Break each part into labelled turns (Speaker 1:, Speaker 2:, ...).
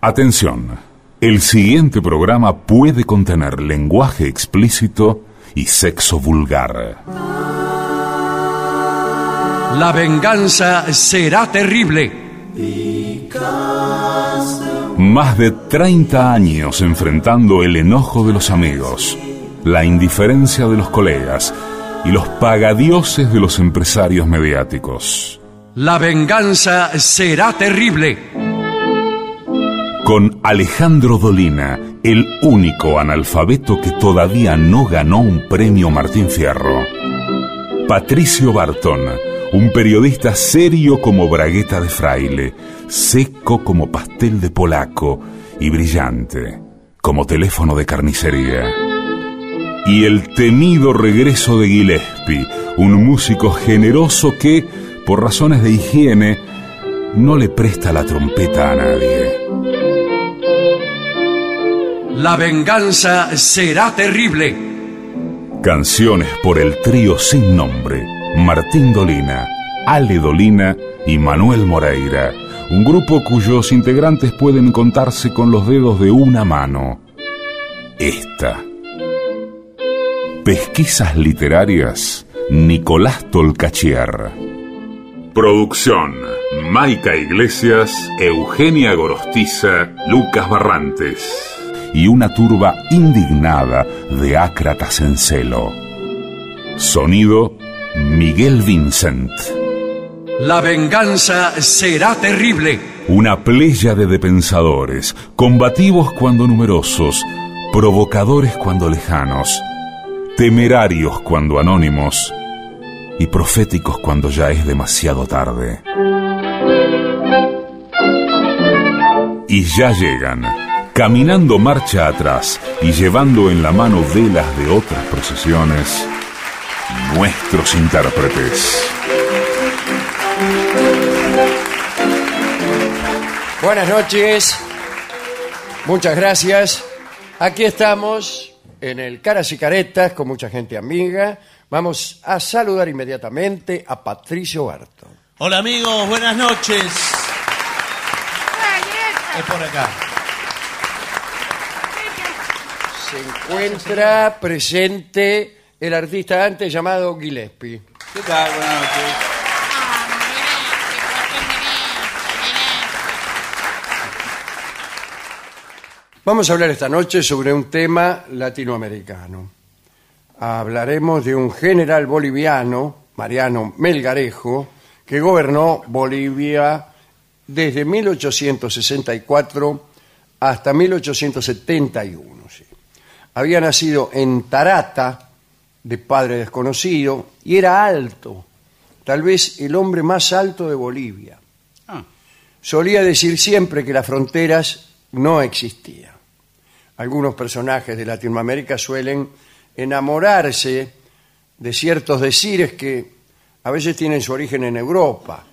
Speaker 1: Atención. El siguiente programa puede contener lenguaje explícito y sexo vulgar.
Speaker 2: La venganza será terrible.
Speaker 1: Más de 30 años enfrentando el enojo de los amigos, la indiferencia de los colegas y los pagadioses de los empresarios mediáticos.
Speaker 2: La venganza será terrible.
Speaker 1: Con Alejandro Dolina, el único analfabeto que todavía no ganó un premio Martín Fierro. Patricio Barton, un periodista serio como bragueta de fraile, seco como pastel de polaco y brillante como teléfono de carnicería. Y el temido regreso de Gillespie, un músico generoso que, por razones de higiene, no le presta la trompeta a nadie.
Speaker 2: La venganza será terrible.
Speaker 1: Canciones por el trío sin nombre, Martín Dolina, Ale Dolina y Manuel Moreira, un grupo cuyos integrantes pueden contarse con los dedos de una mano. Esta. Pesquisas literarias, Nicolás Tolcachier. Producción, Maica Iglesias, Eugenia Gorostiza, Lucas Barrantes. Y una turba indignada de ácratas en celo. Sonido, Miguel Vincent.
Speaker 2: La venganza será terrible.
Speaker 1: Una pléyade de pensadores, combativos cuando numerosos, provocadores cuando lejanos, temerarios cuando anónimos y proféticos cuando ya es demasiado tarde. Y ya llegan, caminando marcha atrás y llevando en la mano velas de otras procesiones, nuestros intérpretes.
Speaker 3: Buenas noches, muchas gracias. Aquí estamos en el Caras y Caretas con mucha gente amiga. Vamos a saludar inmediatamente a Patricio Barto.
Speaker 4: Hola amigos, buenas noches. Es por acá.
Speaker 3: Se encuentra presente el artista antes llamado Gillespie.
Speaker 4: ¿Qué tal? Buenas noches.
Speaker 3: Vamos a hablar esta noche sobre un tema latinoamericano. Hablaremos de un general boliviano, Mariano Melgarejo, que gobernó Bolivia desde 1864 hasta 1871. sí. Había nacido en Tarata, de padre desconocido, y era alto, tal vez el hombre más alto de Bolivia solía decir siempre que las fronteras no existían. Algunos personajes de Latinoamérica suelen enamorarse de ciertos decires que a veces tienen su origen en Europa.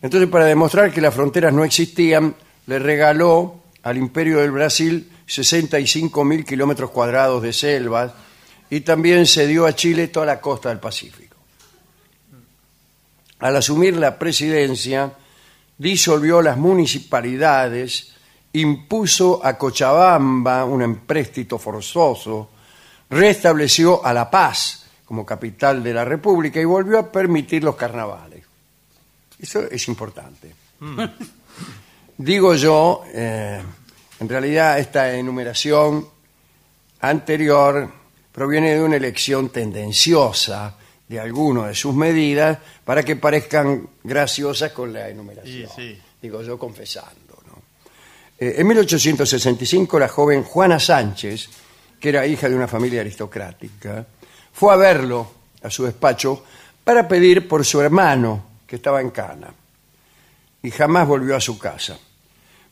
Speaker 3: Entonces, para demostrar que las fronteras no existían, le regaló al Imperio del Brasil 65.000 kilómetros cuadrados de selvas y también se dio a Chile toda la costa del Pacífico. Al asumir la presidencia, disolvió las municipalidades, impuso a Cochabamba un empréstito forzoso, restableció a La Paz como capital de la República y volvió a permitir los carnavales. Eso es importante. Digo yo, eh, en realidad esta enumeración anterior proviene de una elección tendenciosa de alguno de sus medidas para que parezcan graciosas con la enumeración.
Speaker 4: Sí, sí.
Speaker 3: Digo yo confesando. ¿no? Eh, en 1865 la joven Juana Sánchez, que era hija de una familia aristocrática, fue a verlo a su despacho para pedir por su hermano, que estaba en Cana, y jamás volvió a su casa.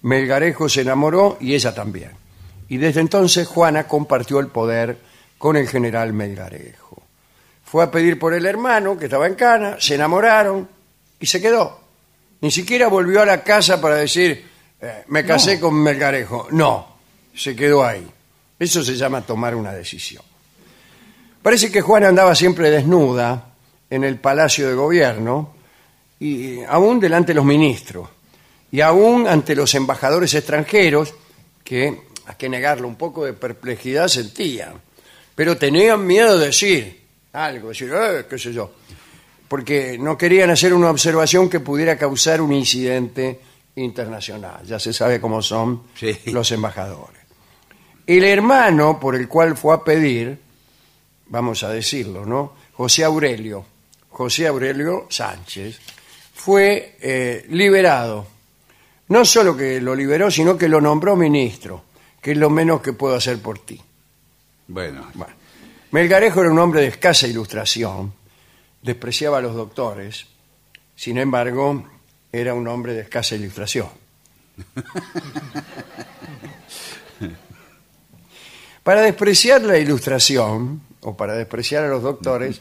Speaker 3: Melgarejo se enamoró y ella también. Y desde entonces Juana compartió el poder con el general Melgarejo fue a pedir por el hermano que estaba en Cana, se enamoraron y se quedó. Ni siquiera volvió a la casa para decir, eh, me casé con Melgarejo. No, se quedó ahí. Eso se llama tomar una decisión. Parece que Juana andaba siempre desnuda eh, en el palacio de gobierno y aún delante de los ministros. y aún ante los embajadores extranjeros, que, hay que negarlo, un poco de perplejidad sentían, pero tenían miedo de decir algo, decir, "Eh, qué sé yo, porque no querían hacer una observación que pudiera causar un incidente internacional. Ya se sabe cómo son
Speaker 5: Sí.
Speaker 3: los embajadores. El hermano por el cual fue a pedir, vamos a decirlo, ¿no? José Aurelio, José Aurelio Sánchez, fue eh, liberado. No solo que lo liberó, sino que lo nombró ministro, que es lo menos que puedo hacer por ti.
Speaker 5: Bueno,
Speaker 3: Bueno, Melgarejo era un hombre de escasa ilustración, despreciaba a los doctores, sin embargo, era un hombre de escasa ilustración. Para despreciar la ilustración, o para despreciar a los doctores,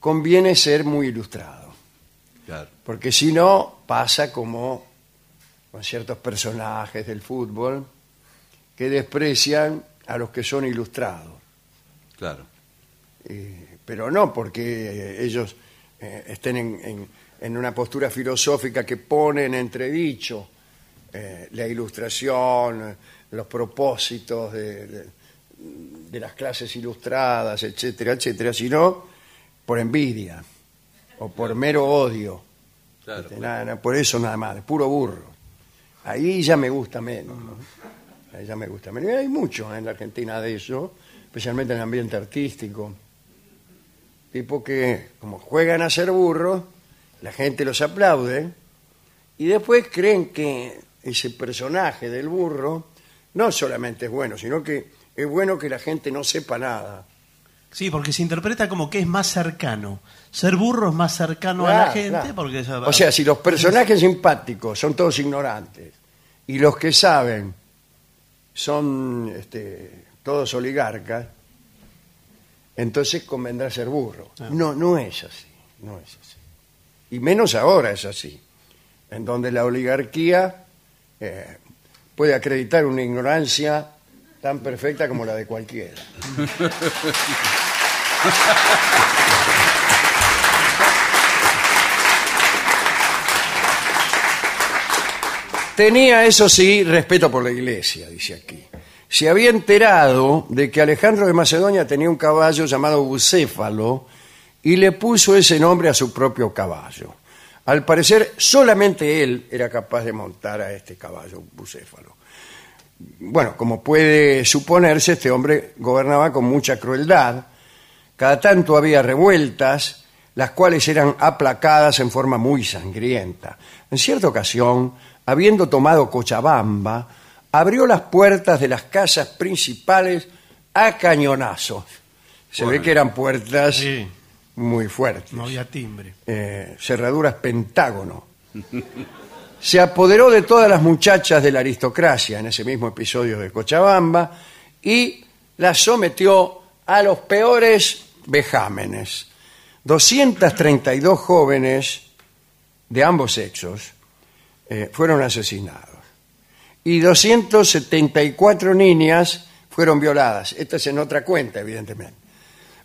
Speaker 3: conviene ser muy ilustrado,
Speaker 5: claro.
Speaker 3: porque si no, pasa como con ciertos personajes del fútbol que desprecian a los que son ilustrados
Speaker 5: claro.
Speaker 3: eh, pero no porque eh, ellos eh, estén en, en- en una postura filosófica que pone en entredicho eh, la ilustración, eh, los propósitos de, de- de las clases ilustradas, etcétera, etcétera, sino por envidia o por mero odio.
Speaker 5: Claro.
Speaker 3: Este, nada, nada, por eso nada más, de puro burro. Ahí ya me gusta menos. ¿no? Ahí ya me gusta menos. Y hay mucho en la Argentina de eso, especialmente en el ambiente artístico. Tipo que, como juegan a ser burros, la gente los aplaude y después creen que ese personaje del burro no solamente es bueno, sino que es bueno que la gente no sepa nada.
Speaker 4: Sí, porque se interpreta como que es más cercano. Ser burro es más cercano a la
Speaker 3: Claro,
Speaker 4: gente
Speaker 3: claro.
Speaker 4: porque... esa-
Speaker 3: O sea, si los personajes simpáticos son todos ignorantes y los que saben son este, todos oligarcas, entonces convendrá ser burro.
Speaker 4: Ah.
Speaker 3: No, no es así, no es así. Y menos ahora es así, en donde la oligarquía eh, puede acreditar una ignorancia tan perfecta como la de cualquiera. Tenía, eso sí, respeto por la iglesia, dice aquí. Se había enterado de que Alejandro de Macedonia tenía un caballo llamado Bucéfalo y le puso ese nombre a su propio caballo. Al parecer, solamente él era capaz de montar a este caballo, Bucéfalo. Bueno, como puede suponerse, este hombre gobernaba con mucha crueldad. Cada tanto había revueltas, las cuales eran aplacadas en forma muy sangrienta. En cierta ocasión, habiendo tomado Cochabamba, abrió las puertas de las casas principales a cañonazos. Se ve que eran puertas
Speaker 4: Sí.
Speaker 3: muy fuertes
Speaker 4: No había timbre.
Speaker 3: eh, cerraduras pentágono. Se apoderó de todas las muchachas de la aristocracia en ese mismo episodio de Cochabamba y las sometió a los peores vejámenes. 232 jóvenes de ambos sexos eh, fueron asesinados y 274 niñas fueron violadas. Esta es en otra cuenta, evidentemente.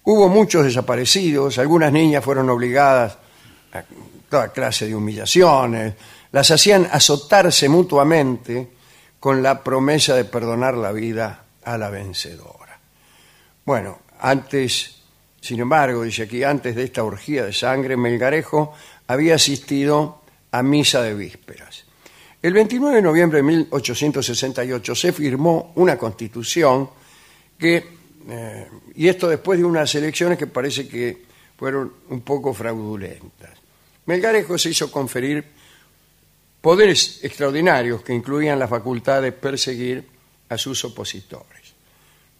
Speaker 3: Hubo muchos desaparecidos, algunas niñas fueron obligadas a toda clase de humillaciones, las hacían azotarse mutuamente con la promesa de perdonar la vida a la vencedora. Bueno, antes, sin embargo, dice aquí, antes de esta orgía de sangre, Melgarejo había asistido a misa de vísperas. El 29 de noviembre de 1868 se firmó una constitución que, eh, y esto después de unas elecciones que parece que fueron un poco fraudulentas. Melgarejo se hizo conferir poderes extraordinarios que incluían la facultad de perseguir a sus opositores.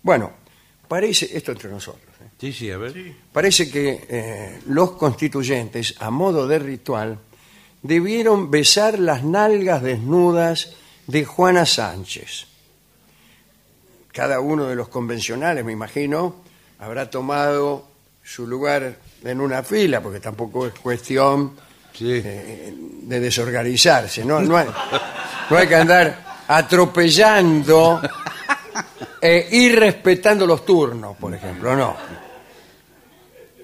Speaker 3: Bueno, parece, esto entre nosotros, ¿eh?
Speaker 5: Sí, sí, a ver.
Speaker 3: parece que eh, los constituyentes, a modo de ritual, debieron besar las nalgas desnudas de Juana Sánchez. Cada uno de los convencionales, me imagino, habrá tomado su lugar en una fila, porque tampoco es cuestión
Speaker 5: Sí.
Speaker 3: eh, de desorganizarse, ¿no? No hay, no hay que andar atropellando eh, y respetando los turnos, por ejemplo, no.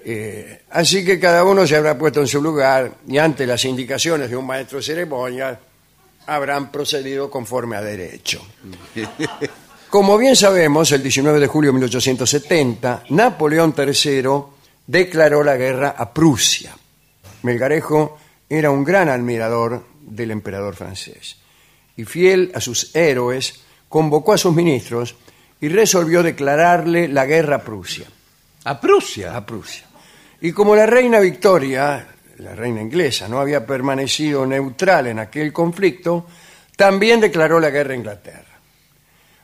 Speaker 3: Eh, así que cada uno se habrá puesto en su lugar y ante las indicaciones de un maestro de ceremonia habrán procedido conforme a derecho. Como bien sabemos, el 19 de julio de 1870, Napoleón III declaró la guerra a Prusia. Melgarejo era un gran admirador del emperador francés y fiel a sus héroes, convocó a sus ministros y resolvió declararle la guerra a Prusia
Speaker 5: A Prusia.
Speaker 3: a Prusia. Y como la reina Victoria, la reina inglesa, no había permanecido neutral en aquel conflicto, también declaró la guerra a Inglaterra.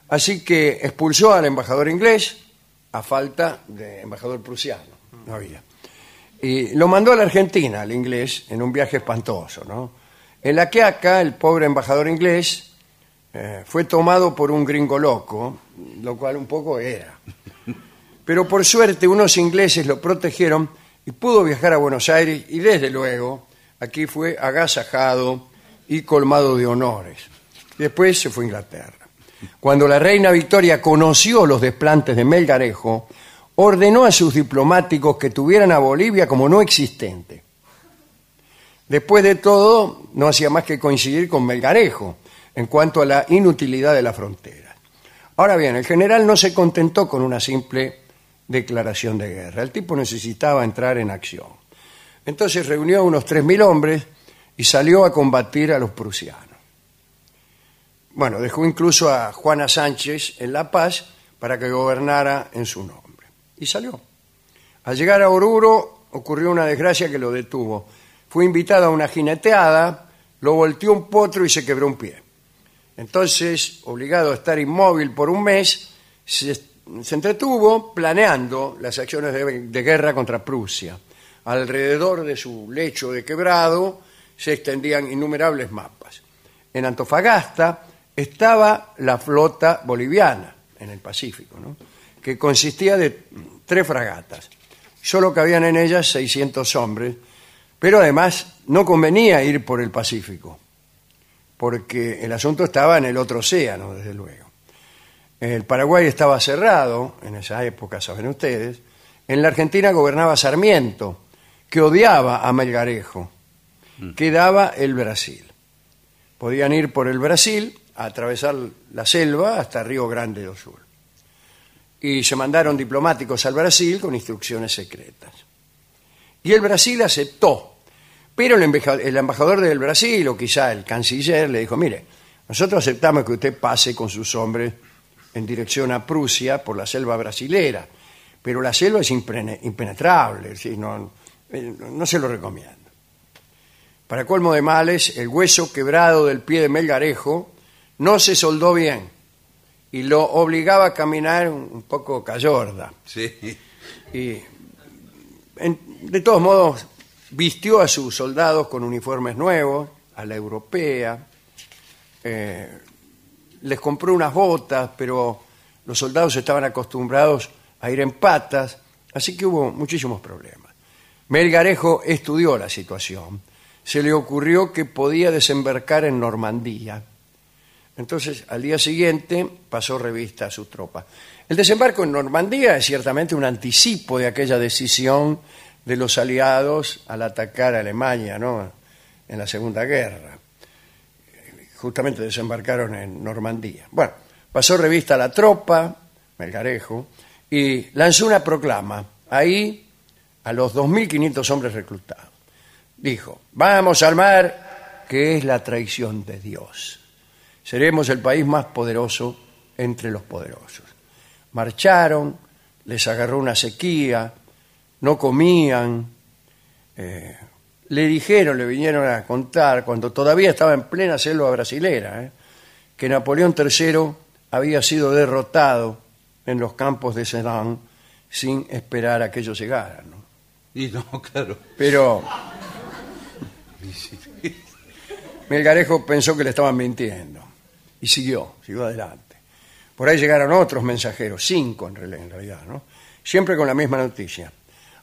Speaker 3: Así que expulsó al embajador inglés a falta de embajador prusiano. No había. Y lo mandó a la Argentina, al inglés, en un viaje espantoso, ¿no? En la que acá el pobre embajador inglés eh, fue tomado por un gringo loco, lo cual un poco era. Pero por suerte unos ingleses lo protegieron y pudo viajar a Buenos Aires y desde luego aquí fue agasajado y colmado de honores. Después se fue a Inglaterra. Cuando la reina Victoria conoció los desplantes de Melgarejo, ordenó a sus diplomáticos que tuvieran a Bolivia como no existente. Después de todo, no hacía más que coincidir con Melgarejo en cuanto a la inutilidad de la frontera. Ahora bien, el general no se contentó con una simple declaración de guerra. El tipo necesitaba entrar en acción. Entonces reunió a unos 3.000 hombres y salió a combatir a los prusianos. Bueno, dejó incluso a Juana Sánchez en La Paz para que gobernara en su nombre. Y salió. Al llegar a Oruro ocurrió una desgracia que lo detuvo. Fue invitado a una jineteada, lo volteó un potro y se quebró un pie. Entonces, obligado a estar inmóvil por un mes, se, se entretuvo planeando las acciones de, de guerra contra Prusia. Alrededor de su lecho de quebrado se extendían innumerables mapas. En Antofagasta estaba la flota boliviana, en el Pacífico, ¿no? que consistía de tres fragatas. Solo cabían en ellas 600 hombres, pero además no convenía ir por el Pacífico porque el asunto estaba en el otro océano, desde luego. El Paraguay estaba cerrado en esa época, saben ustedes. En la Argentina gobernaba Sarmiento, que odiaba a Melgarejo, que daba el Brasil. Podían ir por el Brasil, a atravesar la selva hasta Río Grande do Sur. Y se mandaron diplomáticos al Brasil con instrucciones secretas. Y el Brasil aceptó. Pero el embeja- el embajador del Brasil, o quizá el canciller, le dijo, mire, nosotros aceptamos que usted pase con sus hombres en dirección a Prusia por la selva brasilera, pero la selva es impene- impenetrable, es decir, no, eh, no se lo recomiendo. Para colmo de males, el hueso quebrado del pie de Melgarejo no se soldó bien y lo obligaba a caminar un un poco cayorda.
Speaker 5: Sí.
Speaker 3: Y en- de todos modos, vistió a sus soldados con uniformes nuevos, a la europea, eh, les compró unas botas, pero los soldados estaban acostumbrados a ir en patas, así que hubo muchísimos problemas. Melgarejo estudió la situación, se le ocurrió que podía desembarcar en Normandía. Entonces, al día siguiente pasó revista a sus tropas. El desembarco en Normandía es ciertamente un anticipo de aquella decisión de los aliados al atacar a Alemania ¿no? en la Segunda Guerra. Justamente desembarcaron en Normandía. Bueno, pasó revista a la tropa, Melgarejo, y lanzó una proclama ahí a los 2.500 hombres reclutados. Dijo, vamos al mar, que es la traición de Dios seremos el país más poderoso entre los poderosos. Marcharon, les agarró una sequía, no comían, eh, le dijeron, le vinieron a contar, cuando todavía estaba en plena selva brasilera, eh, que Napoleón III había sido derrotado en los campos de Sedan sin esperar a que ellos llegaran. ¿no?
Speaker 5: Y no, claro.
Speaker 3: Pero Melgarejo pensó que le estaban mintiendo y siguió, siguió adelante. Por ahí llegaron otros mensajeros, cinco en real- en realidad, ¿no? Siempre con la misma noticia.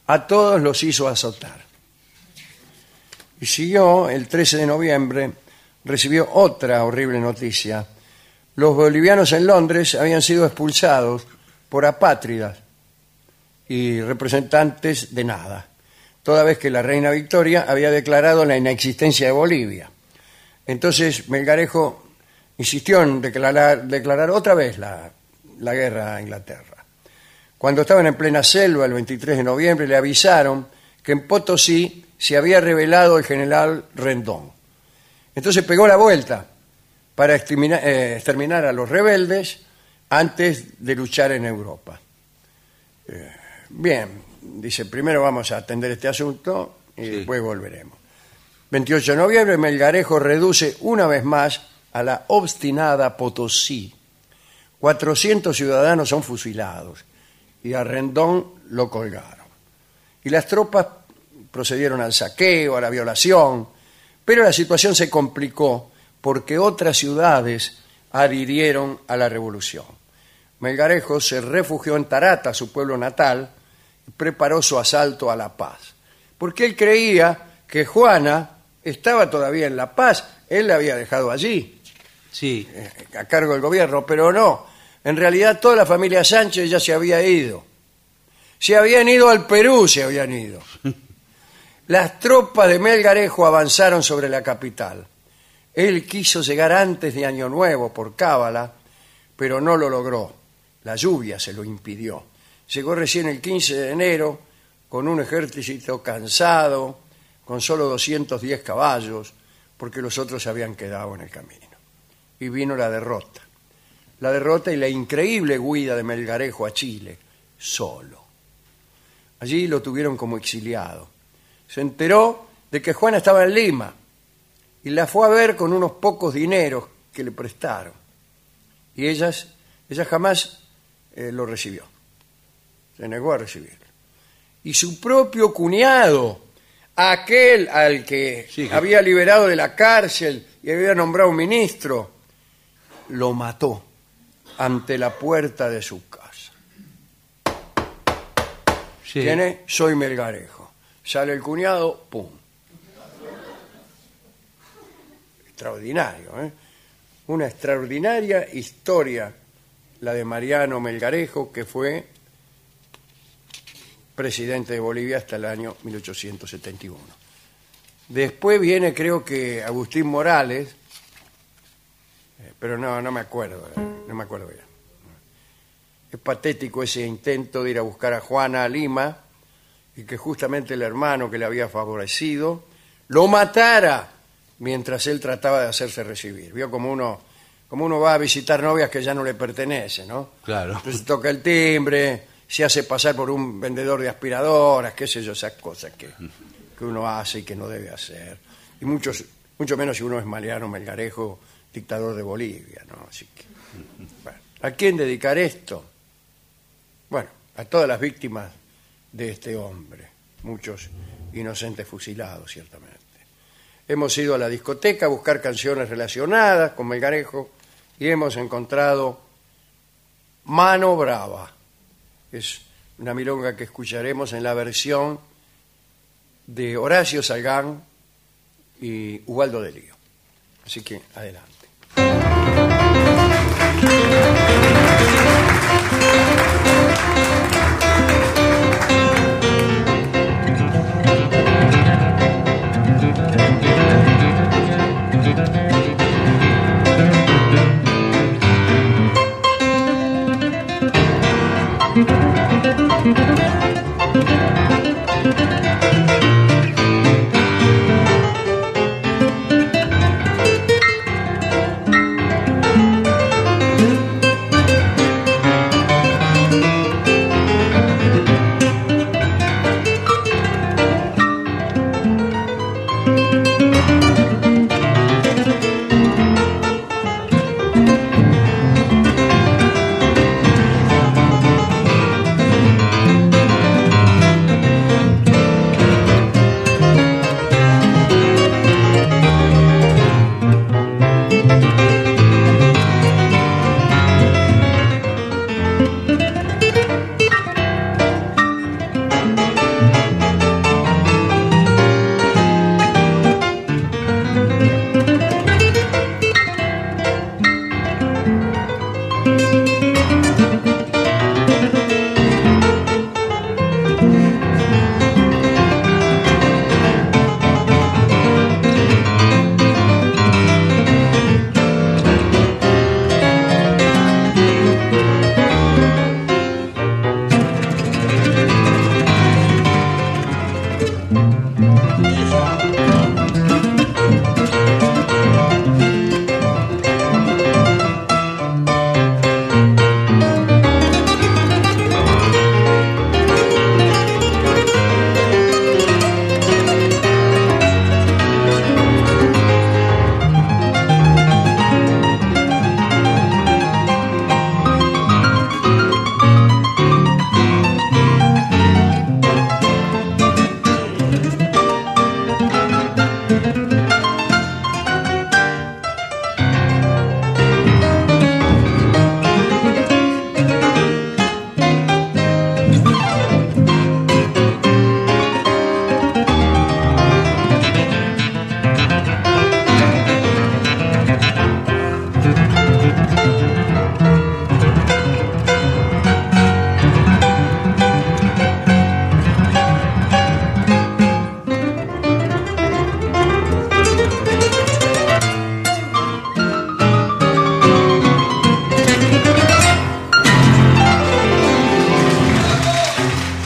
Speaker 3: A todos los hizo azotar. Y siguió, el 13 de noviembre, recibió otra horrible noticia. Los bolivianos en Londres habían sido expulsados por apátridas y representantes de nada, toda vez que la reina Victoria había declarado la inexistencia de Bolivia. Entonces Melgarejo insistió en declarar, declarar otra vez la, la guerra a Inglaterra. Cuando estaban en plena selva, el 23 de noviembre, le avisaron que en Potosí se había revelado el general Rendón. Entonces pegó la vuelta para extermina- eh, exterminar a los rebeldes antes de luchar en Europa. Eh, bien, dice, primero vamos a atender este asunto y después volveremos. 28 de noviembre, Melgarejo reduce una vez más a la obstinada Potosí. 400 ciudadanos son fusilados y a Rendón lo colgaron. Y las tropas procedieron al saqueo, a la violación, pero la situación se complicó porque otras ciudades adhirieron a la revolución. Melgarejo se refugió en Tarata, su pueblo natal, y preparó su asalto a La Paz, porque él creía que Juana estaba todavía en La Paz, él la había dejado allí
Speaker 5: Sí.
Speaker 3: eh, a cargo del gobierno, pero no. En realidad toda la familia Sánchez ya se había ido. Se habían ido al Perú, se habían ido. Las tropas de Melgarejo avanzaron sobre la capital. Él quiso llegar antes de Año Nuevo por Cábala, pero no lo logró. La lluvia se lo impidió. Llegó recién el 15 de enero con un ejército cansado, con solo 210 caballos, porque los otros se habían quedado en el camino y vino la derrota. La derrota y la increíble huida de Melgarejo a Chile, solo. Allí lo tuvieron como exiliado. Se enteró de que Juana estaba en Lima y la fue a ver con unos pocos dineros que le prestaron. Y ellas, ella jamás eh, lo recibió. Se negó a recibirlo. Y su propio cuñado, aquel al que
Speaker 5: Sí, que-
Speaker 3: había liberado de la cárcel y había nombrado ministro, lo mató ante la puerta de su casa.
Speaker 5: sí.
Speaker 3: Tiene, soy Melgarejo. Sale el cuñado, pum. Extraordinario, ¿eh? Una extraordinaria historia, la de Mariano Melgarejo, que fue presidente de Bolivia hasta el año 1871. Después viene, creo que Agustín Morales, eh, pero no, no me acuerdo, eh, no me acuerdo bien. Es patético ese intento de ir a buscar a Juana a Lima y que justamente el hermano que le había favorecido lo matara mientras él trataba de hacerse recibir. Vio como uno, como uno va a visitar novias que ya no le pertenecen, ¿no?
Speaker 5: Claro.
Speaker 3: Entonces toca el timbre, se hace pasar por un vendedor de aspiradoras, qué sé yo, esas cosas que, que uno hace y que no debe hacer. Y muchos, mucho menos si uno es Mariano Melgarejo, dictador de Bolivia, ¿no? Así que, bueno, ¿a quién dedicar esto? Bueno, a todas las víctimas de este hombre, muchos inocentes fusilados, ciertamente. Hemos ido a la discoteca a buscar canciones relacionadas con Melgarejo y hemos encontrado Mano Brava. Es una milonga que escucharemos en la versión de Horacio Salgán y Ubaldo de Lío. Así que adelante.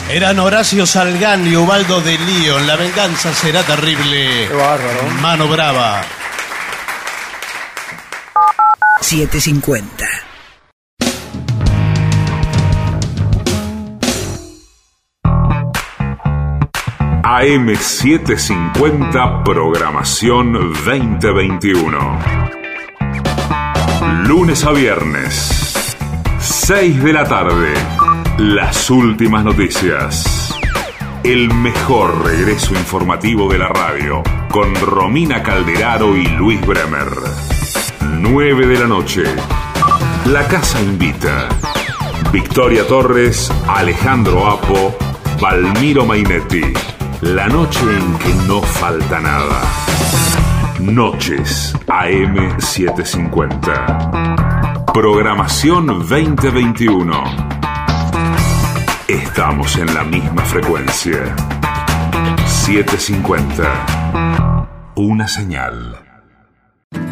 Speaker 4: Eran Horacio Salgán y Ubaldo de León. La venganza será terrible.
Speaker 3: Qué bárbaro.
Speaker 4: Mano brava.
Speaker 6: 750.
Speaker 1: AM750 Programación 2021. Lunes a viernes, 6 de la tarde. Las últimas noticias. El mejor regreso informativo de la radio con Romina Calderaro y Luis Bremer. 9 de la noche. La casa invita. Victoria Torres, Alejandro Apo, Valmiro Mainetti. La noche en que no falta nada. Noches AM750. Programación 2021. Estamos en la misma frecuencia. 750. Una señal.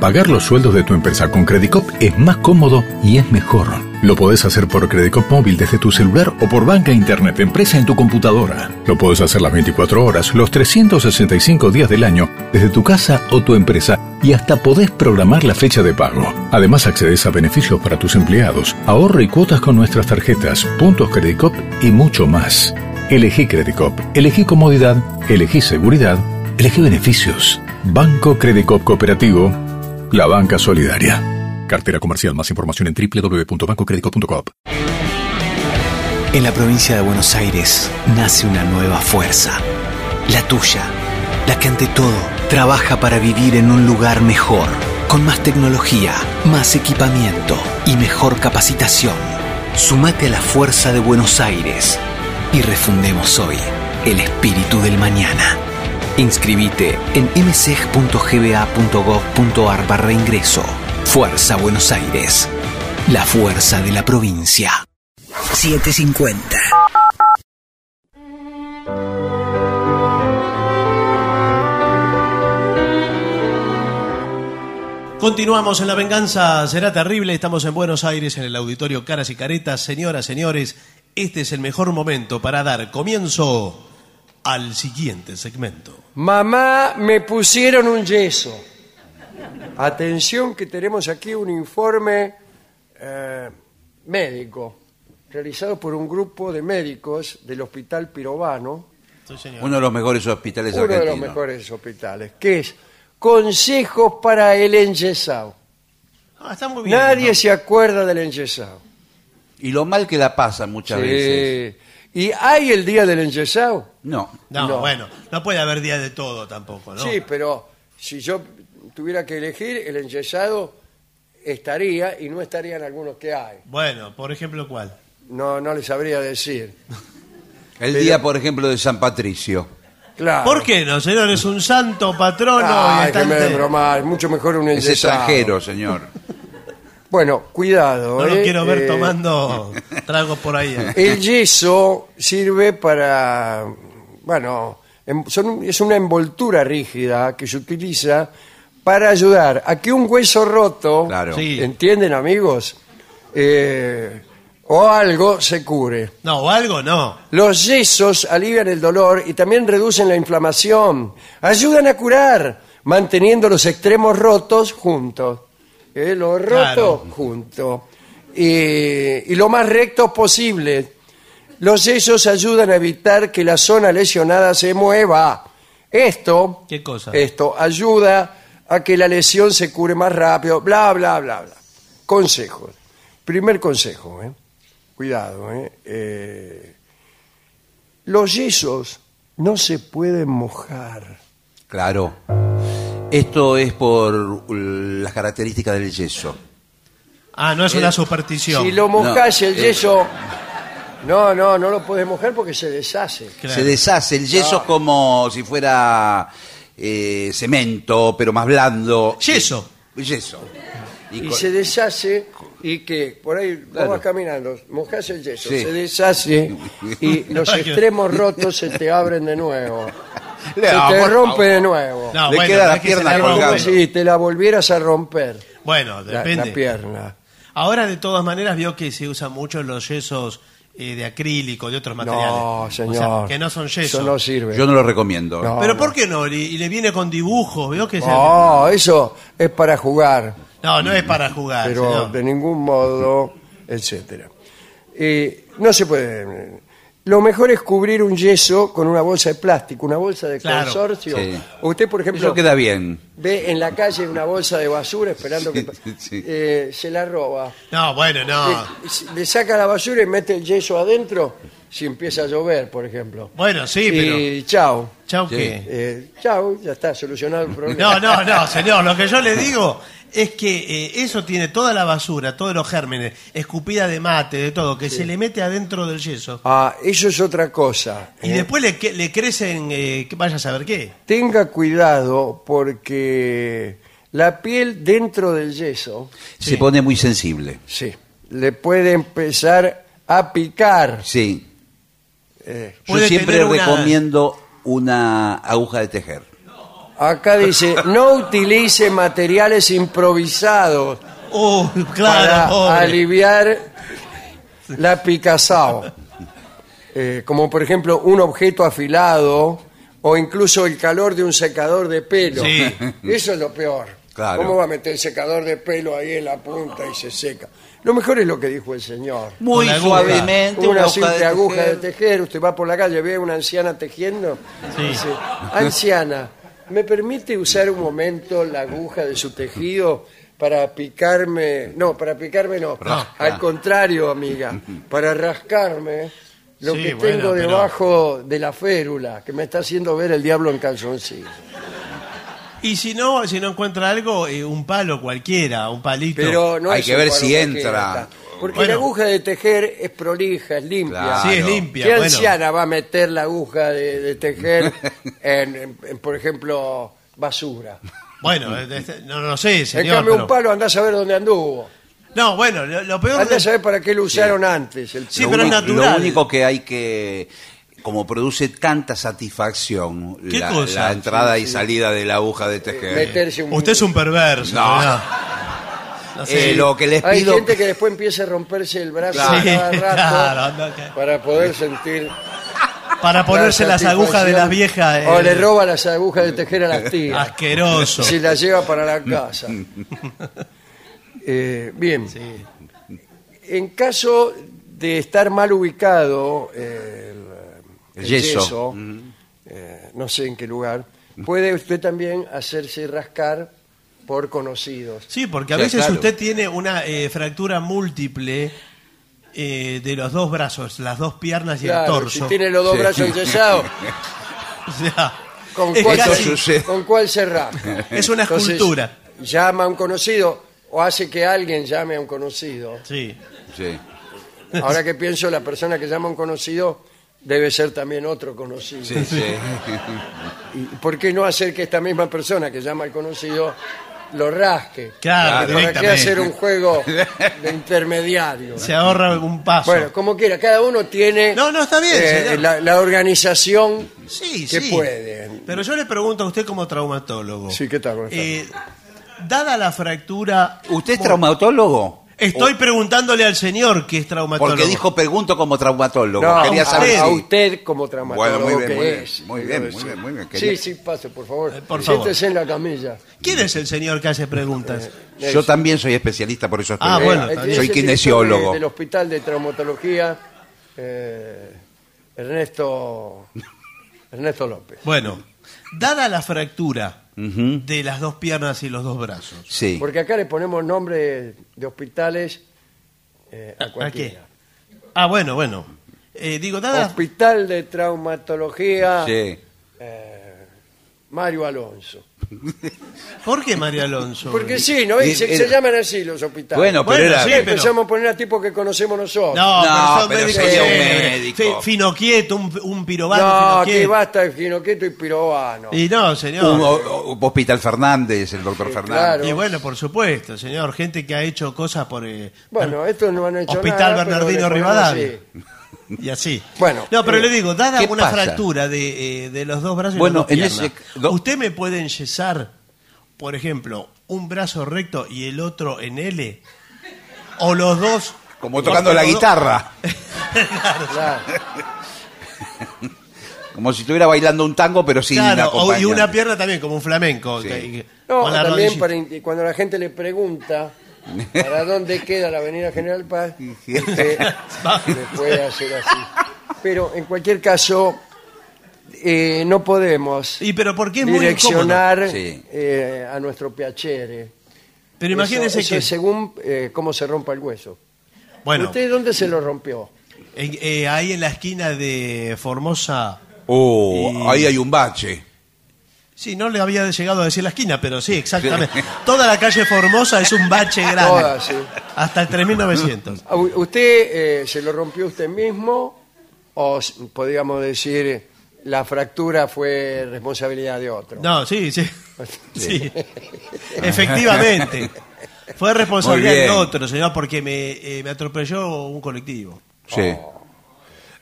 Speaker 7: Pagar los sueldos de tu empresa con Credicop es más cómodo y es mejor. Lo podés hacer por Credicop móvil desde tu celular o por banca internet empresa en tu computadora. Lo podés hacer las 24 horas, los 365 días del año, desde tu casa o tu empresa y hasta podés programar la fecha de pago. Además accedes a beneficios para tus empleados, ahorro y cuotas con nuestras tarjetas, puntos Credicop y mucho más. Elegí Credicop, elegí comodidad, elegí seguridad, elegí beneficios. Banco Credicop Cooperativo la banca solidaria. Cartera comercial. Más información en www.bancocredico.com.
Speaker 8: En la provincia de Buenos Aires nace una nueva fuerza, la tuya, la que ante todo trabaja para vivir en un lugar mejor, con más tecnología, más equipamiento y mejor capacitación. Sumate a la fuerza de Buenos Aires y refundemos hoy el espíritu del mañana. Inscribite en mseg.gba.gov.ar barra ingreso. Fuerza Buenos Aires, la fuerza de la provincia.
Speaker 6: 750.
Speaker 4: Continuamos en La Venganza Será Terrible. Estamos en Buenos Aires, en el auditorio Caras y Caretas. Señoras, señores, este es el mejor momento para dar comienzo al siguiente segmento.
Speaker 3: Mamá, me pusieron un yeso. Atención que tenemos aquí un informe eh, médico realizado por un grupo de médicos del Hospital Pirobano,
Speaker 5: Uno de los mejores hospitales
Speaker 3: uno de
Speaker 5: argentinos.
Speaker 3: los mejores hospitales, que es Consejos para el enyesado.
Speaker 4: Ah, está muy bien.
Speaker 3: Nadie
Speaker 4: ¿no?
Speaker 3: se acuerda del enyesado.
Speaker 5: Y lo mal que la pasan muchas veces.
Speaker 3: Sí. ¿Y hay el día del enyesado?
Speaker 5: No.
Speaker 4: No,
Speaker 3: No.
Speaker 4: bueno, no puede haber día de todo tampoco, ¿no?
Speaker 3: Sí, pero si yo tuviera que elegir, el enyesado estaría y no estarían algunos que hay.
Speaker 4: Bueno, por ejemplo, ¿cuál?
Speaker 3: No, no le sabría decir.
Speaker 5: El día, por ejemplo, de San Patricio.
Speaker 3: Claro.
Speaker 4: ¿Por qué no, señor? Es un santo patrono y
Speaker 3: Ay,
Speaker 4: está
Speaker 3: que me
Speaker 4: ante-
Speaker 3: bromar, es mucho mejor un
Speaker 5: Es
Speaker 3: enyesado.
Speaker 5: extranjero, señor.
Speaker 3: Bueno, cuidado.
Speaker 4: No
Speaker 3: ¿eh?
Speaker 4: lo quiero ver
Speaker 3: Eh,
Speaker 4: tomando tragos por ahí. eh.
Speaker 3: El yeso sirve para, bueno, em- son un- es una envoltura rígida que se utiliza para ayudar a que un hueso roto,
Speaker 5: Claro.
Speaker 4: Sí.
Speaker 3: ¿entienden amigos? Eh, o algo se cure.
Speaker 4: No, o algo no.
Speaker 3: Los yesos alivian el dolor y también reducen la inflamación. Ayudan a curar, manteniendo los extremos rotos juntos. Eh, Lo roto
Speaker 4: Claro.
Speaker 3: junto. Y, y lo más recto posible. Los yesos ayudan a evitar que la zona lesionada se mueva. Esto,
Speaker 4: ¿Qué cosa?
Speaker 3: esto ayuda a que la lesión se cure más rápido. Bla, bla, bla, bla. Consejos. Primer consejo, ¿eh? Cuidado, ¿eh? Eh, Los yesos no se pueden mojar.
Speaker 5: Claro. Esto es por uh, las características del yeso.
Speaker 4: Ah,
Speaker 3: Eh.
Speaker 4: no es una superstición.
Speaker 3: Si lo mojás el
Speaker 5: eh.
Speaker 3: yeso... No, no, no lo puedes mojar porque se deshace.
Speaker 4: Claro. Ah.
Speaker 5: Se deshace. El yeso es como si fuera eh, cemento, pero más blando.
Speaker 4: Yeso.
Speaker 5: Yeso. Y
Speaker 3: Y
Speaker 5: con-
Speaker 3: se deshace y que por ahí vos
Speaker 5: Claro.
Speaker 3: vas caminando, mojás el yeso,
Speaker 5: Sí.
Speaker 3: se deshace y los extremos rotos se te abren de nuevo.
Speaker 5: Le-
Speaker 3: se
Speaker 5: ah,
Speaker 3: te
Speaker 5: por
Speaker 3: rompe
Speaker 5: favor.
Speaker 3: de nuevo.
Speaker 4: No,
Speaker 5: Le
Speaker 4: bueno,
Speaker 5: queda
Speaker 4: no
Speaker 5: la
Speaker 4: es que se
Speaker 5: pierna
Speaker 4: la rompa.
Speaker 5: colgando.
Speaker 3: Como si te la volvieras a romper
Speaker 4: Bueno,
Speaker 3: la,
Speaker 4: depende.
Speaker 3: la pierna.
Speaker 4: Ahora, de todas maneras, vio que se usan mucho los yesos eh, de acrílico, de otros materiales.
Speaker 3: No, señor.
Speaker 4: O sea, que no son yeso.
Speaker 3: Eso no sirve.
Speaker 5: Yo no lo recomiendo.
Speaker 3: No.
Speaker 4: Pero ¿por qué no? Y, y le viene con dibujos, ¿veo que es el-
Speaker 3: No, eso es para jugar,
Speaker 4: No, no es para jugar,
Speaker 3: pero
Speaker 4: Ah, señor.
Speaker 3: de ningún modo, etcétera. Eh, no se puede. Lo mejor es cubrir un yeso con una bolsa de plástico, una bolsa de
Speaker 4: Claro.
Speaker 3: consorcio.
Speaker 5: Sí.
Speaker 3: Usted, por ejemplo,
Speaker 5: Eso queda bien.
Speaker 3: ve en la calle una bolsa de basura esperando
Speaker 5: Sí,
Speaker 3: que
Speaker 5: sí.
Speaker 3: eh, se la roba.
Speaker 4: No, bueno, no.
Speaker 3: Le, le saca la basura y mete el yeso adentro si empieza a llover, por ejemplo.
Speaker 4: Bueno, sí, pero.
Speaker 3: y chao.
Speaker 4: Chau,
Speaker 5: Sí.
Speaker 4: ¿qué?
Speaker 3: Eh, chao, ya está solucionado el problema.
Speaker 4: No, no, no, señor. Lo que yo le digo es que eh, eso tiene toda la basura, todos los gérmenes, escupida de mate, de todo, que se le mete adentro del yeso.
Speaker 3: Ah, eso es otra cosa.
Speaker 4: Y
Speaker 3: ¿eh?
Speaker 4: después le, que- le crecen, eh, que vaya a saber qué.
Speaker 3: Tenga cuidado porque la piel dentro del yeso,
Speaker 5: Se pone muy sensible.
Speaker 3: sí, le puede empezar a picar.
Speaker 5: Sí.
Speaker 3: Eh,
Speaker 5: Yo
Speaker 4: Puede
Speaker 5: siempre
Speaker 4: tener una-
Speaker 5: recomiendo una aguja de tejer.
Speaker 3: acá dice, no utilice materiales improvisados
Speaker 4: Oh,
Speaker 3: para
Speaker 4: claro, pobre.
Speaker 3: aliviar la picazao. Eh, como por ejemplo un objeto afilado o incluso el calor de un secador de pelo.
Speaker 4: Sí.
Speaker 3: Eso es lo peor.
Speaker 5: Claro.
Speaker 3: ¿Cómo va a meter el secador de pelo ahí en la punta y se seca? Lo mejor es lo que dijo el señor.
Speaker 5: Muy
Speaker 4: la aguja.
Speaker 5: suavemente,
Speaker 3: Una,
Speaker 5: una,
Speaker 3: simple aguja de
Speaker 5: tejer.
Speaker 3: tejer, usted va por la calle, ve a una anciana tejiendo,
Speaker 4: Sí.
Speaker 3: dice, anciana, ¿me permite usar un momento la aguja de su tejido para picarme? No, para picarme no, al contrario, amiga, para rascarme lo
Speaker 4: Ah, Sí,
Speaker 3: que
Speaker 4: bueno,
Speaker 3: tengo
Speaker 4: pero-
Speaker 3: debajo de la férula, que me está haciendo ver el diablo en calzoncillo.
Speaker 4: Y si no, si no encuentra algo, eh, un palo cualquiera, un palito.
Speaker 3: Pero no
Speaker 5: Hay
Speaker 3: es
Speaker 5: que
Speaker 3: un
Speaker 5: ver
Speaker 3: palo
Speaker 5: si
Speaker 3: cualquiera,
Speaker 5: entra.
Speaker 3: Porque
Speaker 4: Bueno.
Speaker 3: la aguja de tejer es prolija, es limpia.
Speaker 5: Claro.
Speaker 4: sí, es
Speaker 5: Ah, no.
Speaker 4: limpia.
Speaker 3: ¿Qué
Speaker 4: bueno.
Speaker 3: anciana va a meter la aguja de, de tejer en, en- en, por ejemplo, basura?
Speaker 4: Bueno, eh, este, no lo sé,
Speaker 3: En
Speaker 4: señor.
Speaker 3: cambio, un
Speaker 4: pero-
Speaker 3: palo andás a ver dónde anduvo.
Speaker 4: No, bueno, lo, lo peor.
Speaker 3: Andás
Speaker 4: de-
Speaker 3: a ver para qué lo usaron antes. el
Speaker 4: Sí,
Speaker 3: palo.
Speaker 4: pero es
Speaker 5: único-
Speaker 4: natural.
Speaker 5: Lo único que hay que. Como produce tanta satisfacción
Speaker 4: ¿Qué
Speaker 5: la,
Speaker 4: cosa?
Speaker 5: la entrada y salida de la aguja de tejer.
Speaker 3: Meterse un-
Speaker 4: Usted es un perverso.
Speaker 5: No.
Speaker 4: ¿verdad? No sé.
Speaker 5: Eh, lo que les
Speaker 3: Hay
Speaker 5: pido.
Speaker 3: gente que después empieza a romperse el brazo
Speaker 4: Claro.
Speaker 3: cada
Speaker 4: Sí,
Speaker 3: rato
Speaker 4: claro, anda que-
Speaker 3: para poder sentir
Speaker 4: Para ponerse
Speaker 3: la
Speaker 4: las agujas de
Speaker 3: satisfacción.
Speaker 4: las viejas. eh,
Speaker 3: O le roba las agujas de tejer a las tías.
Speaker 4: Asqueroso.
Speaker 3: si la lleva para la casa. Eh, bien. En caso de estar mal ubicado eh, el,
Speaker 5: El yeso.
Speaker 3: eh, no sé en qué lugar, puede usted también hacerse rascar por conocidos.
Speaker 4: Sí, porque a
Speaker 5: Sí,
Speaker 4: veces
Speaker 5: claro.
Speaker 4: usted tiene una eh, fractura múltiple eh, de los dos brazos, las dos piernas y el
Speaker 3: Claro,
Speaker 4: torso.
Speaker 3: si tiene los dos
Speaker 5: Sí.
Speaker 3: brazos enyesados,
Speaker 4: O sea,
Speaker 3: ¿con,
Speaker 4: es,
Speaker 3: cuál,
Speaker 5: Eso
Speaker 4: casi-
Speaker 5: sucede.
Speaker 3: ¿con cuál se rasca?
Speaker 4: es una
Speaker 3: Entonces,
Speaker 4: escultura.
Speaker 3: Llama a un conocido o hace que alguien llame a un conocido.
Speaker 4: Sí.
Speaker 5: Sí.
Speaker 3: Ahora que pienso, la persona que llama a un conocido debe ser también otro conocido.
Speaker 5: Sí, sí.
Speaker 3: ¿Y por qué no hacer que esta misma persona que llama al conocido lo rasque?
Speaker 4: Claro,
Speaker 3: ¿Para qué
Speaker 4: directamente.
Speaker 3: hacer un juego de intermediario?
Speaker 4: Se ahorra un paso.
Speaker 3: Bueno, como quiera, cada uno tiene eh,
Speaker 4: No, no, está bien, señor.
Speaker 3: la, la organización.
Speaker 4: sí,
Speaker 3: que
Speaker 4: sí.
Speaker 3: pueden.
Speaker 4: Pero yo le pregunto a usted como traumatólogo.
Speaker 3: Sí, ¿qué tal? Buenas
Speaker 4: Eh, dada la fractura...
Speaker 5: ¿Usted es Oh. traumatólogo?
Speaker 4: Estoy preguntándole al señor que es traumatólogo.
Speaker 5: Porque dijo pregunto como traumatólogo.
Speaker 3: No,
Speaker 5: Quería
Speaker 3: a-
Speaker 5: saber
Speaker 3: a,
Speaker 5: si-
Speaker 3: usted como traumatólogo
Speaker 5: Bueno, muy bien,
Speaker 3: que
Speaker 5: muy bien,
Speaker 3: es.
Speaker 5: muy bien, muy bien, muy bien,
Speaker 3: Sí,
Speaker 5: quería-
Speaker 3: sí, pase, por favor.
Speaker 4: Eh, por favor.
Speaker 3: Siéntese en la camilla.
Speaker 4: ¿Quién es el señor que hace preguntas?
Speaker 5: Yo también soy especialista, por eso estoy.
Speaker 4: Ah,
Speaker 5: acá.
Speaker 4: bueno,
Speaker 3: Eh,
Speaker 4: está
Speaker 3: es
Speaker 4: bien.
Speaker 5: soy
Speaker 3: el director
Speaker 5: kinesiólogo.
Speaker 3: de- del Hospital de Traumatología, eh, Ernesto, Ernesto López.
Speaker 4: Bueno, dada la fractura de las dos piernas y los dos brazos.
Speaker 5: Sí.
Speaker 3: Porque acá le ponemos nombre de hospitales eh, a
Speaker 4: ¿A qué?
Speaker 3: cualquiera.
Speaker 4: Ah, bueno, bueno. Eh, digo, dada...
Speaker 3: Hospital de Traumatología eh,
Speaker 5: Sí.
Speaker 3: Mario Alonso.
Speaker 4: ¿Por qué María Alonso?
Speaker 3: Porque sí, ¿no? Y
Speaker 5: Eh,
Speaker 3: se,
Speaker 5: eh,
Speaker 3: se llaman así los hospitales.
Speaker 5: Bueno, pero
Speaker 4: Bueno,
Speaker 5: era.
Speaker 4: sí, pero-
Speaker 3: Empezamos a poner a tipos que conocemos nosotros.
Speaker 4: No,
Speaker 5: No,
Speaker 4: pero,
Speaker 5: pero
Speaker 4: médico,
Speaker 5: sería un médico.
Speaker 4: Fino quieto, un, un pirobano
Speaker 3: No,
Speaker 4: fino
Speaker 3: aquí
Speaker 4: quieto.
Speaker 3: basta de Ginoqueto y Pirobano.
Speaker 4: Y no, señor.
Speaker 5: un- o- o- Hospital Fernández, el doctor
Speaker 3: claro.
Speaker 5: Fernández.
Speaker 4: Y bueno, por supuesto, señor. Gente que ha hecho cosas por... eh,
Speaker 3: Bueno, estos no han hecho
Speaker 4: Hospital
Speaker 3: nada. pero
Speaker 4: Bernardino
Speaker 3: le ponemos
Speaker 4: Rivadavia.
Speaker 3: así.
Speaker 4: Y así.
Speaker 3: Bueno,
Speaker 4: No, pero
Speaker 3: eh,
Speaker 4: le digo, dada
Speaker 5: ¿qué
Speaker 4: una
Speaker 5: pasa?
Speaker 4: fractura de, eh, de los dos brazos
Speaker 5: Bueno,
Speaker 4: y
Speaker 5: en
Speaker 4: las dos
Speaker 5: ese-
Speaker 4: piernas,
Speaker 5: do-
Speaker 4: ¿usted me puede enyesar, por ejemplo, un brazo recto y el otro en L? ¿O los dos?
Speaker 5: Como tocando
Speaker 4: los-
Speaker 5: la
Speaker 4: los-
Speaker 5: guitarra.
Speaker 3: Claro.
Speaker 5: Como si estuviera bailando un tango, pero sin
Speaker 4: Claro, o- y
Speaker 5: acompañante.
Speaker 4: una pierna también, como un flamenco.
Speaker 5: Sí.
Speaker 4: que-
Speaker 3: No,
Speaker 4: con la
Speaker 3: también
Speaker 4: rodilla.
Speaker 3: para in- cuando la gente le pregunta para dónde queda la Avenida General Paz, se, se puede hacer así. Pero en cualquier caso, eh, no podemos
Speaker 4: Y pero porque es muy incómodo.
Speaker 3: direccionar
Speaker 5: Sí.
Speaker 3: eh, a nuestro piacere.
Speaker 4: Pero imagínense
Speaker 3: Eso- eso
Speaker 4: que...
Speaker 3: es según eh, cómo se rompa el hueso.
Speaker 4: Bueno,
Speaker 3: ¿Usted dónde se lo rompió?
Speaker 4: en- eh, ahí en la esquina de Formosa...
Speaker 5: Oh, ahí hay un bache.
Speaker 4: Sí, no le había llegado a decir la esquina, pero sí, exactamente. Toda la calle Formosa es un bache grande.
Speaker 3: Toda, sí.
Speaker 4: Hasta el 3900.
Speaker 3: ¿A Ah, u- ¿Usted eh, se lo rompió usted mismo o s- podríamos decir la fractura fue responsabilidad de otro?
Speaker 4: No, sí, sí. Sí. Efectivamente. Fue responsabilidad
Speaker 5: Muy
Speaker 4: del
Speaker 5: bien.
Speaker 4: otro, señor, porque me, eh, me atropelló un colectivo.
Speaker 5: Sí.
Speaker 3: Oh.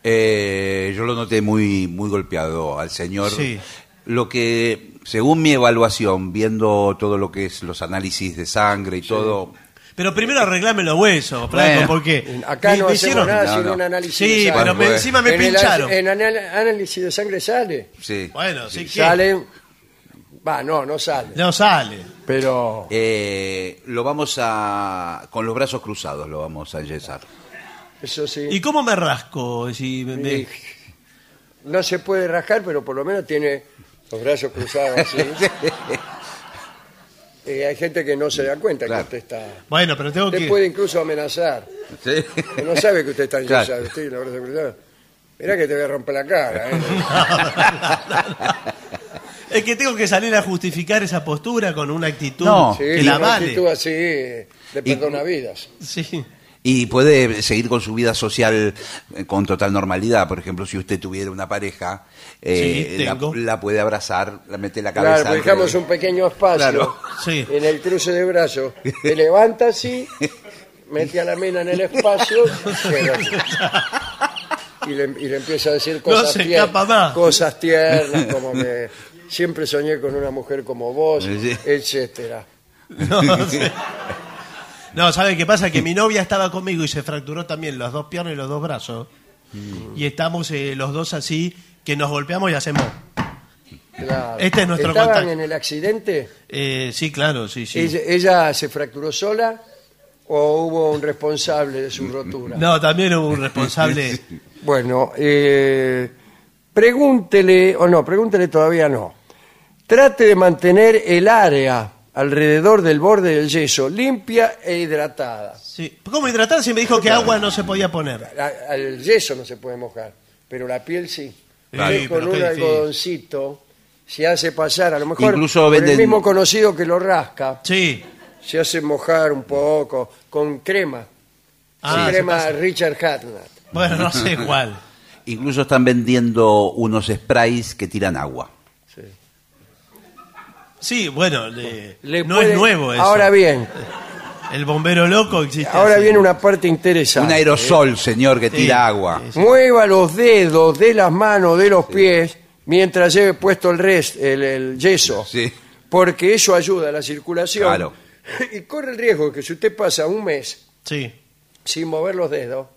Speaker 5: Eh, yo lo noté muy, muy golpeado al señor.
Speaker 4: Sí.
Speaker 5: Lo que, según mi evaluación, viendo todo lo que es los análisis de sangre y todo,
Speaker 4: Pero primero arreglame los huesos, Franco,
Speaker 5: Bueno.
Speaker 4: porque.
Speaker 3: Acá
Speaker 4: me-
Speaker 3: no
Speaker 4: me
Speaker 3: hacemos
Speaker 4: hicieron-
Speaker 3: nada
Speaker 5: No,
Speaker 3: sino
Speaker 5: no.
Speaker 3: un análisis
Speaker 4: Sí,
Speaker 3: de
Speaker 4: pero
Speaker 3: sangre.
Speaker 4: me-
Speaker 5: Bueno.
Speaker 4: encima me
Speaker 3: en el
Speaker 4: pincharon.
Speaker 3: as- en anal- análisis de sangre sale.
Speaker 5: sí.
Speaker 4: Bueno, sí, que.
Speaker 3: Sale. Va, no, no sale.
Speaker 4: No sale.
Speaker 3: Pero
Speaker 5: Eh, lo vamos a. Con los brazos cruzados lo vamos a enyesar.
Speaker 3: eso sí.
Speaker 4: ¿Y cómo me rasco? Si me- me-
Speaker 3: y- No se puede rascar, pero por lo menos tiene los brazos cruzados así. Eh, hay gente que no se da cuenta
Speaker 5: Claro.
Speaker 3: que usted está.
Speaker 4: Bueno, pero tengo
Speaker 3: Usted
Speaker 4: que.
Speaker 3: puede incluso amenazar.
Speaker 5: Sí.
Speaker 3: Que No sabe que usted está
Speaker 5: Claro.
Speaker 3: enyesado. Usted tiene los brazos cruzados. Mirá que te voy a romper la cara. ¿eh?
Speaker 4: Es que tengo que salir a justificar esa postura con una actitud
Speaker 5: No.
Speaker 3: Sí,
Speaker 4: que la
Speaker 3: una
Speaker 4: vale.
Speaker 3: actitud así eh, de perdonavidas.
Speaker 4: Sí.
Speaker 5: Y puede seguir con su vida social eh, con total normalidad. Por ejemplo, si usted tuviera una pareja, eh,
Speaker 4: Sí,
Speaker 5: la,
Speaker 4: tengo.
Speaker 5: la puede abrazar, la mete la cabeza.
Speaker 3: Claro, pues
Speaker 5: entre-
Speaker 3: dejamos un pequeño espacio
Speaker 5: Claro.
Speaker 4: Sí.
Speaker 3: en el cruce de brazos. Te levanta así, mete a la mina en el espacio pero- y, le, y le empieza a decir cosas
Speaker 4: se escapa
Speaker 3: tiernas.
Speaker 4: más.
Speaker 3: Cosas tiernas, como que siempre soñé con una mujer como vos,
Speaker 5: Sí.
Speaker 3: etcétera.
Speaker 4: No, sí. No, ¿sabe qué pasa? Que mi novia estaba conmigo y se fracturó también las dos piernas y los dos brazos.
Speaker 5: Mm.
Speaker 4: Y estamos eh, los dos así, que nos golpeamos y hacemos.
Speaker 3: Claro.
Speaker 4: Este es nuestro
Speaker 3: Estaban
Speaker 4: contacto.
Speaker 3: en el accidente.
Speaker 4: Eh, sí, claro, sí, sí.
Speaker 3: Ella, ella se fracturó sola o hubo un responsable de su rotura?
Speaker 4: No, también hubo un responsable.
Speaker 3: Bueno, eh, pregúntele, o no, pregúntele todavía no. Trate de mantener el área alrededor del borde del yeso limpia e hidratada.
Speaker 4: Sí. ¿Cómo hidratar si me dijo que agua no se podía poner?
Speaker 3: A- Al yeso no se puede mojar, pero la piel sí.
Speaker 4: Claro.
Speaker 3: Usted
Speaker 4: Sí,
Speaker 3: con
Speaker 4: pero
Speaker 3: un
Speaker 4: qué difícil.
Speaker 3: algodoncito se hace pasar, a lo mejor
Speaker 5: Incluso
Speaker 3: por el
Speaker 5: venden-
Speaker 3: mismo conocido que lo rasca,
Speaker 4: Sí.
Speaker 3: se hace mojar un poco con crema.
Speaker 4: Ah,
Speaker 3: con
Speaker 4: se
Speaker 3: crema
Speaker 4: pasa.
Speaker 3: Richard Hatnat.
Speaker 4: Bueno, no sé cuál.
Speaker 5: Incluso están vendiendo unos sprays que tiran agua.
Speaker 4: Sí, bueno, le-
Speaker 3: Le
Speaker 4: no
Speaker 3: puede-
Speaker 4: es nuevo eso.
Speaker 3: Ahora bien,
Speaker 4: El bombero loco existe.
Speaker 3: ahora
Speaker 4: así.
Speaker 3: viene una parte interesante. eh.
Speaker 5: Un aerosol, señor, que
Speaker 4: Sí.
Speaker 5: tira agua.
Speaker 3: Mueva los dedos de las manos, de los pies, mientras lleve puesto el, rest, el, el yeso.
Speaker 5: Sí.
Speaker 3: Porque eso ayuda a la circulación.
Speaker 5: Claro.
Speaker 3: Y corre el riesgo de que si usted pasa un mes
Speaker 4: Sí.
Speaker 3: sin mover los dedos,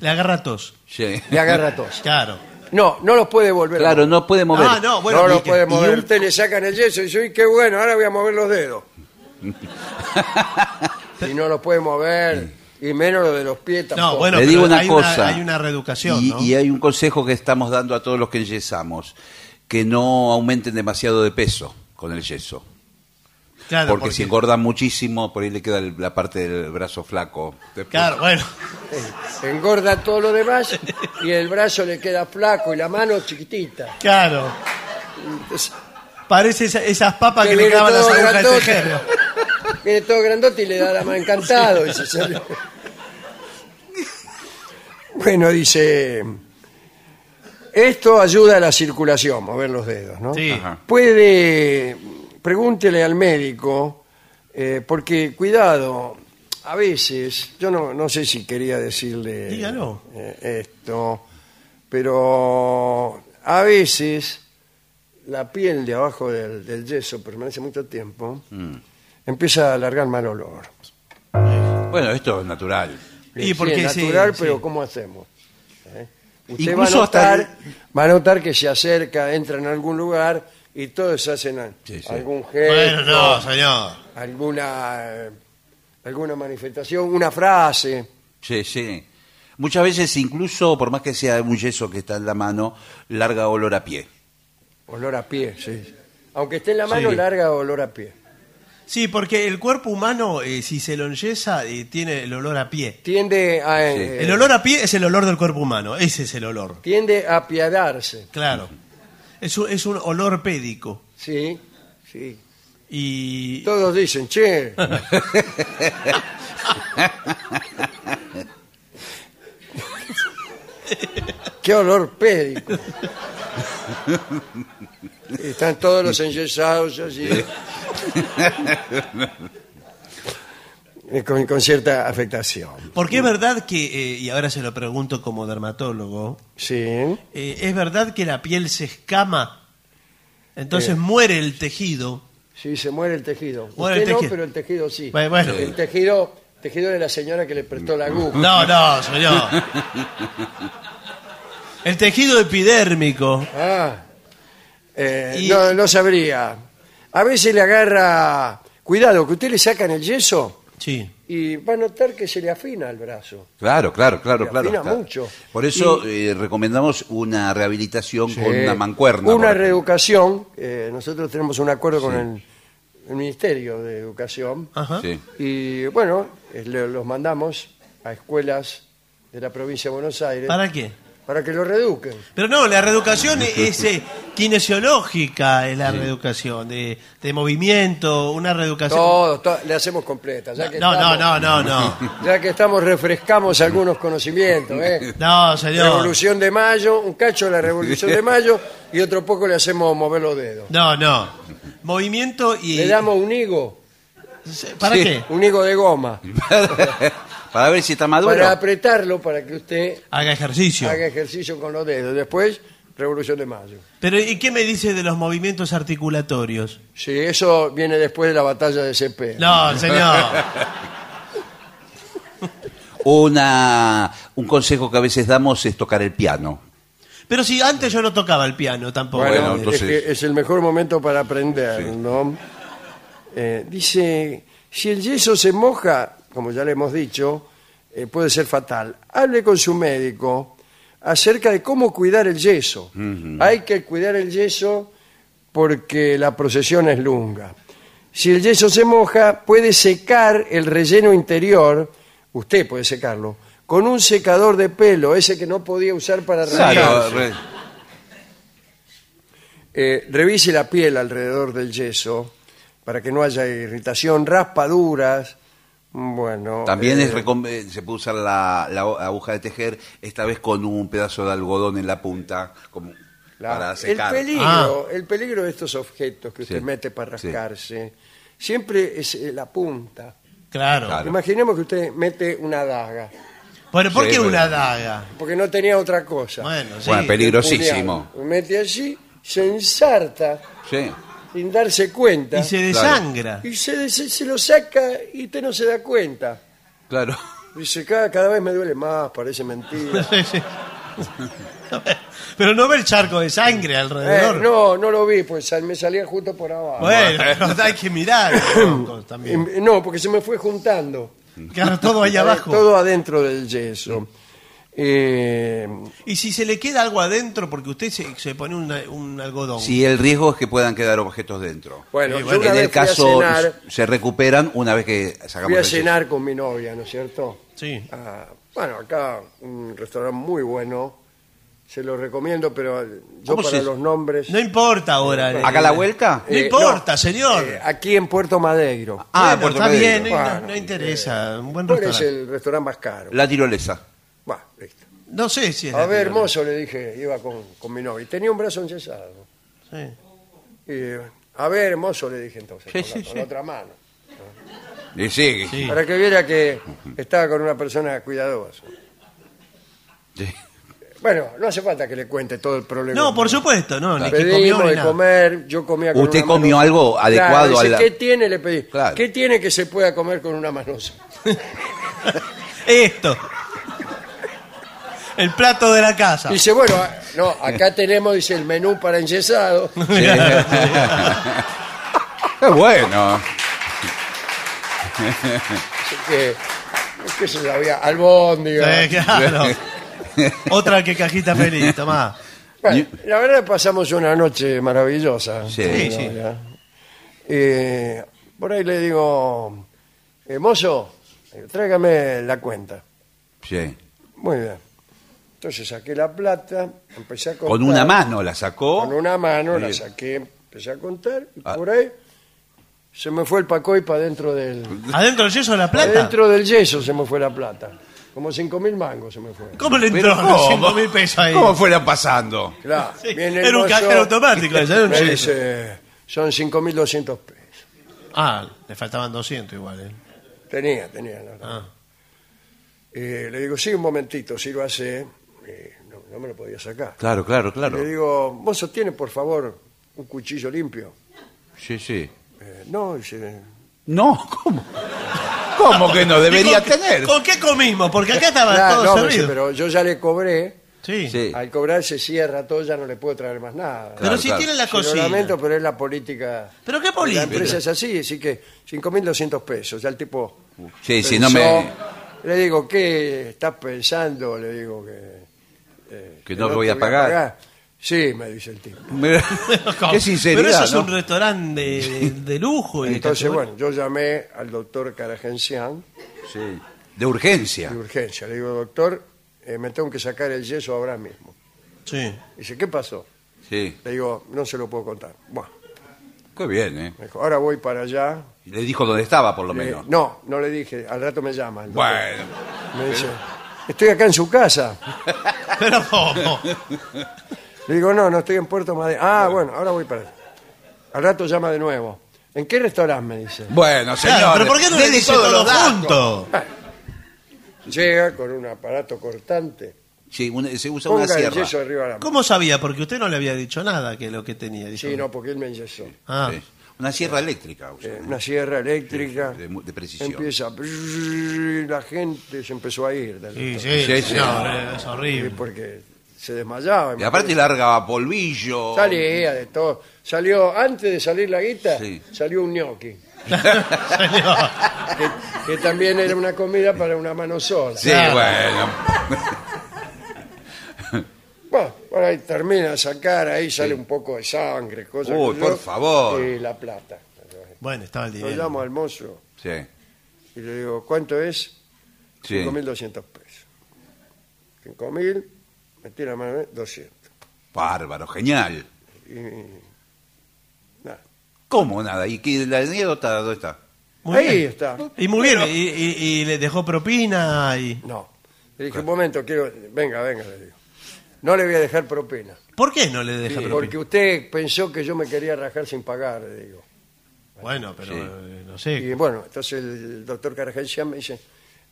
Speaker 4: Le agarra tos.
Speaker 5: Sí.
Speaker 3: le agarra tos.
Speaker 4: Claro.
Speaker 3: No, no los puede volver. a
Speaker 5: Claro,
Speaker 3: mover.
Speaker 5: no puede mover.
Speaker 4: Ah, no, bueno,
Speaker 3: no los
Speaker 4: viste.
Speaker 3: puede
Speaker 4: Y
Speaker 3: mover.
Speaker 4: un-
Speaker 3: Usted le sacan el yeso y dice, "Uy, qué bueno, ahora voy a mover los dedos. y no los puede mover, y menos los de los pies tampoco.
Speaker 4: No, bueno,
Speaker 5: Le digo
Speaker 4: pero
Speaker 5: una
Speaker 4: hay
Speaker 5: cosa.
Speaker 4: hay una reeducación,
Speaker 5: y,
Speaker 4: ¿no?
Speaker 5: y hay un consejo que estamos dando a todos los que yesamos, que no aumenten demasiado de peso con el yeso.
Speaker 4: Claro,
Speaker 5: porque, si engordan muchísimo, por ahí le queda el- la parte del brazo flaco. Después-
Speaker 4: Claro, bueno.
Speaker 3: Eh, Engorda todo lo demás y el brazo le queda flaco y la mano chiquitita.
Speaker 4: Claro. Parece esa- esas papas
Speaker 3: Que
Speaker 4: que le
Speaker 3: viene
Speaker 4: clavan las
Speaker 3: todo
Speaker 4: agujas de
Speaker 3: grandote.
Speaker 4: tejer.
Speaker 3: Viene todo grandote y le da la mano encantado. y se sale. Bueno, dice, esto ayuda a la circulación, mover los dedos, ¿no?
Speaker 4: Sí.
Speaker 5: Ajá.
Speaker 3: Puede, pregúntele al médico, eh, porque cuidado, a veces, yo no, no sé si quería decirle
Speaker 4: Dígalo.
Speaker 3: eh, esto, pero a veces la piel de abajo del, del yeso permanece mucho tiempo, empieza a alargar mal olor.
Speaker 5: Bueno, esto es natural.
Speaker 4: Y
Speaker 3: Sí,
Speaker 4: porque
Speaker 3: es
Speaker 4: sí,
Speaker 3: natural,
Speaker 4: sí.
Speaker 3: pero ¿cómo hacemos? ¿Eh? Usted
Speaker 5: Incluso
Speaker 3: va, a
Speaker 5: hasta
Speaker 3: notar, va a notar que se acerca, entra en algún lugar y todos hacen a-
Speaker 5: Sí, sí.
Speaker 3: algún gesto,
Speaker 4: Bueno, no, señor.
Speaker 3: alguna, eh, alguna manifestación, una frase.
Speaker 5: Sí, sí. Muchas veces, incluso, por más que sea un yeso que está en la mano, larga olor a pie.
Speaker 3: Olor a pie, sí. Aunque esté en la mano
Speaker 4: Sí.
Speaker 3: larga, olor a pie.
Speaker 4: Sí, porque el cuerpo humano, eh, si se lo enyesa, eh, tiene el olor a pie.
Speaker 3: Tiende a,
Speaker 5: Sí.
Speaker 3: eh,
Speaker 4: El olor a pie es el olor del cuerpo humano, ese es el olor.
Speaker 3: tiende a apiadarse,
Speaker 4: Claro. Es un, es un olor pédico.
Speaker 3: sí, sí.
Speaker 4: Y
Speaker 3: Todos dicen, che, qué olor pédico. Están todos los enyesados así. Eh, con, con cierta afectación.
Speaker 4: porque es verdad que, eh, y ahora se lo pregunto como dermatólogo,
Speaker 3: Sí.
Speaker 4: eh, es verdad que la piel se escama, entonces
Speaker 3: Sí.
Speaker 4: muere el tejido.
Speaker 3: Sí, se muere el tejido.
Speaker 4: Muere el
Speaker 3: Usted no,
Speaker 4: tejido.
Speaker 3: pero el tejido sí.
Speaker 4: Bueno, bueno.
Speaker 3: El tejido, tejido de la señora que le prestó la aguja.
Speaker 4: No, no, señor. El tejido epidérmico.
Speaker 3: Ah. Eh,
Speaker 4: Y-
Speaker 3: no, no sabría. A veces le agarra. Cuidado, que usted le sacan el yeso
Speaker 4: Sí.
Speaker 3: y va a notar que se le afina el brazo.
Speaker 5: Claro, claro, claro,
Speaker 3: Se
Speaker 5: claro.
Speaker 3: afina
Speaker 5: claro.
Speaker 3: mucho.
Speaker 5: Por eso eh, recomendamos una rehabilitación con
Speaker 3: Eh,
Speaker 5: una mancuerna.
Speaker 3: Una
Speaker 5: por ejemplo.
Speaker 3: reeducación. eh, nosotros tenemos un acuerdo con el, el Ministerio de Educación.
Speaker 4: Ajá.
Speaker 5: Sí.
Speaker 3: Y bueno, eh, le- los mandamos a escuelas de la provincia de Buenos Aires
Speaker 4: ¿Para qué?
Speaker 3: para que lo reeduquen.
Speaker 4: Pero no, la reeducación es eh, kinesiológica, es la reeducación de, de movimiento, una reeducación.
Speaker 3: Todo, todo, le hacemos completa. Ya que
Speaker 4: no, no,
Speaker 3: estamos-
Speaker 4: no, no, no.
Speaker 3: Ya que estamos, refrescamos algunos conocimientos. ¿eh?
Speaker 4: No, señor.
Speaker 3: Revolución de Mayo, un cacho de la Revolución de Mayo y otro poco le hacemos mover los dedos.
Speaker 4: No, no. Movimiento y.
Speaker 3: Le damos un higo,
Speaker 4: ¿Para
Speaker 5: Sí.
Speaker 4: qué?
Speaker 3: un higo de goma,
Speaker 5: Para ver si está maduro.
Speaker 3: para apretarlo para que usted
Speaker 4: Haga ejercicio.
Speaker 3: haga ejercicio con los dedos. Después, Revolución de Mayo.
Speaker 4: Pero, ¿y qué me dice de los movimientos articulatorios?
Speaker 3: Sí, eso viene después de la batalla de Cepeda.
Speaker 4: No, señor.
Speaker 5: Una, un consejo que a veces damos es tocar el piano.
Speaker 4: Pero si antes yo no tocaba el piano tampoco.
Speaker 3: Bueno,
Speaker 5: Bueno,
Speaker 3: es
Speaker 5: entonces-
Speaker 3: que es, el mejor momento para aprender, ¿no? Eh, dice, si el yeso se moja, como ya le hemos dicho, eh, puede ser fatal. Hable con su médico acerca de cómo cuidar el yeso.
Speaker 5: Mm.
Speaker 3: Hay que cuidar el yeso porque la procesión es lunga. Si el yeso se moja, puede secar el relleno interior, usted puede secarlo, con un secador de pelo, ese que no podía usar para arrancarse.
Speaker 5: re-
Speaker 3: Eh, revise la piel alrededor del yeso para que no haya irritación, raspaduras. Bueno.
Speaker 5: También
Speaker 3: eh,
Speaker 5: es recom- eh, se puede usar la, la o- aguja de tejer, esta vez con un pedazo de algodón en la punta, como
Speaker 3: la-
Speaker 5: para
Speaker 3: el
Speaker 5: secar.
Speaker 3: peligro,
Speaker 4: Ah.
Speaker 3: el peligro de estos objetos que usted
Speaker 5: Sí,
Speaker 3: mete para
Speaker 5: sí.
Speaker 3: rascarse siempre es eh, la punta.
Speaker 4: Claro.
Speaker 5: Claro.
Speaker 3: Imaginemos que usted mete una daga,
Speaker 4: Bueno, ¿por
Speaker 5: Sí,
Speaker 4: qué
Speaker 5: bueno.
Speaker 4: una daga?
Speaker 3: porque no tenía otra cosa.
Speaker 4: Bueno, sí.
Speaker 5: Bueno, peligrosísimo.
Speaker 3: Puñal. Mete allí, se ensarta
Speaker 5: Sí.
Speaker 3: sin darse cuenta
Speaker 4: Y se desangra.
Speaker 3: y se- se- se lo saca y usted no se da cuenta.
Speaker 5: Claro.
Speaker 3: Dice, cada, cada vez me duele más, parece mentira.
Speaker 4: Sí, sí. Pero no ve el charco de sangre
Speaker 3: Eh,
Speaker 4: alrededor.
Speaker 3: no, no lo vi, pues sal- me salía justo por abajo.
Speaker 4: Bueno, pero hay que mirar loco, también.
Speaker 3: Y- No, porque se me fue juntando.
Speaker 4: Claro, todo ahí abajo.
Speaker 3: Eh, Todo adentro del
Speaker 4: Ah.
Speaker 3: yeso. Eh,
Speaker 4: Y si se le queda algo adentro, porque usted se, se pone una- un algodón.
Speaker 5: Sí, el riesgo es que puedan quedar objetos dentro.
Speaker 3: bueno,
Speaker 4: Y
Speaker 3: yo
Speaker 4: bueno,
Speaker 3: una
Speaker 5: en
Speaker 3: vez
Speaker 5: el
Speaker 3: fui a
Speaker 5: caso
Speaker 3: cenar-
Speaker 5: se recuperan una vez que sacamos
Speaker 3: fui a
Speaker 5: el yeso.
Speaker 3: cenar con mi novia, ¿no es cierto?
Speaker 4: Sí.
Speaker 3: Ah, bueno, acá un restaurante muy bueno. Se lo recomiendo, pero yo
Speaker 5: ¿Cómo
Speaker 3: para
Speaker 5: se-
Speaker 3: los nombres...
Speaker 4: No importa ahora. el-
Speaker 5: ¿Acá la vuelta?
Speaker 4: No
Speaker 3: Eh,
Speaker 4: importa,
Speaker 3: no,
Speaker 4: señor.
Speaker 3: eh, aquí en Puerto Madeiro.
Speaker 5: Ah,
Speaker 4: Bueno,
Speaker 5: Puerto
Speaker 4: está
Speaker 5: Madero.
Speaker 4: bien, no,
Speaker 3: Bueno, eh,
Speaker 4: no- no interesa. Un buen
Speaker 3: ¿Cuál es
Speaker 4: restaurante.
Speaker 3: el restaurante más caro?
Speaker 5: La tirolesa.
Speaker 3: Bah, listo.
Speaker 4: No sé si es.
Speaker 3: A
Speaker 4: la
Speaker 3: ver,
Speaker 4: primera.
Speaker 3: hermoso, le dije, iba con, con mi novia. y Tenía un brazo enyesado.
Speaker 4: Sí.
Speaker 3: Y, a ver, hermoso, le dije entonces,
Speaker 4: Sí,
Speaker 3: con, la,
Speaker 4: sí,
Speaker 3: con
Speaker 4: sí.
Speaker 3: la otra mano.
Speaker 5: Y Eh, sí.
Speaker 4: Sí.
Speaker 3: Para que viera que estaba con una persona cuidadosa.
Speaker 5: Sí.
Speaker 3: Bueno, no hace falta que le cuente todo el problema.
Speaker 4: No, por supuesto, no, ni que comió
Speaker 3: eh, Pedimos
Speaker 4: ni
Speaker 3: de
Speaker 4: nada.
Speaker 3: comer, yo comía con
Speaker 5: ¿Usted
Speaker 3: una mano-
Speaker 5: comió algo
Speaker 3: Claro,
Speaker 5: adecuado
Speaker 3: dice,
Speaker 5: a la-
Speaker 3: ¿Qué tiene? Le pedí.
Speaker 5: Claro.
Speaker 3: ¿Qué tiene que se pueda comer con una manosa?
Speaker 4: Esto. El plato de la casa.
Speaker 3: Dice, bueno, ah, a- no, acá tenemos dice, el menú para enyesado.
Speaker 5: Es bueno.
Speaker 3: que, qué se sabía, albóndiga.
Speaker 4: Eh, claro.
Speaker 3: eh.
Speaker 4: Otra que cajita feliz, tomá.
Speaker 3: Bueno, la verdad pasamos una noche maravillosa.
Speaker 5: Sí.
Speaker 4: Sí,
Speaker 3: La
Speaker 4: sí.
Speaker 3: verdad. Eh, por ahí le digo, eh, mozo, eh, tráigame la cuenta.
Speaker 5: Sí.
Speaker 3: Muy bien. Entonces saqué la plata, empecé a contar.
Speaker 5: Con una mano la sacó.
Speaker 3: Con una mano la
Speaker 5: Sí.
Speaker 3: saqué, empecé a contar. Y
Speaker 5: Ah.
Speaker 3: por ahí se me fue el pacoy para dentro del...
Speaker 4: ¿Adentro del yeso de la plata?
Speaker 3: Dentro del yeso se me fue la plata. Como cinco mil mangos se me fue.
Speaker 4: ¿Cómo le
Speaker 5: Pero
Speaker 4: entró los 5 mil pesos ahí?
Speaker 5: ¿Cómo fuera pasando?
Speaker 3: Claro,
Speaker 4: Sí,
Speaker 3: viene el
Speaker 4: Era un
Speaker 3: mozo,
Speaker 4: cajero automático. ese, era un
Speaker 3: me
Speaker 4: yeso.
Speaker 3: dice, son 5.200 pesos.
Speaker 4: Ah, le faltaban 200 igual. ¿eh?
Speaker 3: Tenía, tenía. la verdad.
Speaker 4: Ah.
Speaker 3: Eh, le digo, sí, un momentito, si lo hace, eh, no, no me lo podía sacar.
Speaker 5: Claro, claro, claro.
Speaker 3: Le digo, mozo, ¿tiene por favor un cuchillo limpio?
Speaker 5: Sí, sí.
Speaker 3: Eh, no, dice,
Speaker 5: No, ¿cómo? ¿Cómo que no?
Speaker 4: ¿Y
Speaker 5: Debería
Speaker 4: con qué-
Speaker 5: tener.
Speaker 4: ¿Con qué comimos? Porque acá estaba
Speaker 3: "Ah,
Speaker 4: todo
Speaker 3: no, me dice,
Speaker 4: servido.
Speaker 3: pero yo ya le cobré,
Speaker 4: Sí.
Speaker 5: Sí.
Speaker 3: al cobrar se cierra todo, ya no le puedo traer más nada.
Speaker 4: Pero
Speaker 5: Claro,
Speaker 4: si
Speaker 5: claro.
Speaker 4: tienen la
Speaker 3: Sí, lo
Speaker 4: cocina.
Speaker 3: lamento, pero es la política.
Speaker 4: ¿Pero qué
Speaker 3: La
Speaker 4: política?
Speaker 3: empresa es así, así que 5.200 pesos. Ya el tipo.
Speaker 5: Sí,
Speaker 3: pensó,
Speaker 5: si no me.
Speaker 3: Le digo, ¿qué estás pensando? Le digo que. eh,
Speaker 5: Que no voy a
Speaker 3: te
Speaker 5: pagar.
Speaker 3: Sí, me dice el tipo.
Speaker 4: ¿Cómo?
Speaker 5: Qué sinceridad.
Speaker 4: Pero eso es
Speaker 5: ¿no?
Speaker 4: un restaurante de, de lujo. Y de
Speaker 3: Entonces,
Speaker 4: categoría.
Speaker 3: bueno, yo llamé al doctor Caragencián
Speaker 5: Sí. De urgencia.
Speaker 3: de urgencia. Le digo, doctor, eh, me tengo que sacar el yeso ahora mismo.
Speaker 4: Sí.
Speaker 3: Dice, ¿qué pasó?
Speaker 5: Sí.
Speaker 3: Le digo, no se lo puedo contar. Bueno,
Speaker 5: Qué bien, ¿eh?
Speaker 3: me dijo, ahora voy para allá.
Speaker 5: Y Le dijo dónde estaba, por lo
Speaker 3: Le-
Speaker 5: menos.
Speaker 3: no, no le dije. Al rato me llama. el doctor.
Speaker 5: Bueno.
Speaker 3: Me dice, estoy acá en su casa.
Speaker 4: Pero ¿cómo?
Speaker 3: Le digo, no, no estoy en Puerto Madero. Ah, bueno, ahora voy para allá. Al rato llama de nuevo. ¿En qué restaurante? Me dice.
Speaker 5: Bueno, señor.
Speaker 4: Claro, pero ¿por qué no le
Speaker 5: dele
Speaker 4: dice
Speaker 5: todos
Speaker 4: todo
Speaker 5: los datos.
Speaker 4: junto?
Speaker 3: Llega con un aparato cortante.
Speaker 5: Sí, un- se usa una
Speaker 3: Ponga el
Speaker 5: sierra.
Speaker 3: yeso arriba de la mano.
Speaker 4: ¿Cómo sabía? Porque usted no le había dicho nada que lo que tenía. dijo.
Speaker 3: Sí, no, porque él me enyesó.
Speaker 4: Ah,
Speaker 5: Sí. Una sierra eléctrica. usa,
Speaker 3: Eh,
Speaker 5: ¿no?
Speaker 3: Una sierra eléctrica.
Speaker 5: De, mu- de precisión.
Speaker 3: Empieza. brrr, La gente se empezó a ir. del
Speaker 4: sí,
Speaker 3: restaurante.
Speaker 4: sí,
Speaker 5: Sí, sí.
Speaker 4: señor, eh, es
Speaker 3: Sí,
Speaker 4: horrible.
Speaker 3: Porque se desmayaba.
Speaker 5: Y aparte larga polvillo.
Speaker 3: Salía de todo. Salió, antes de salir la guita,
Speaker 5: Sí.
Speaker 3: salió un gnocchi.
Speaker 4: Señor.
Speaker 3: que, que también era una comida para una mano sola.
Speaker 5: Sí,
Speaker 4: Claro.
Speaker 5: bueno.
Speaker 3: Bueno, por ahí termina de sacar, ahí sale un poco de sangre, cosas
Speaker 5: Uy,
Speaker 3: que
Speaker 5: por
Speaker 3: yo-
Speaker 5: favor.
Speaker 3: Y la plata.
Speaker 4: Bueno, estaba el
Speaker 3: Lo
Speaker 4: dinero.
Speaker 3: llamo al mozo
Speaker 5: Sí.
Speaker 3: y le digo, ¿cuánto es?
Speaker 5: Sí.
Speaker 3: 5.200 pesos. 5.000, me tira ¿eh? más o menos 200.
Speaker 5: Bárbaro, genial.
Speaker 3: Nada.
Speaker 5: ¿Cómo nada? ¿Y qué, la anécdota dónde está?
Speaker 4: Muy
Speaker 3: ahí
Speaker 4: bien.
Speaker 3: está.
Speaker 4: Y muy bien, y, y- y le dejó propina y...
Speaker 3: No. Le dije, un momento, quiero... Venga, venga, le digo. No le voy a dejar propina.
Speaker 4: ¿Por qué no le deja propina?
Speaker 3: Porque usted pensó que yo me quería rajar sin pagar, le digo.
Speaker 4: Bueno, pero
Speaker 5: Sí.
Speaker 4: eh, no sé.
Speaker 3: Y bueno, entonces el doctor Caragencián me dice,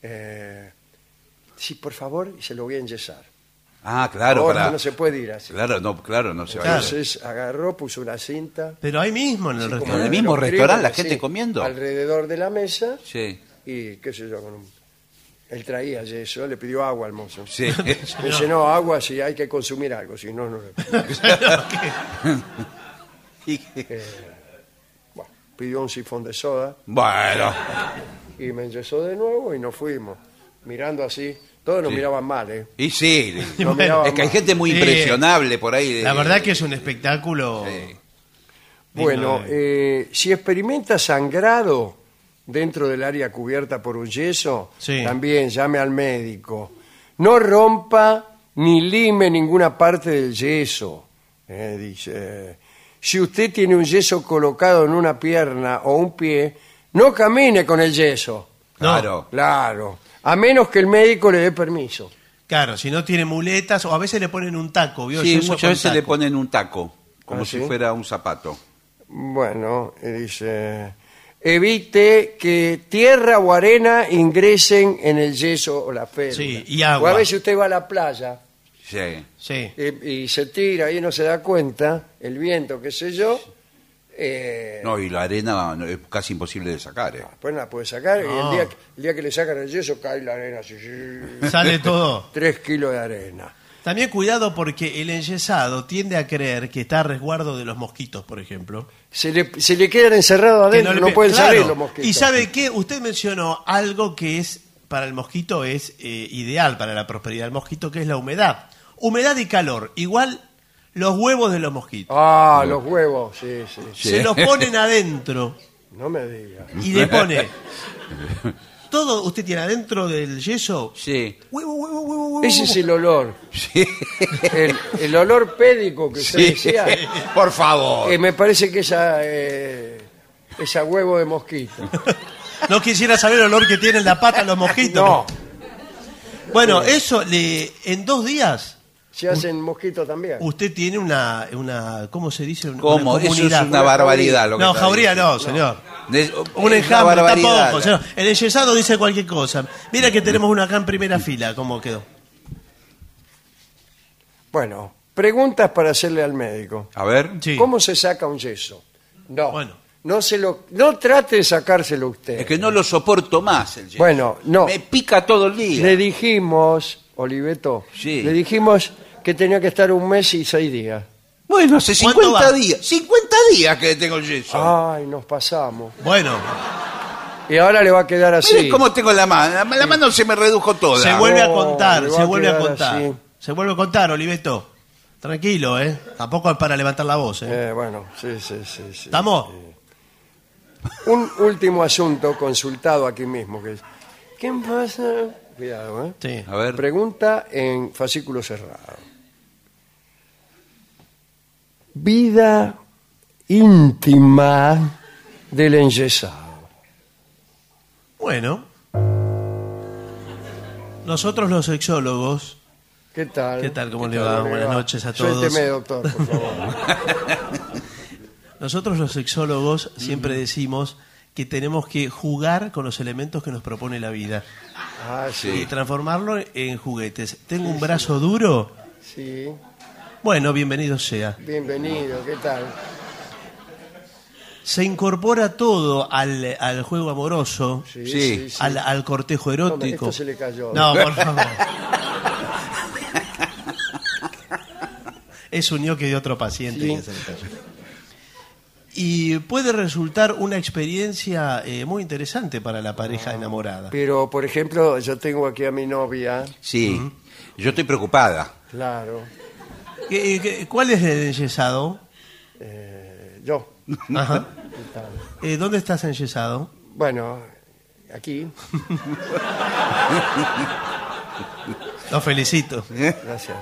Speaker 3: eh, sí, por favor, y se lo voy a enyesar.
Speaker 5: Ah, claro,
Speaker 3: Ahora
Speaker 5: para-
Speaker 3: no se puede ir así.
Speaker 5: Claro, no, claro, no se va a
Speaker 4: Claro.
Speaker 5: ir.
Speaker 3: Entonces agarró, puso una cinta.
Speaker 4: Pero ahí mismo en el
Speaker 3: así
Speaker 5: en
Speaker 3: como
Speaker 4: restaurante.
Speaker 5: el
Speaker 3: la de
Speaker 5: mismo
Speaker 3: los
Speaker 5: restaurante,
Speaker 3: gringos,
Speaker 5: la gente
Speaker 3: así,
Speaker 5: comiendo.
Speaker 3: Alrededor de la mesa
Speaker 5: Sí.
Speaker 3: y qué sé yo, con un- él traía yeso, le pidió agua al mozo.
Speaker 5: Sí.
Speaker 3: Me dice, no, agua si hay que consumir algo, si no, no le pido". Eh, Bueno, pidió un sifón de soda
Speaker 5: bueno.
Speaker 3: y me enyesó de nuevo y nos fuimos. Mirando así, todos nos
Speaker 5: Sí.
Speaker 3: miraban mal, ¿eh?
Speaker 5: Y sí.
Speaker 3: Nos
Speaker 4: bueno,
Speaker 3: miraban
Speaker 5: Es que hay
Speaker 3: mal.
Speaker 5: gente muy
Speaker 4: Sí.
Speaker 5: impresionable por ahí. de-
Speaker 4: La verdad que es un espectáculo...
Speaker 5: Sí.
Speaker 4: digno
Speaker 3: Bueno,
Speaker 4: de-
Speaker 3: eh, si experimenta sangrado dentro del área cubierta por un yeso,
Speaker 4: Sí.
Speaker 3: también llame al médico. No rompa ni lime ninguna parte del yeso. eh, dice. Si usted tiene un yeso colocado en una pierna o un pie, no camine con el yeso.
Speaker 5: Claro.
Speaker 3: Claro. A menos que el médico le dé permiso.
Speaker 4: Claro, si no tiene muletas o a veces le ponen un taco, ¿vio?
Speaker 5: Sí,
Speaker 4: Yeso
Speaker 5: muchas
Speaker 4: con
Speaker 5: veces le
Speaker 4: taco.
Speaker 5: ponen un taco, como
Speaker 3: Ah,
Speaker 5: si
Speaker 3: ¿sí?
Speaker 5: fuera un zapato.
Speaker 3: Bueno, eh, dice, evite que tierra o arena ingresen en el yeso o la férula.
Speaker 4: Sí, y agua.
Speaker 3: O a veces usted va a la playa
Speaker 5: Sí.
Speaker 4: Sí.
Speaker 3: eh, y, se tira y no se da cuenta, el viento, qué sé yo, eh,
Speaker 5: No, y la arena no, es casi imposible de sacar. eh.
Speaker 3: después no la puede sacar y
Speaker 4: No.
Speaker 3: el día, el día que le sacan el yeso cae la arena. así, sí,
Speaker 4: Sale todo.
Speaker 3: tres kilos de arena.
Speaker 4: También cuidado porque el enyesado tiende a creer que está a resguardo de los mosquitos, por ejemplo.
Speaker 3: Se le, se le quedan encerrados
Speaker 4: Que
Speaker 3: adentro,
Speaker 4: le
Speaker 3: no,
Speaker 4: pe-
Speaker 3: pueden
Speaker 4: Claro.
Speaker 3: salir los mosquitos.
Speaker 4: Y sabe qué, usted mencionó algo que es para el mosquito es eh, ideal para la prosperidad del mosquito, que es la humedad. Humedad y calor, igual los huevos de los mosquitos.
Speaker 3: Ah, los huevos, sí, sí.
Speaker 5: Sí.
Speaker 4: Se los ponen adentro
Speaker 3: No me digas.
Speaker 4: y le pone todo usted tiene adentro del yeso. Uh.
Speaker 5: Sí.
Speaker 4: Huevo, huevo, huevo, huevo.
Speaker 3: Ese es el olor.
Speaker 5: Sí.
Speaker 3: El, el olor pédico que usted decía.
Speaker 5: Por favor.
Speaker 3: Eh, me parece que esa, eh, esa huevo de mosquito.
Speaker 4: No quisiera saber el olor que tienen la pata los mosquitos.
Speaker 3: No, Eh.
Speaker 4: Bueno, eso le en dos días
Speaker 3: se hacen mosquitos también.
Speaker 4: usted tiene una una ¿cómo se dice? Una,
Speaker 5: ¿Cómo?
Speaker 4: una
Speaker 5: Eso es
Speaker 4: comunidad.
Speaker 5: una barbaridad. Lo que
Speaker 4: no,
Speaker 5: está
Speaker 4: jauría
Speaker 5: diciendo.
Speaker 4: no, señor.
Speaker 5: Es-
Speaker 4: Un
Speaker 5: es una
Speaker 4: enjambre,
Speaker 5: barbaridad.
Speaker 4: tampoco. señor. El enyesado dice cualquier cosa. Mira que tenemos uno acá en primera fila, ¿cómo quedó?
Speaker 3: Bueno, preguntas para hacerle al médico.
Speaker 5: A ver.
Speaker 4: Sí.
Speaker 3: ¿Cómo se saca un yeso? No.
Speaker 4: Bueno.
Speaker 3: No, se lo, no trate de sacárselo usted.
Speaker 5: Es que no lo soporto más el yeso.
Speaker 3: Bueno, no.
Speaker 5: Me pica todo el día.
Speaker 3: Le dijimos, Oliveto,
Speaker 5: Sí.
Speaker 3: le dijimos que tenía que estar un mes y seis días.
Speaker 5: Bueno, hace
Speaker 4: ¿Cuánto
Speaker 5: 50
Speaker 4: va?
Speaker 5: días. 50 días que tengo el yeso.
Speaker 3: Ay, nos pasamos.
Speaker 4: Bueno,
Speaker 3: Y ahora le va a quedar así.
Speaker 5: Miren cómo tengo la mano. La, la mano se me redujo toda.
Speaker 4: se vuelve a
Speaker 3: No,
Speaker 4: contar,
Speaker 3: le Oh, va
Speaker 4: se
Speaker 3: a
Speaker 4: vuelve a
Speaker 3: quedar
Speaker 4: contar.
Speaker 3: así.
Speaker 4: Se vuelve a contar, Oliveto. Tranquilo, ¿eh? Tampoco es para levantar la voz, ¿eh?
Speaker 3: Eh, bueno, sí, sí, sí. sí.
Speaker 4: ¿Estamos?
Speaker 3: Un último asunto consultado aquí mismo, que es, ¿qué pasa? Cuidado, ¿eh?
Speaker 4: Sí.
Speaker 5: A ver.
Speaker 3: Pregunta en fascículo cerrado. Vida íntima del enyesado.
Speaker 4: Bueno. Nosotros los sexólogos
Speaker 3: ¿Qué tal?
Speaker 4: ¿Qué tal? ¿Cómo le va? Buenas noches a
Speaker 3: Suélteme,
Speaker 4: todos.
Speaker 3: doctor, por favor.
Speaker 4: Nosotros los sexólogos siempre decimos que tenemos que jugar con los elementos que nos propone la vida
Speaker 3: Ah,
Speaker 4: y
Speaker 3: sí.
Speaker 4: transformarlo en juguetes. Tengo un brazo duro.
Speaker 3: Sí.
Speaker 4: Bueno, bienvenido sea.
Speaker 3: Bienvenido, ¿qué tal?
Speaker 4: Se incorpora todo al, al juego amoroso,
Speaker 3: Sí,
Speaker 5: Sí.
Speaker 3: sí, sí.
Speaker 4: al, al cortejo
Speaker 3: Tome,
Speaker 4: erótico.
Speaker 3: esto se le cayó.
Speaker 4: No, por favor. es un ñoque de otro paciente.
Speaker 3: Sí.
Speaker 4: que se le cayó. Y puede resultar una experiencia eh, muy interesante para la pareja
Speaker 3: Ah.
Speaker 4: enamorada.
Speaker 3: Pero, por ejemplo, yo tengo aquí a mi novia,
Speaker 5: Sí. Yo estoy preocupada.
Speaker 3: claro,
Speaker 4: ¿Qué- qué- Eh, ¿Cuál es el enyesado?
Speaker 3: eh, yo.
Speaker 4: Ajá.
Speaker 3: ¿Qué tal?
Speaker 4: Eh, ¿Dónde estás enyesado?
Speaker 3: Bueno, aquí,
Speaker 4: Lo felicito.
Speaker 3: gracias.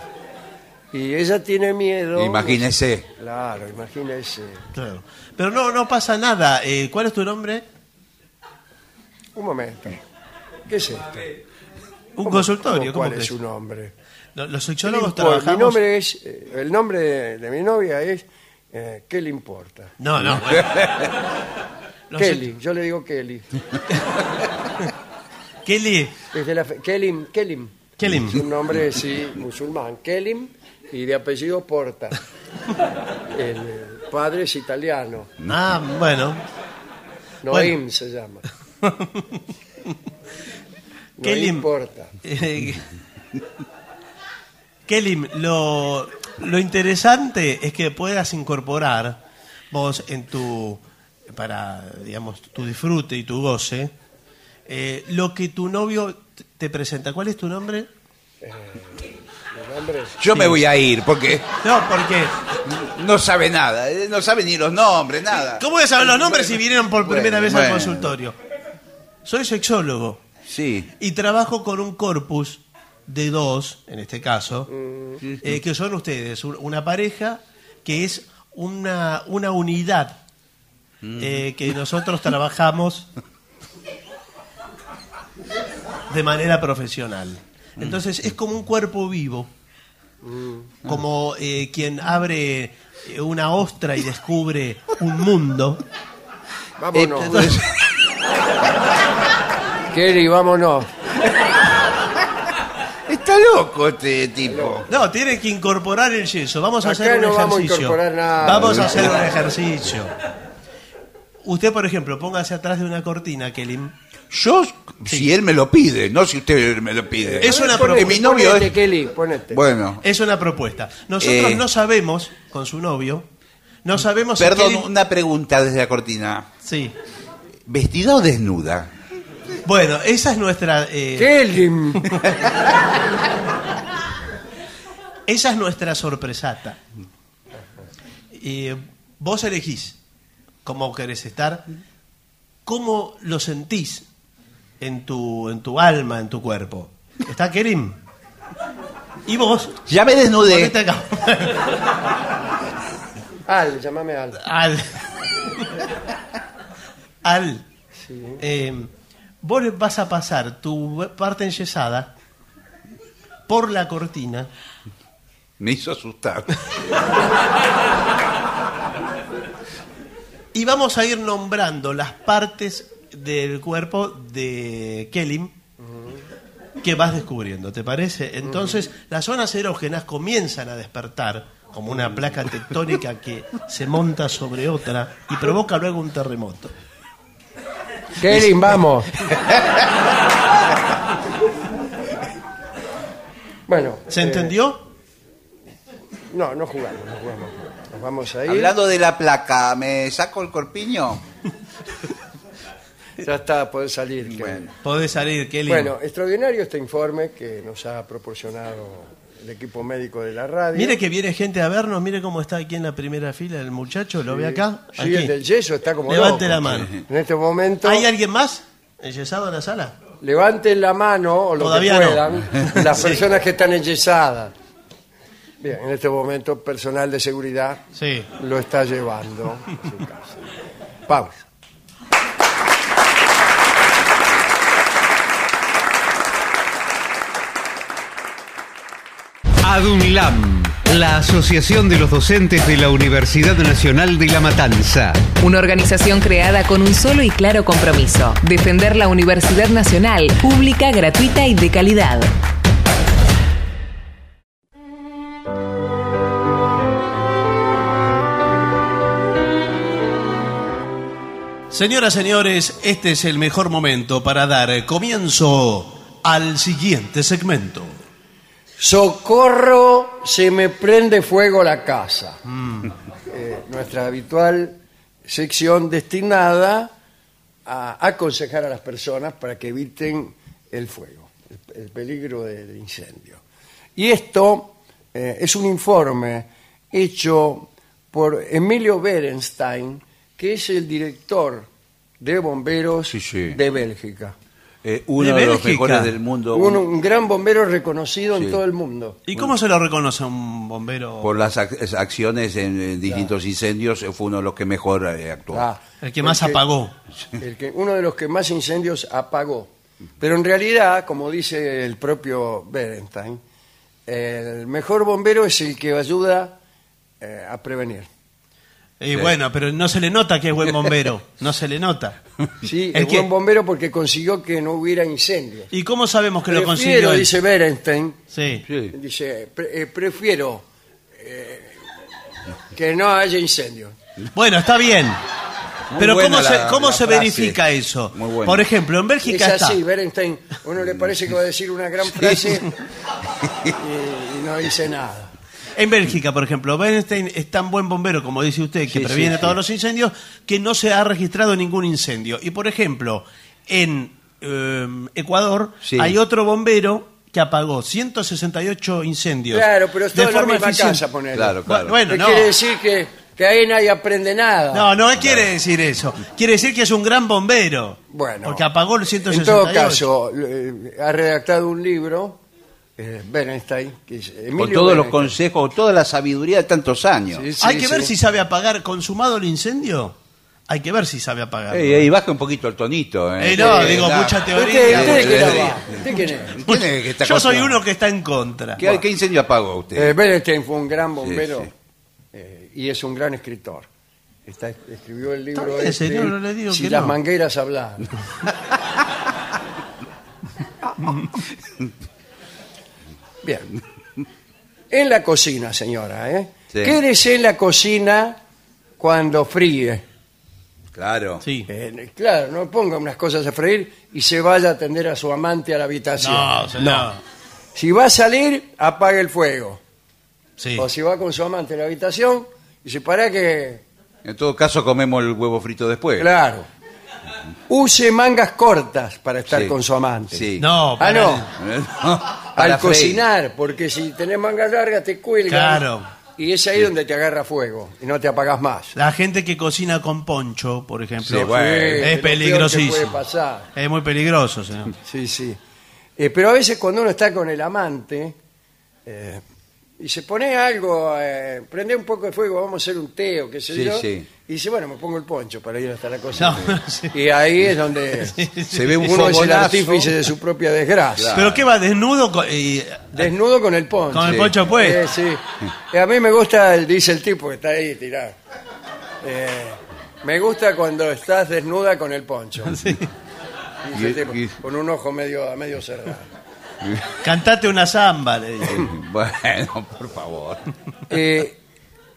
Speaker 3: Y ella tiene miedo.
Speaker 5: Imagínese.
Speaker 3: Claro, imagínese.
Speaker 4: Claro. Pero no, no pasa nada. Eh, ¿Cuál es tu nombre?
Speaker 3: Un momento. ¿Qué es esto?
Speaker 4: Un consultorio. ¿Cómo
Speaker 3: ¿Cuál
Speaker 4: que
Speaker 3: es
Speaker 4: es?
Speaker 3: su nombre?
Speaker 4: Lo- Los
Speaker 3: ¿Qué le
Speaker 4: sexólogos
Speaker 3: importa?
Speaker 4: trabajamos...
Speaker 3: Mi nombre es, eh, el nombre de, de mi novia es eh, ¿Qué le importa?
Speaker 4: No, no. bueno. Los sex-
Speaker 3: Kelly, yo le digo Kelly.
Speaker 4: Kelly.
Speaker 3: Desde la fe- Kelim, Kelim.
Speaker 4: Kelim.
Speaker 3: Es un nombre, sí, musulmán. Kelim y de apellido Porta. El eh, padre es italiano.
Speaker 4: Ah, bueno.
Speaker 3: Noim se llama. Noim
Speaker 4: Kelim.
Speaker 3: Porta.
Speaker 4: Eh, Kelim, lo, lo interesante es que puedas incorporar vos en tu, para, digamos, tu disfrute y tu goce, eh, lo que tu novio t- te presenta. ¿Cuál es tu nombre?
Speaker 3: Mi Eh, nombre es-
Speaker 5: Yo me voy a ir porque
Speaker 4: No, porque...
Speaker 5: no sabe nada. eh, No sabe ni los nombres, nada.
Speaker 4: ¿Cómo voy a saber los nombres si vinieron por primera
Speaker 5: Bueno,
Speaker 4: vez al
Speaker 5: bueno.
Speaker 4: consultorio? Soy sexólogo
Speaker 5: Sí.
Speaker 4: y trabajo con un corpus de dos, en este caso, eh, que son ustedes, un- una pareja que es una, una unidad
Speaker 5: Mm.
Speaker 4: eh, que nosotros trabajamos de manera profesional. Entonces es como un cuerpo vivo,
Speaker 3: Mm.
Speaker 4: como eh, quien abre eh, una ostra y descubre un mundo.
Speaker 3: Vámonos.
Speaker 5: Entonces-
Speaker 3: Kelly, vámonos.
Speaker 5: Está loco este tipo.
Speaker 4: No, tienen que incorporar el yeso. Vamos a
Speaker 3: Acá
Speaker 4: hacer un
Speaker 3: no vamos a
Speaker 4: ejercicio.
Speaker 3: incorporar nada.
Speaker 4: Vamos a hacer un ejercicio. Usted, por ejemplo, póngase atrás de una cortina que le...
Speaker 5: Yo, si él me lo pide, no si usted me lo pide.
Speaker 4: Es una
Speaker 5: Porque
Speaker 4: propuesta.
Speaker 5: mi novio
Speaker 3: Eh, ponete,
Speaker 5: es...
Speaker 3: Kelly, ponete.
Speaker 5: Bueno,
Speaker 4: Es una propuesta. Nosotros
Speaker 5: Eh.
Speaker 4: no sabemos, con su novio, no sabemos si
Speaker 5: perdón,
Speaker 4: Kelly-
Speaker 5: una pregunta desde la cortina.
Speaker 4: Sí.
Speaker 5: ¿Vestida o desnuda?
Speaker 4: Bueno, esa es nuestra... eh,
Speaker 3: Kelly.
Speaker 4: Esa es nuestra sorpresata. Eh, vos elegís cómo querés estar, cómo lo sentís en tu, en tu alma, en tu cuerpo. ¿Está Kerim? Y vos,
Speaker 5: Ya me desnudé.
Speaker 4: ponete acá.
Speaker 3: Al, llámame Al.
Speaker 4: Al. Al. Eh, vos le vas a pasar tu parte enyesada por la cortina.
Speaker 5: Me hizo asustar.
Speaker 4: Y vamos a ir nombrando las partes del cuerpo de Kelim que vas descubriendo, ¿te parece? Entonces, las zonas erógenas comienzan a despertar como una placa tectónica que se monta sobre otra y provoca luego un terremoto.
Speaker 3: Kelly, vamos. bueno.
Speaker 4: ¿Se
Speaker 3: eh,
Speaker 4: entendió?
Speaker 3: No, no jugamos, no jugamos. Nos vamos a ir.
Speaker 5: Hablando de la placa, ¿me saco el corpiño?
Speaker 3: Ya está, podés salir. Kelly.
Speaker 5: Bueno.
Speaker 4: Podés salir, Kelim.
Speaker 3: Bueno, extraordinario este informe que nos ha proporcionado el equipo médico de la radio.
Speaker 4: Mire que viene gente a vernos, mire cómo está aquí en la primera fila el muchacho, lo ve acá.
Speaker 3: Eh, Sí,
Speaker 4: Aquí.
Speaker 3: el del yeso está como
Speaker 4: Levante
Speaker 3: loco.
Speaker 4: la mano.
Speaker 3: En este momento,
Speaker 4: ¿Hay alguien más enyesado en la sala?
Speaker 3: levanten la mano, o lo
Speaker 4: Todavía
Speaker 3: que
Speaker 4: no.
Speaker 3: puedan, las
Speaker 4: Sí.
Speaker 3: personas que están enyesadas. Bien, en este momento, personal de seguridad
Speaker 4: Sí.
Speaker 3: lo está llevando a su casa. Pausa.
Speaker 9: ADUNLAM, la Asociación de los Docentes de la Universidad Nacional de La Matanza.
Speaker 10: Una organización creada con un solo y claro compromiso, defender la Universidad Nacional, pública, gratuita y de calidad.
Speaker 4: Señoras, señores, este es el mejor momento para dar comienzo al siguiente segmento.
Speaker 3: Socorro, se me prende fuego la casa.
Speaker 5: Mm.
Speaker 3: Eh, nuestra habitual sección destinada a aconsejar a las personas para que eviten el fuego, el, el peligro de- del incendio. Y esto eh, es un informe hecho por Emilio Berenstein, que es el director de bomberos
Speaker 5: Sí, sí.
Speaker 3: de Bélgica.
Speaker 5: Eh, uno
Speaker 4: ¿De
Speaker 5: de los
Speaker 4: Bélgica?
Speaker 5: mejores del mundo
Speaker 3: Un,
Speaker 5: un-
Speaker 3: un gran bombero reconocido en
Speaker 5: Sí.
Speaker 3: todo el mundo.
Speaker 4: ¿Y cómo se lo reconoce un bombero?
Speaker 5: por las ac- acciones en, en distintos incendios, eh, fue uno de los que mejor eh, actuó.
Speaker 3: Ah,
Speaker 4: El que más apagó.
Speaker 3: el que- uno de los que más incendios apagó. Pero en realidad, como dice el propio Berenstein, el mejor bombero es el que ayuda eh, a prevenir.
Speaker 4: Y bueno, pero no se le nota que es buen bombero. No se le nota.
Speaker 3: Sí,
Speaker 4: ¿El
Speaker 3: el
Speaker 4: qué?
Speaker 3: buen bombero porque consiguió que no hubiera incendios.
Speaker 4: ¿Y cómo sabemos que lo consiguió?
Speaker 3: Prefiero,
Speaker 4: él?
Speaker 3: dice Berenstein,
Speaker 4: Sí.
Speaker 5: Sí.
Speaker 3: dice, pre- eh, prefiero eh, que no haya incendios.
Speaker 4: Bueno, está bien.
Speaker 5: Muy
Speaker 4: pero
Speaker 5: buena
Speaker 4: ¿cómo se,
Speaker 5: la-
Speaker 4: cómo
Speaker 5: la
Speaker 4: se
Speaker 5: frase.
Speaker 4: verifica eso?
Speaker 5: Muy buena.
Speaker 4: Por ejemplo, en
Speaker 3: Es
Speaker 4: Bélgica está.
Speaker 3: así, Berenstein. Uno le parece que va a decir una gran frase y- y no dice nada.
Speaker 4: En Bélgica, por ejemplo, Bernstein es tan buen bombero, como dice usted, que previene todos los incendios, que no se ha registrado ningún incendio. Y, por ejemplo, en eh, Ecuador
Speaker 5: Sí.
Speaker 4: hay otro bombero que apagó 168 incendios.
Speaker 3: Claro, pero es
Speaker 4: de
Speaker 3: todo en la
Speaker 4: forma
Speaker 3: misma
Speaker 4: eficiente.
Speaker 3: casa, ponele.
Speaker 5: Claro, claro.
Speaker 4: Bueno,
Speaker 3: ¿Qué
Speaker 4: no.
Speaker 3: quiere decir que, que ahí nadie aprende nada.
Speaker 4: No, no quiere decir eso. Quiere decir que es un gran bombero.
Speaker 3: Bueno.
Speaker 4: Porque apagó los 168.
Speaker 3: En todo caso, eh, ha redactado un libro, eh, Bernstein, que es Emilio
Speaker 5: Con todos los
Speaker 3: Bernstein.
Speaker 5: consejos, toda la sabiduría de tantos años.
Speaker 3: Sí, sí,
Speaker 4: hay que
Speaker 3: sí.
Speaker 4: ver si sabe apagar. Consumado el incendio, hay que ver si sabe apagar.
Speaker 5: Ey, ey, baja un poquito el tonito. Eh.
Speaker 4: Eh, no,
Speaker 5: Eh,
Speaker 4: digo,
Speaker 5: nah.
Speaker 4: mucha
Speaker 3: ¿Usted,
Speaker 4: teoría.
Speaker 3: usted de qué
Speaker 5: Teoría.
Speaker 3: lado va? ¿Usted quién es?
Speaker 5: ¿Quién es que está
Speaker 4: Yo soy
Speaker 5: contra-
Speaker 4: uno que está en contra.
Speaker 5: ¿Qué, qué incendio apagó usted?
Speaker 3: Eh, Bernstein fue un gran bombero
Speaker 5: sí.
Speaker 3: eh, y es un gran escritor. Está- escribió el libro
Speaker 4: Está bien,
Speaker 3: este,
Speaker 4: señor, no le digo
Speaker 3: Si
Speaker 4: que
Speaker 3: las
Speaker 4: no.
Speaker 3: mangueras hablan. Bien. En la cocina, señora, ¿eh?
Speaker 5: Sí.
Speaker 3: Quédese en la cocina cuando fríe.
Speaker 5: Claro.
Speaker 4: Sí.
Speaker 3: Eh, claro, no ponga unas cosas a freír y se vaya a atender a su amante a la habitación.
Speaker 4: No, señor.
Speaker 3: Si va a salir, apague el fuego.
Speaker 4: Sí.
Speaker 3: O si va con su amante a la habitación, y se para que...
Speaker 5: En todo caso, comemos el huevo frito después.
Speaker 3: Claro. Use mangas cortas para estar
Speaker 5: Sí.
Speaker 3: con su amante.
Speaker 5: Sí. Eh,
Speaker 4: No,
Speaker 3: Ah,
Speaker 4: para
Speaker 3: no.
Speaker 5: Para
Speaker 3: Al
Speaker 5: freír.
Speaker 3: cocinar, porque si tenés mangas largas te cuelga.
Speaker 4: Claro.
Speaker 3: Y es ahí donde te agarra fuego y no te apagás más.
Speaker 4: La gente que cocina con poncho, por ejemplo,
Speaker 5: Sí, bueno.
Speaker 4: es
Speaker 3: Sí, lo peor que puede
Speaker 4: peligrosísimo.
Speaker 3: pasar.
Speaker 4: Es muy peligroso, señor.
Speaker 3: Sí, sí. Eh, pero a veces cuando uno está con el amante eh, y se pone algo, eh, prende un poco de fuego, vamos a hacer un té o qué sé
Speaker 5: Sí,
Speaker 3: yo,
Speaker 5: sí.
Speaker 3: y dice, bueno, me pongo el poncho para ir hasta la
Speaker 4: No,
Speaker 3: cocina.
Speaker 4: sí.
Speaker 3: Y ahí es donde
Speaker 5: Se ve un
Speaker 3: uno es el
Speaker 5: fogonazo.
Speaker 3: artífice de su propia desgracia.
Speaker 4: Pero qué va desnudo co- y- eh,
Speaker 3: Desnudo con el poncho.
Speaker 4: con el
Speaker 5: Sí.
Speaker 4: poncho
Speaker 3: Eh,
Speaker 4: pues.
Speaker 3: sí. Eh, a mí me gusta, el- dice el tipo que está ahí tirado. Eh, me gusta cuando estás desnuda con el poncho. Dice el
Speaker 5: Y-
Speaker 3: tipo,
Speaker 5: y-
Speaker 3: con un ojo medio, a medio cerrado.
Speaker 4: Cantate una zamba, le digo.
Speaker 5: Bueno, por favor.
Speaker 3: Eh,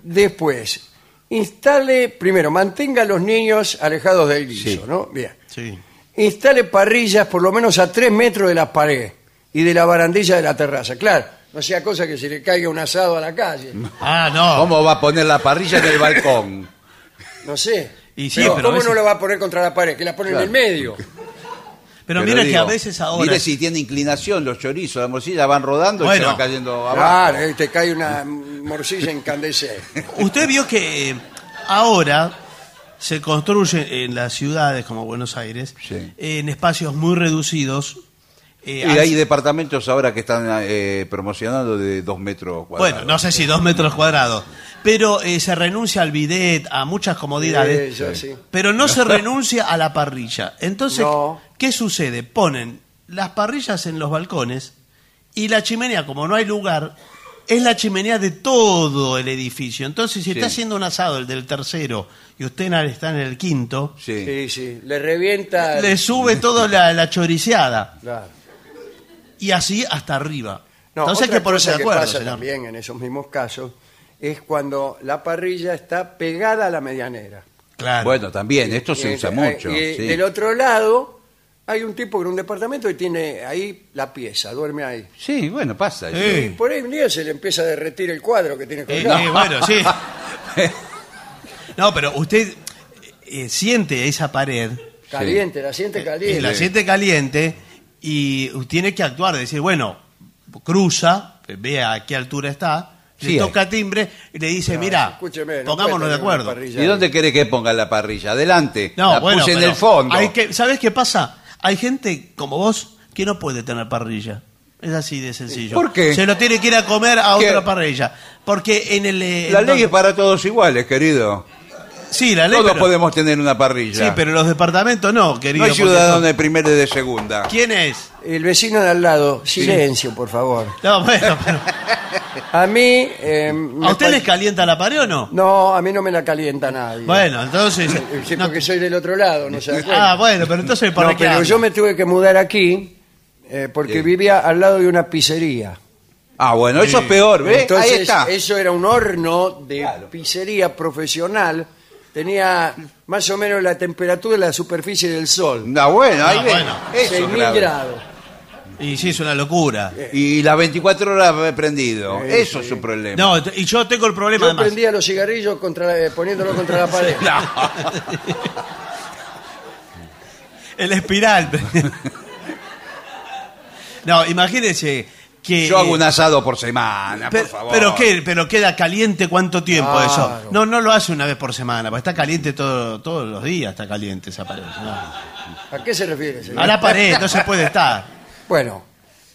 Speaker 3: después, instale, primero, mantenga a los niños alejados del guiso,
Speaker 5: Sí.
Speaker 3: ¿no? Bien.
Speaker 4: Sí.
Speaker 3: Instale parrillas por lo menos a tres metros de la pared y de la barandilla de la terraza. Claro, no sea cosa que se le caiga un asado a la calle.
Speaker 4: Ah, no.
Speaker 5: ¿Cómo va a poner la parrilla en el balcón?
Speaker 3: No sé.
Speaker 4: Y sí, pero a
Speaker 3: ¿Cómo
Speaker 4: veces-
Speaker 3: no lo va a poner contra la pared? Que la pone en el medio.
Speaker 4: Pero, mira que
Speaker 5: digo,
Speaker 4: a veces ahora.
Speaker 5: Mire si tiene inclinación los chorizos, la morcilla van rodando y se
Speaker 4: Bueno.
Speaker 5: va cayendo abajo.
Speaker 3: Claro, eh. ahí te cae una morcilla incandescente.
Speaker 4: Usted vio que eh, ahora se construye en las ciudades como Buenos Aires,
Speaker 5: Sí.
Speaker 4: en espacios muy reducidos. eh,
Speaker 5: Y
Speaker 4: al-
Speaker 5: hay departamentos ahora que están eh, promocionando de dos metros cuadrados.
Speaker 4: bueno, no sé si dos metros cuadrados. Pero eh, se renuncia al bidet, a muchas comodidades.
Speaker 3: Sí, yo sí.
Speaker 4: Pero no se renuncia a la parrilla. Entonces,
Speaker 3: No.
Speaker 4: ¿qué sucede? Ponen las parrillas en los balcones y la chimenea, como no hay lugar, es la chimenea de todo el edificio. Entonces, si está haciendo un asado el del tercero y usted na- está en el quinto,
Speaker 5: Sí.
Speaker 3: Sí, sí. Le revienta.
Speaker 4: le sube toda la, la choriceada.
Speaker 3: Claro.
Speaker 4: Y así hasta arriba.
Speaker 3: No,
Speaker 4: Entonces hay
Speaker 3: otra
Speaker 4: que ponerse
Speaker 3: cosa
Speaker 4: de acuerdo,
Speaker 3: que pasa
Speaker 4: señor.
Speaker 3: también en esos mismos casos es cuando la parrilla está pegada a la medianera.
Speaker 4: Claro.
Speaker 5: Bueno, también, esto se
Speaker 3: Y-
Speaker 5: usa
Speaker 3: y-
Speaker 5: mucho.
Speaker 3: y
Speaker 5: sí.
Speaker 3: del otro lado hay un tipo en un departamento y tiene ahí la pieza, duerme ahí.
Speaker 5: Sí, bueno, pasa. eso.
Speaker 4: Sí.
Speaker 3: Por ahí un día se le empieza a derretir el cuadro que tiene
Speaker 4: Eh,
Speaker 3: colgado.
Speaker 4: eh, bueno, sí. No, pero usted eh, siente esa pared,
Speaker 3: Caliente, la siente
Speaker 4: eh,
Speaker 3: caliente.
Speaker 4: la siente caliente y tiene que actuar, decir, bueno, cruza, ve a qué altura está, le
Speaker 5: Sí,
Speaker 4: toca timbre y le dice, mira,
Speaker 3: Escúcheme, no
Speaker 4: pongámonos
Speaker 3: puede
Speaker 4: de
Speaker 3: tener una
Speaker 4: acuerdo.
Speaker 3: parrilla
Speaker 5: ¿Y
Speaker 3: ahí.
Speaker 5: dónde quiere que ponga la parrilla? Adelante.
Speaker 4: No,
Speaker 5: la
Speaker 4: bueno,
Speaker 5: puse en
Speaker 4: pero
Speaker 5: el fondo.
Speaker 4: Hay que, ¿Sabes qué pasa? Hay gente como vos que no puede tener parrilla. Es así de sencillo.
Speaker 5: ¿Por qué?
Speaker 4: Se lo tiene que ir a comer a
Speaker 5: ¿Qué?
Speaker 4: otra parrilla. Porque en el... eh,
Speaker 5: La
Speaker 4: en
Speaker 5: ley es
Speaker 4: donde-
Speaker 5: para todos iguales, querido.
Speaker 4: Sí, la ley...
Speaker 5: Todos
Speaker 4: pero-
Speaker 5: podemos tener una parrilla.
Speaker 4: Sí, pero los departamentos no, querido.
Speaker 5: no hay
Speaker 4: porque
Speaker 5: ciudadano
Speaker 4: son-
Speaker 5: de primera y de segunda.
Speaker 4: ¿Quién es?
Speaker 3: El vecino de al lado, silencio, por favor.
Speaker 4: No, bueno, pero-
Speaker 3: A mí... eh, me
Speaker 4: ¿A usted
Speaker 3: pa-
Speaker 4: les calienta la pared o no?
Speaker 3: No, a mí no me la calienta nadie.
Speaker 4: Bueno, entonces...
Speaker 3: Sí,
Speaker 4: no-
Speaker 3: porque soy del otro lado, no se da cuenta.
Speaker 4: ah, bueno, pero entonces ¿para
Speaker 3: No,
Speaker 4: qué
Speaker 3: pero
Speaker 4: habla?
Speaker 3: yo me tuve que mudar aquí eh, porque
Speaker 5: Sí.
Speaker 3: vivía al lado de una pizzería.
Speaker 5: Ah, bueno, eso es peor, ¿ves?
Speaker 3: Entonces,
Speaker 5: Ahí está.
Speaker 3: eso era un horno de
Speaker 5: Claro.
Speaker 3: pizzería profesional. Tenía más o menos la temperatura de la superficie del sol.
Speaker 5: No, bueno, ahí
Speaker 4: Ah,
Speaker 5: ves.
Speaker 4: bueno.
Speaker 5: Eso,
Speaker 3: 6.000
Speaker 5: grave.
Speaker 3: grados.
Speaker 4: Y sí, es una locura.
Speaker 5: Y las 24 horas prendido. eso es un problema.
Speaker 4: No, y yo tengo el problema
Speaker 3: Yo
Speaker 4: además.
Speaker 3: prendía los cigarrillos contra la- eh, poniéndolos contra la pared.
Speaker 4: El espiral. no, imagínense que...
Speaker 5: Yo hago un
Speaker 4: eh,
Speaker 5: asado por semana,
Speaker 4: pero,
Speaker 5: por favor.
Speaker 4: pero qué, pero queda caliente cuánto tiempo
Speaker 3: Claro.
Speaker 4: eso. No, no lo hace una vez por semana, porque está caliente todo, todos los días, está caliente esa pared. no.
Speaker 3: ¿A qué se refiere? señor?
Speaker 4: A la pared no se puede estar.
Speaker 3: Bueno,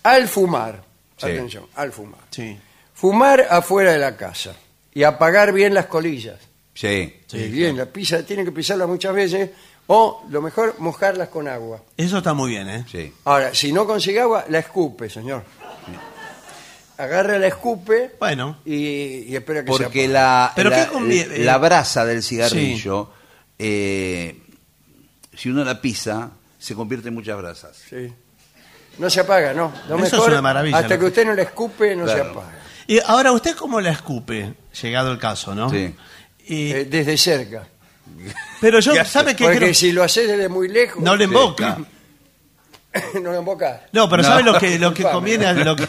Speaker 3: al fumar,
Speaker 5: Sí.
Speaker 3: atención, al fumar.
Speaker 4: Sí.
Speaker 3: Fumar afuera de la casa y apagar bien las colillas.
Speaker 5: Sí.
Speaker 3: Eh, bien, la pizza tienen que pisarla muchas veces o lo mejor mojarlas con agua.
Speaker 4: Eso está muy bien, ¿eh?
Speaker 5: Sí.
Speaker 3: Ahora, si no consigue agua, la escupe, señor. Agarra la escupe
Speaker 4: Bueno.
Speaker 3: y, y espera que
Speaker 5: Porque
Speaker 3: se apague.
Speaker 5: la,
Speaker 4: Pero
Speaker 5: la,
Speaker 4: qué conviene, eh.
Speaker 5: la brasa del cigarrillo, eh, si uno la pisa, se convierte en muchas brasas.
Speaker 3: Sí. No se apaga, no. Lo
Speaker 4: Eso es
Speaker 3: mejor,
Speaker 4: una maravilla,
Speaker 3: Hasta
Speaker 4: lo
Speaker 3: que
Speaker 4: que-
Speaker 3: usted no la escupe, no se
Speaker 5: Claro.
Speaker 3: apaga.
Speaker 4: Y ahora, ¿usted cómo la escupe? Llegado el caso, ¿no?
Speaker 5: Sí.
Speaker 4: Y-
Speaker 3: Eh, desde cerca.
Speaker 4: Pero yo, ¿saben qué?
Speaker 3: Porque
Speaker 4: Creo-
Speaker 3: si lo haces desde muy lejos.
Speaker 4: No le emboca.
Speaker 3: no le emboca.
Speaker 4: No, pero
Speaker 3: No.
Speaker 4: ¿saben lo que, lo que
Speaker 3: Disculpame.
Speaker 4: conviene? a- Lo que-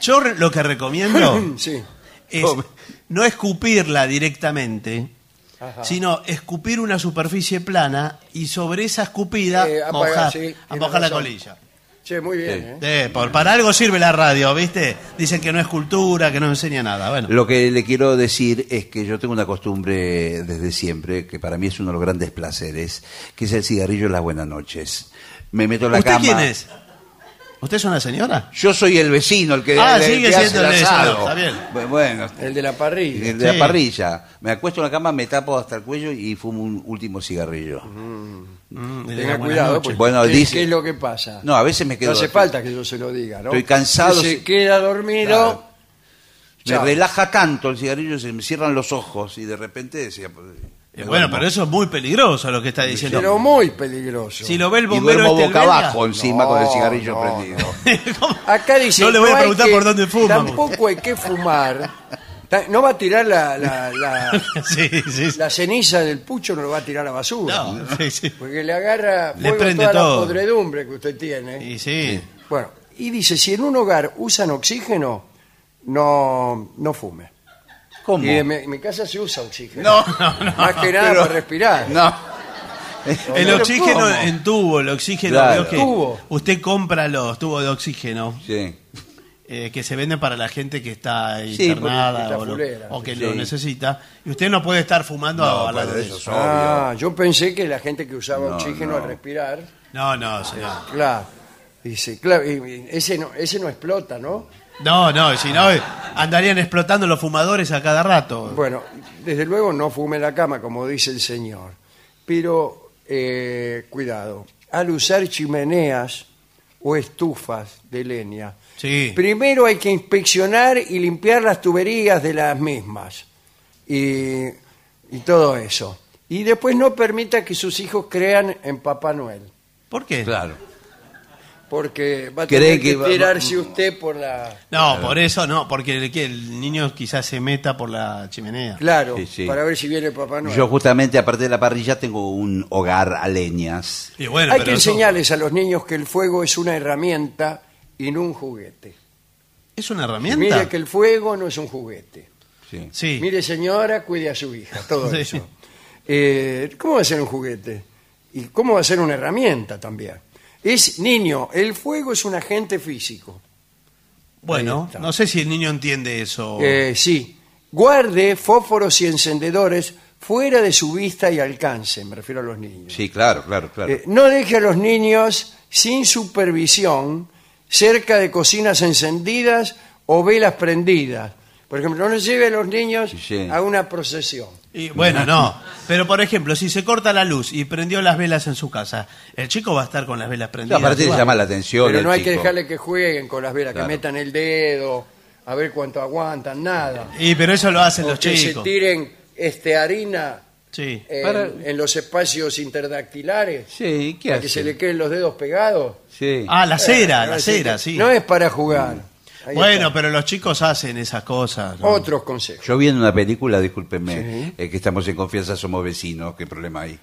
Speaker 4: yo re- lo que recomiendo
Speaker 3: sí.
Speaker 4: es no escupirla directamente,
Speaker 3: Ajá.
Speaker 4: sino escupir una superficie plana y sobre esa escupida
Speaker 3: Eh, apagar,
Speaker 4: mojar,
Speaker 3: sí, tiene
Speaker 4: amojar Ah, la
Speaker 3: razón.
Speaker 4: colilla.
Speaker 3: Che, muy bien. ¿eh?
Speaker 4: Eh, por- para algo sirve la radio, ¿viste? Dicen que no es cultura, que no enseña nada. Bueno,
Speaker 5: Lo que le quiero decir es que yo tengo una costumbre desde siempre, que para mí es uno de los grandes placeres, que es el cigarrillo en las buenas noches. Me meto en la
Speaker 4: ¿usted
Speaker 5: cama.
Speaker 4: quién es? ¿Usted es una señora?
Speaker 5: Yo soy el vecino, el que,
Speaker 4: Ah,
Speaker 5: el que
Speaker 4: sigue
Speaker 5: hace
Speaker 4: siendo
Speaker 5: el
Speaker 4: el vecino,
Speaker 5: asado.
Speaker 4: está bien.
Speaker 5: Bu- Bueno,
Speaker 3: El de la parrilla.
Speaker 5: el de
Speaker 4: Sí.
Speaker 5: la parrilla. Me acuesto en la cama, me tapo hasta el cuello y fumo un último cigarrillo.
Speaker 4: Mm, le
Speaker 3: Tenga
Speaker 4: digo buenas
Speaker 3: cuidado,
Speaker 4: noches.
Speaker 3: porque
Speaker 5: Bueno,
Speaker 3: ¿qué,
Speaker 5: dice-
Speaker 3: qué es lo que pasa?
Speaker 5: No, a veces me quedo.
Speaker 3: No hace
Speaker 5: así.
Speaker 3: falta que yo se lo diga, ¿no?
Speaker 5: Estoy cansado,
Speaker 3: Si se
Speaker 5: sí.
Speaker 3: queda dormido,
Speaker 5: Claro. Me
Speaker 3: Chao.
Speaker 5: relaja tanto el cigarrillo, se me cierran los ojos y de repente. pues, se-
Speaker 4: Eh, Bueno, pero eso es muy peligroso lo que está diciendo.
Speaker 3: pero muy peligroso.
Speaker 4: Si lo ve el
Speaker 5: Y
Speaker 4: bombero
Speaker 5: duermo
Speaker 4: este el
Speaker 5: boca
Speaker 4: belga-
Speaker 5: abajo encima con el cigarrillo
Speaker 3: no,
Speaker 5: prendido.
Speaker 4: ¿Cómo?
Speaker 3: Acá dice.
Speaker 4: No le voy a
Speaker 3: hay
Speaker 4: preguntar
Speaker 3: que-
Speaker 4: por dónde fuma.
Speaker 3: Tampoco hay que fumar. Ta- No va a tirar la, la, la-
Speaker 4: Sí, sí, sí.
Speaker 3: la ceniza del pucho, no lo va a tirar a la basura.
Speaker 4: No, sí, sí.
Speaker 3: Porque le agarra
Speaker 4: Le
Speaker 3: fuego
Speaker 4: prende
Speaker 3: toda
Speaker 4: todo.
Speaker 3: la podredumbre que usted tiene.
Speaker 4: Y sí.
Speaker 3: Bueno, y dice, si en un hogar usan oxígeno, no, no fume.
Speaker 5: ¿Cómo?
Speaker 3: Y en mi, en mi casa se usa oxígeno.
Speaker 5: No, no, no.
Speaker 3: Más que nada
Speaker 5: Pero-
Speaker 3: para respirar.
Speaker 5: No.
Speaker 4: El
Speaker 3: Pero
Speaker 4: oxígeno
Speaker 3: ¿cómo?
Speaker 4: en tubo, el oxígeno.
Speaker 5: Claro.
Speaker 4: veo que
Speaker 3: Tubo.
Speaker 4: Usted compra los tubos de oxígeno
Speaker 5: Sí.
Speaker 4: eh, que se venden para la gente que está
Speaker 5: Sí,
Speaker 4: internada
Speaker 3: porque está
Speaker 4: o, lo-
Speaker 3: fulera,
Speaker 4: o que
Speaker 5: sí.
Speaker 4: lo necesita. Y usted no puede estar fumando
Speaker 5: No,
Speaker 4: a la
Speaker 5: pero
Speaker 4: de
Speaker 5: eso
Speaker 4: eso.
Speaker 5: es obvio.
Speaker 3: Ah, yo pensé que la gente que usaba
Speaker 5: No,
Speaker 3: oxígeno
Speaker 5: no.
Speaker 3: al respirar,
Speaker 4: No, no, señor.
Speaker 3: claro, dice, claro, y- y ese no, ese no explota, ¿no?
Speaker 4: No, no, si no, eh, andarían explotando los fumadores a cada rato.
Speaker 3: Bueno, desde luego no fume en la cama, como dice el señor. Pero eh, cuidado, al usar chimeneas o estufas de leña,
Speaker 4: Sí.
Speaker 3: primero hay que inspeccionar y limpiar las tuberías de las mismas y, y todo eso. Y después no permita que sus hijos crean en Papá Noel,
Speaker 4: ¿Por qué?
Speaker 5: Claro.
Speaker 3: porque va a
Speaker 5: ¿Cree
Speaker 3: tener
Speaker 5: que
Speaker 3: que,
Speaker 5: va-
Speaker 3: tirarse usted por la...
Speaker 4: No, por eso no, porque el, que el niño quizás se meta por la chimenea.
Speaker 3: Claro,
Speaker 5: Sí, sí.
Speaker 3: para ver si viene Papá Noel.
Speaker 5: Yo justamente, aparte de la parrilla, tengo un hogar a leñas.
Speaker 4: Y bueno,
Speaker 3: Hay
Speaker 4: pero
Speaker 3: que
Speaker 4: eso-
Speaker 3: enseñarles a los niños que el fuego es una herramienta y no un juguete.
Speaker 4: ¿Es una
Speaker 3: Mire
Speaker 4: herramienta?
Speaker 3: que el fuego no es un juguete.
Speaker 5: Sí.
Speaker 4: Sí.
Speaker 3: Mire señora, cuide a su hija, todo
Speaker 4: Sí.
Speaker 3: eso. Eh, ¿Cómo va a ser un juguete? ¿Y cómo va a ser una herramienta también? Es niño, el fuego es un agente físico. Ahí
Speaker 4: Bueno,
Speaker 3: está.
Speaker 4: no sé si el niño entiende eso.
Speaker 3: Eh, sí, guarde fósforos y encendedores fuera de su vista y alcance, me refiero a los niños.
Speaker 5: Sí, claro, claro, claro.
Speaker 3: Eh, no deje a los niños sin supervisión cerca de cocinas encendidas o velas prendidas. Por ejemplo, no les lleve a los niños
Speaker 5: Sí.
Speaker 3: a una procesión.
Speaker 4: Y, bueno, no. Pero por ejemplo, si se corta la luz y prendió las velas en su casa, el chico va a estar con las velas
Speaker 5: No,
Speaker 4: prendidas.
Speaker 5: aparte le
Speaker 4: igual.
Speaker 5: llama la atención.
Speaker 3: Pero
Speaker 5: al
Speaker 3: no hay que
Speaker 5: chico.
Speaker 3: dejarle que jueguen con las velas,
Speaker 5: Claro.
Speaker 3: que metan el dedo, a ver cuánto aguantan, nada.
Speaker 4: Y pero eso lo hacen
Speaker 3: O
Speaker 4: los
Speaker 3: que se
Speaker 4: chicos.
Speaker 3: tiren este, harina
Speaker 4: Sí.
Speaker 3: en, en los espacios interdactilares,
Speaker 5: Sí, ¿qué
Speaker 3: para que
Speaker 5: hace?
Speaker 3: se le queden los dedos pegados.
Speaker 5: Sí.
Speaker 4: Ah, la cera,
Speaker 3: Eh,
Speaker 4: la
Speaker 3: no,
Speaker 4: cera, sí.
Speaker 3: No es para jugar. Ahí
Speaker 4: Bueno,
Speaker 3: está.
Speaker 4: pero los chicos hacen esas cosas.
Speaker 5: Ah.
Speaker 4: ¿no?
Speaker 3: Otros consejos.
Speaker 5: Yo vi en una película, discúlpenme,
Speaker 3: Sí.
Speaker 5: eh, que estamos en confianza, somos vecinos, qué problema hay.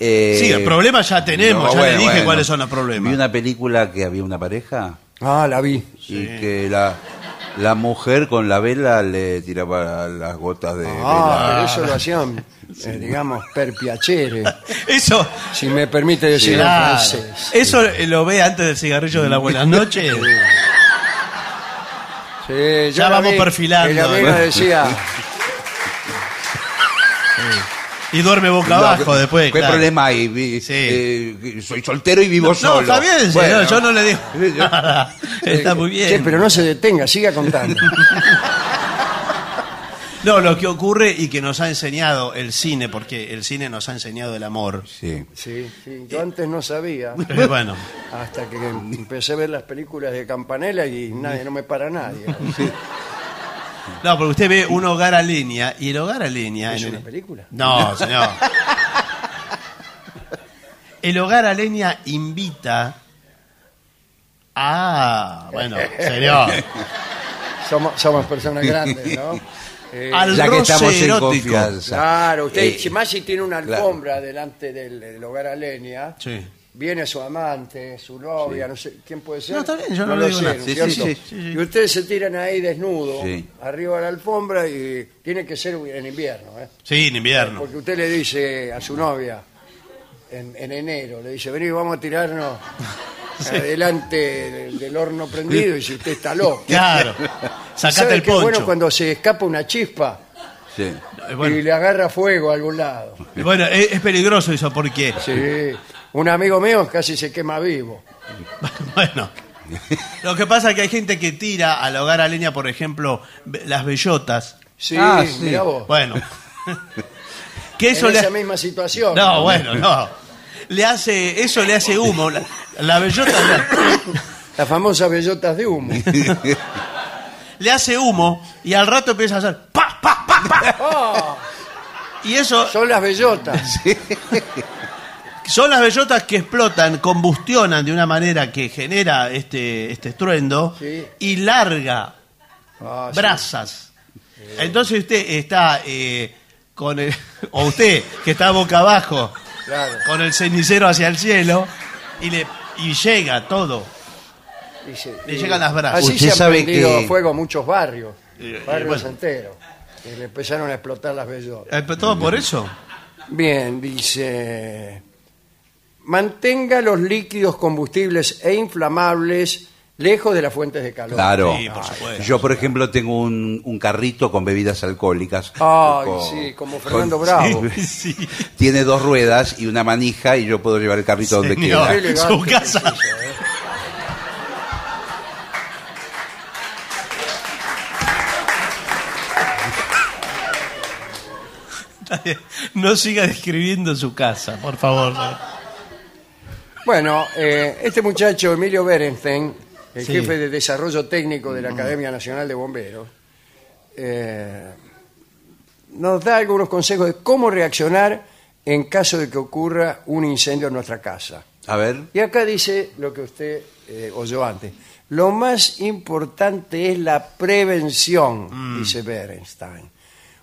Speaker 5: Eh,
Speaker 4: Sí, el problema ya tenemos, ya le dije cuáles son los problemas.
Speaker 5: Vi una película que había una pareja
Speaker 3: Ah, la vi.
Speaker 5: y que la, la mujer con la vela le tiraba las gotas de vela.
Speaker 3: Ah, pero eso lo hacían, eh, digamos, per piacere,
Speaker 4: Eso,
Speaker 3: si me permite decir en
Speaker 4: claro.
Speaker 3: francés.
Speaker 4: eso eh, lo ve antes del cigarrillo de la buenas noches.
Speaker 3: Sí, yo
Speaker 4: Ya
Speaker 3: la
Speaker 4: vamos
Speaker 3: vi,
Speaker 4: perfilando,
Speaker 3: que La
Speaker 4: ¿eh?
Speaker 3: vena decía,
Speaker 4: Y duerme boca
Speaker 5: No,
Speaker 4: abajo
Speaker 5: ¿qué-
Speaker 4: después.
Speaker 5: ¿Qué
Speaker 4: claro.
Speaker 5: problema hay? Vi-
Speaker 4: Sí.
Speaker 5: eh, soy soltero y vivo
Speaker 4: No,
Speaker 5: solo.
Speaker 4: está bien,
Speaker 5: Bueno. eh,
Speaker 4: señor, yo no le digo nada. Está muy bien.
Speaker 3: Eh, "Che, pero no se detenga, siga contando.
Speaker 4: No, lo que ocurre y que nos ha enseñado el cine, porque el cine nos ha enseñado el amor.
Speaker 5: Sí.
Speaker 3: Sí, sí, yo antes no sabía,
Speaker 4: Eh, bueno,
Speaker 3: hasta que empecé a ver las películas de Campanella y nadie, no me para nadie.
Speaker 4: no, porque usted ve un hogar a leña y el hogar a leña.
Speaker 3: ¿Es
Speaker 4: en
Speaker 3: una
Speaker 4: el-
Speaker 3: película?
Speaker 4: No, señor. El hogar a leña invita a. Bueno, señor.
Speaker 3: Somos, somos personas grandes, ¿no? Eh,
Speaker 5: Al Ya que roce estamos en erótico. confianza.
Speaker 3: Claro, usted,
Speaker 5: Eh,
Speaker 3: si más si tiene una
Speaker 5: claro.
Speaker 3: alfombra delante del, del hogar Alenia, viene su amante, su novia, no sé quién puede ser.
Speaker 4: No, está bien, yo no le digo nada.
Speaker 3: ¿no
Speaker 5: Sí,
Speaker 3: es
Speaker 5: sí,
Speaker 3: cierto?
Speaker 5: sí, sí, sí.
Speaker 3: Y ustedes se tiran ahí desnudo,
Speaker 5: Sí.
Speaker 3: arriba de la alfombra, y tiene que ser en invierno, ¿eh?
Speaker 4: Sí, en invierno.
Speaker 3: Porque usted le dice a su novia en, en enero, le dice, vení, vamos a tirarnos adelante del, del horno prendido y si usted está loco.
Speaker 4: Claro. Sacate
Speaker 3: ¿Sabe
Speaker 4: el
Speaker 3: qué bueno
Speaker 4: poncho.
Speaker 3: cuando se escapa una chispa
Speaker 5: Sí.
Speaker 4: Eh, bueno.
Speaker 3: y le agarra fuego a algún lado.
Speaker 4: Bueno, es, es peligroso eso porque.
Speaker 3: Sí. Un amigo mío casi se quema vivo.
Speaker 4: Bueno. Lo que pasa es que hay gente que tira al hogar a leña, por ejemplo, be- las bellotas.
Speaker 3: Sí,
Speaker 5: Ah, sí.
Speaker 3: mirá vos.
Speaker 4: Bueno. que eso
Speaker 3: en
Speaker 4: le.
Speaker 3: esa misma situación.
Speaker 4: No, bueno, no. Le hace. Eso le hace humo. La, la bellota le,
Speaker 3: Las famosas bellotas de humo.
Speaker 4: le hace humo y al rato empieza a hacer. ¡Pa, pa, pa, pa!
Speaker 3: Ah,
Speaker 4: Y eso
Speaker 3: son las bellotas.
Speaker 4: son las bellotas que explotan, combustionan de una manera que genera este, este estruendo
Speaker 3: Sí.
Speaker 4: y larga
Speaker 3: Ah, sí.
Speaker 4: brasas. Entonces usted está eh, con el, o usted que está boca abajo
Speaker 3: Claro.
Speaker 4: con el cenicero hacia el cielo y le y llega todo.
Speaker 3: Y se-
Speaker 4: Le
Speaker 3: y
Speaker 4: llegan las brasas.
Speaker 3: Así
Speaker 5: Usted
Speaker 3: se han
Speaker 5: sabe
Speaker 3: prendido
Speaker 5: que-
Speaker 3: a fuego muchos barrios,
Speaker 4: Y- y
Speaker 3: barrios
Speaker 4: bueno.
Speaker 3: enteros. que le empezaron a explotar las bellotas.
Speaker 4: Eh, pero Todo por eso.
Speaker 3: Bien, dice. Mantenga los líquidos combustibles e inflamables lejos de las fuentes de calor.
Speaker 5: Claro.
Speaker 4: Sí, por supuesto.
Speaker 5: Yo, por ejemplo, tengo un, un carrito con bebidas alcohólicas.
Speaker 3: Ay,
Speaker 5: Con-
Speaker 3: sí, como Fernando Bravo.
Speaker 4: Sí.
Speaker 5: Tiene dos ruedas y una manija y yo puedo llevar el carrito donde
Speaker 4: Señor.
Speaker 5: quiera.
Speaker 3: Qué elegante
Speaker 4: Su casa.
Speaker 3: que es eso, ¿eh?
Speaker 4: No siga describiendo su casa, por favor.
Speaker 3: Bueno, eh, este muchacho, Emilio Berenstein, el
Speaker 4: Sí.
Speaker 3: jefe de desarrollo técnico de la Academia Nacional de Bomberos, eh, nos da algunos consejos de cómo reaccionar en caso de que ocurra un incendio en nuestra casa.
Speaker 5: A ver.
Speaker 3: Y acá dice lo que usted eh, oyó antes. Lo más importante es la prevención, dice Berenstein.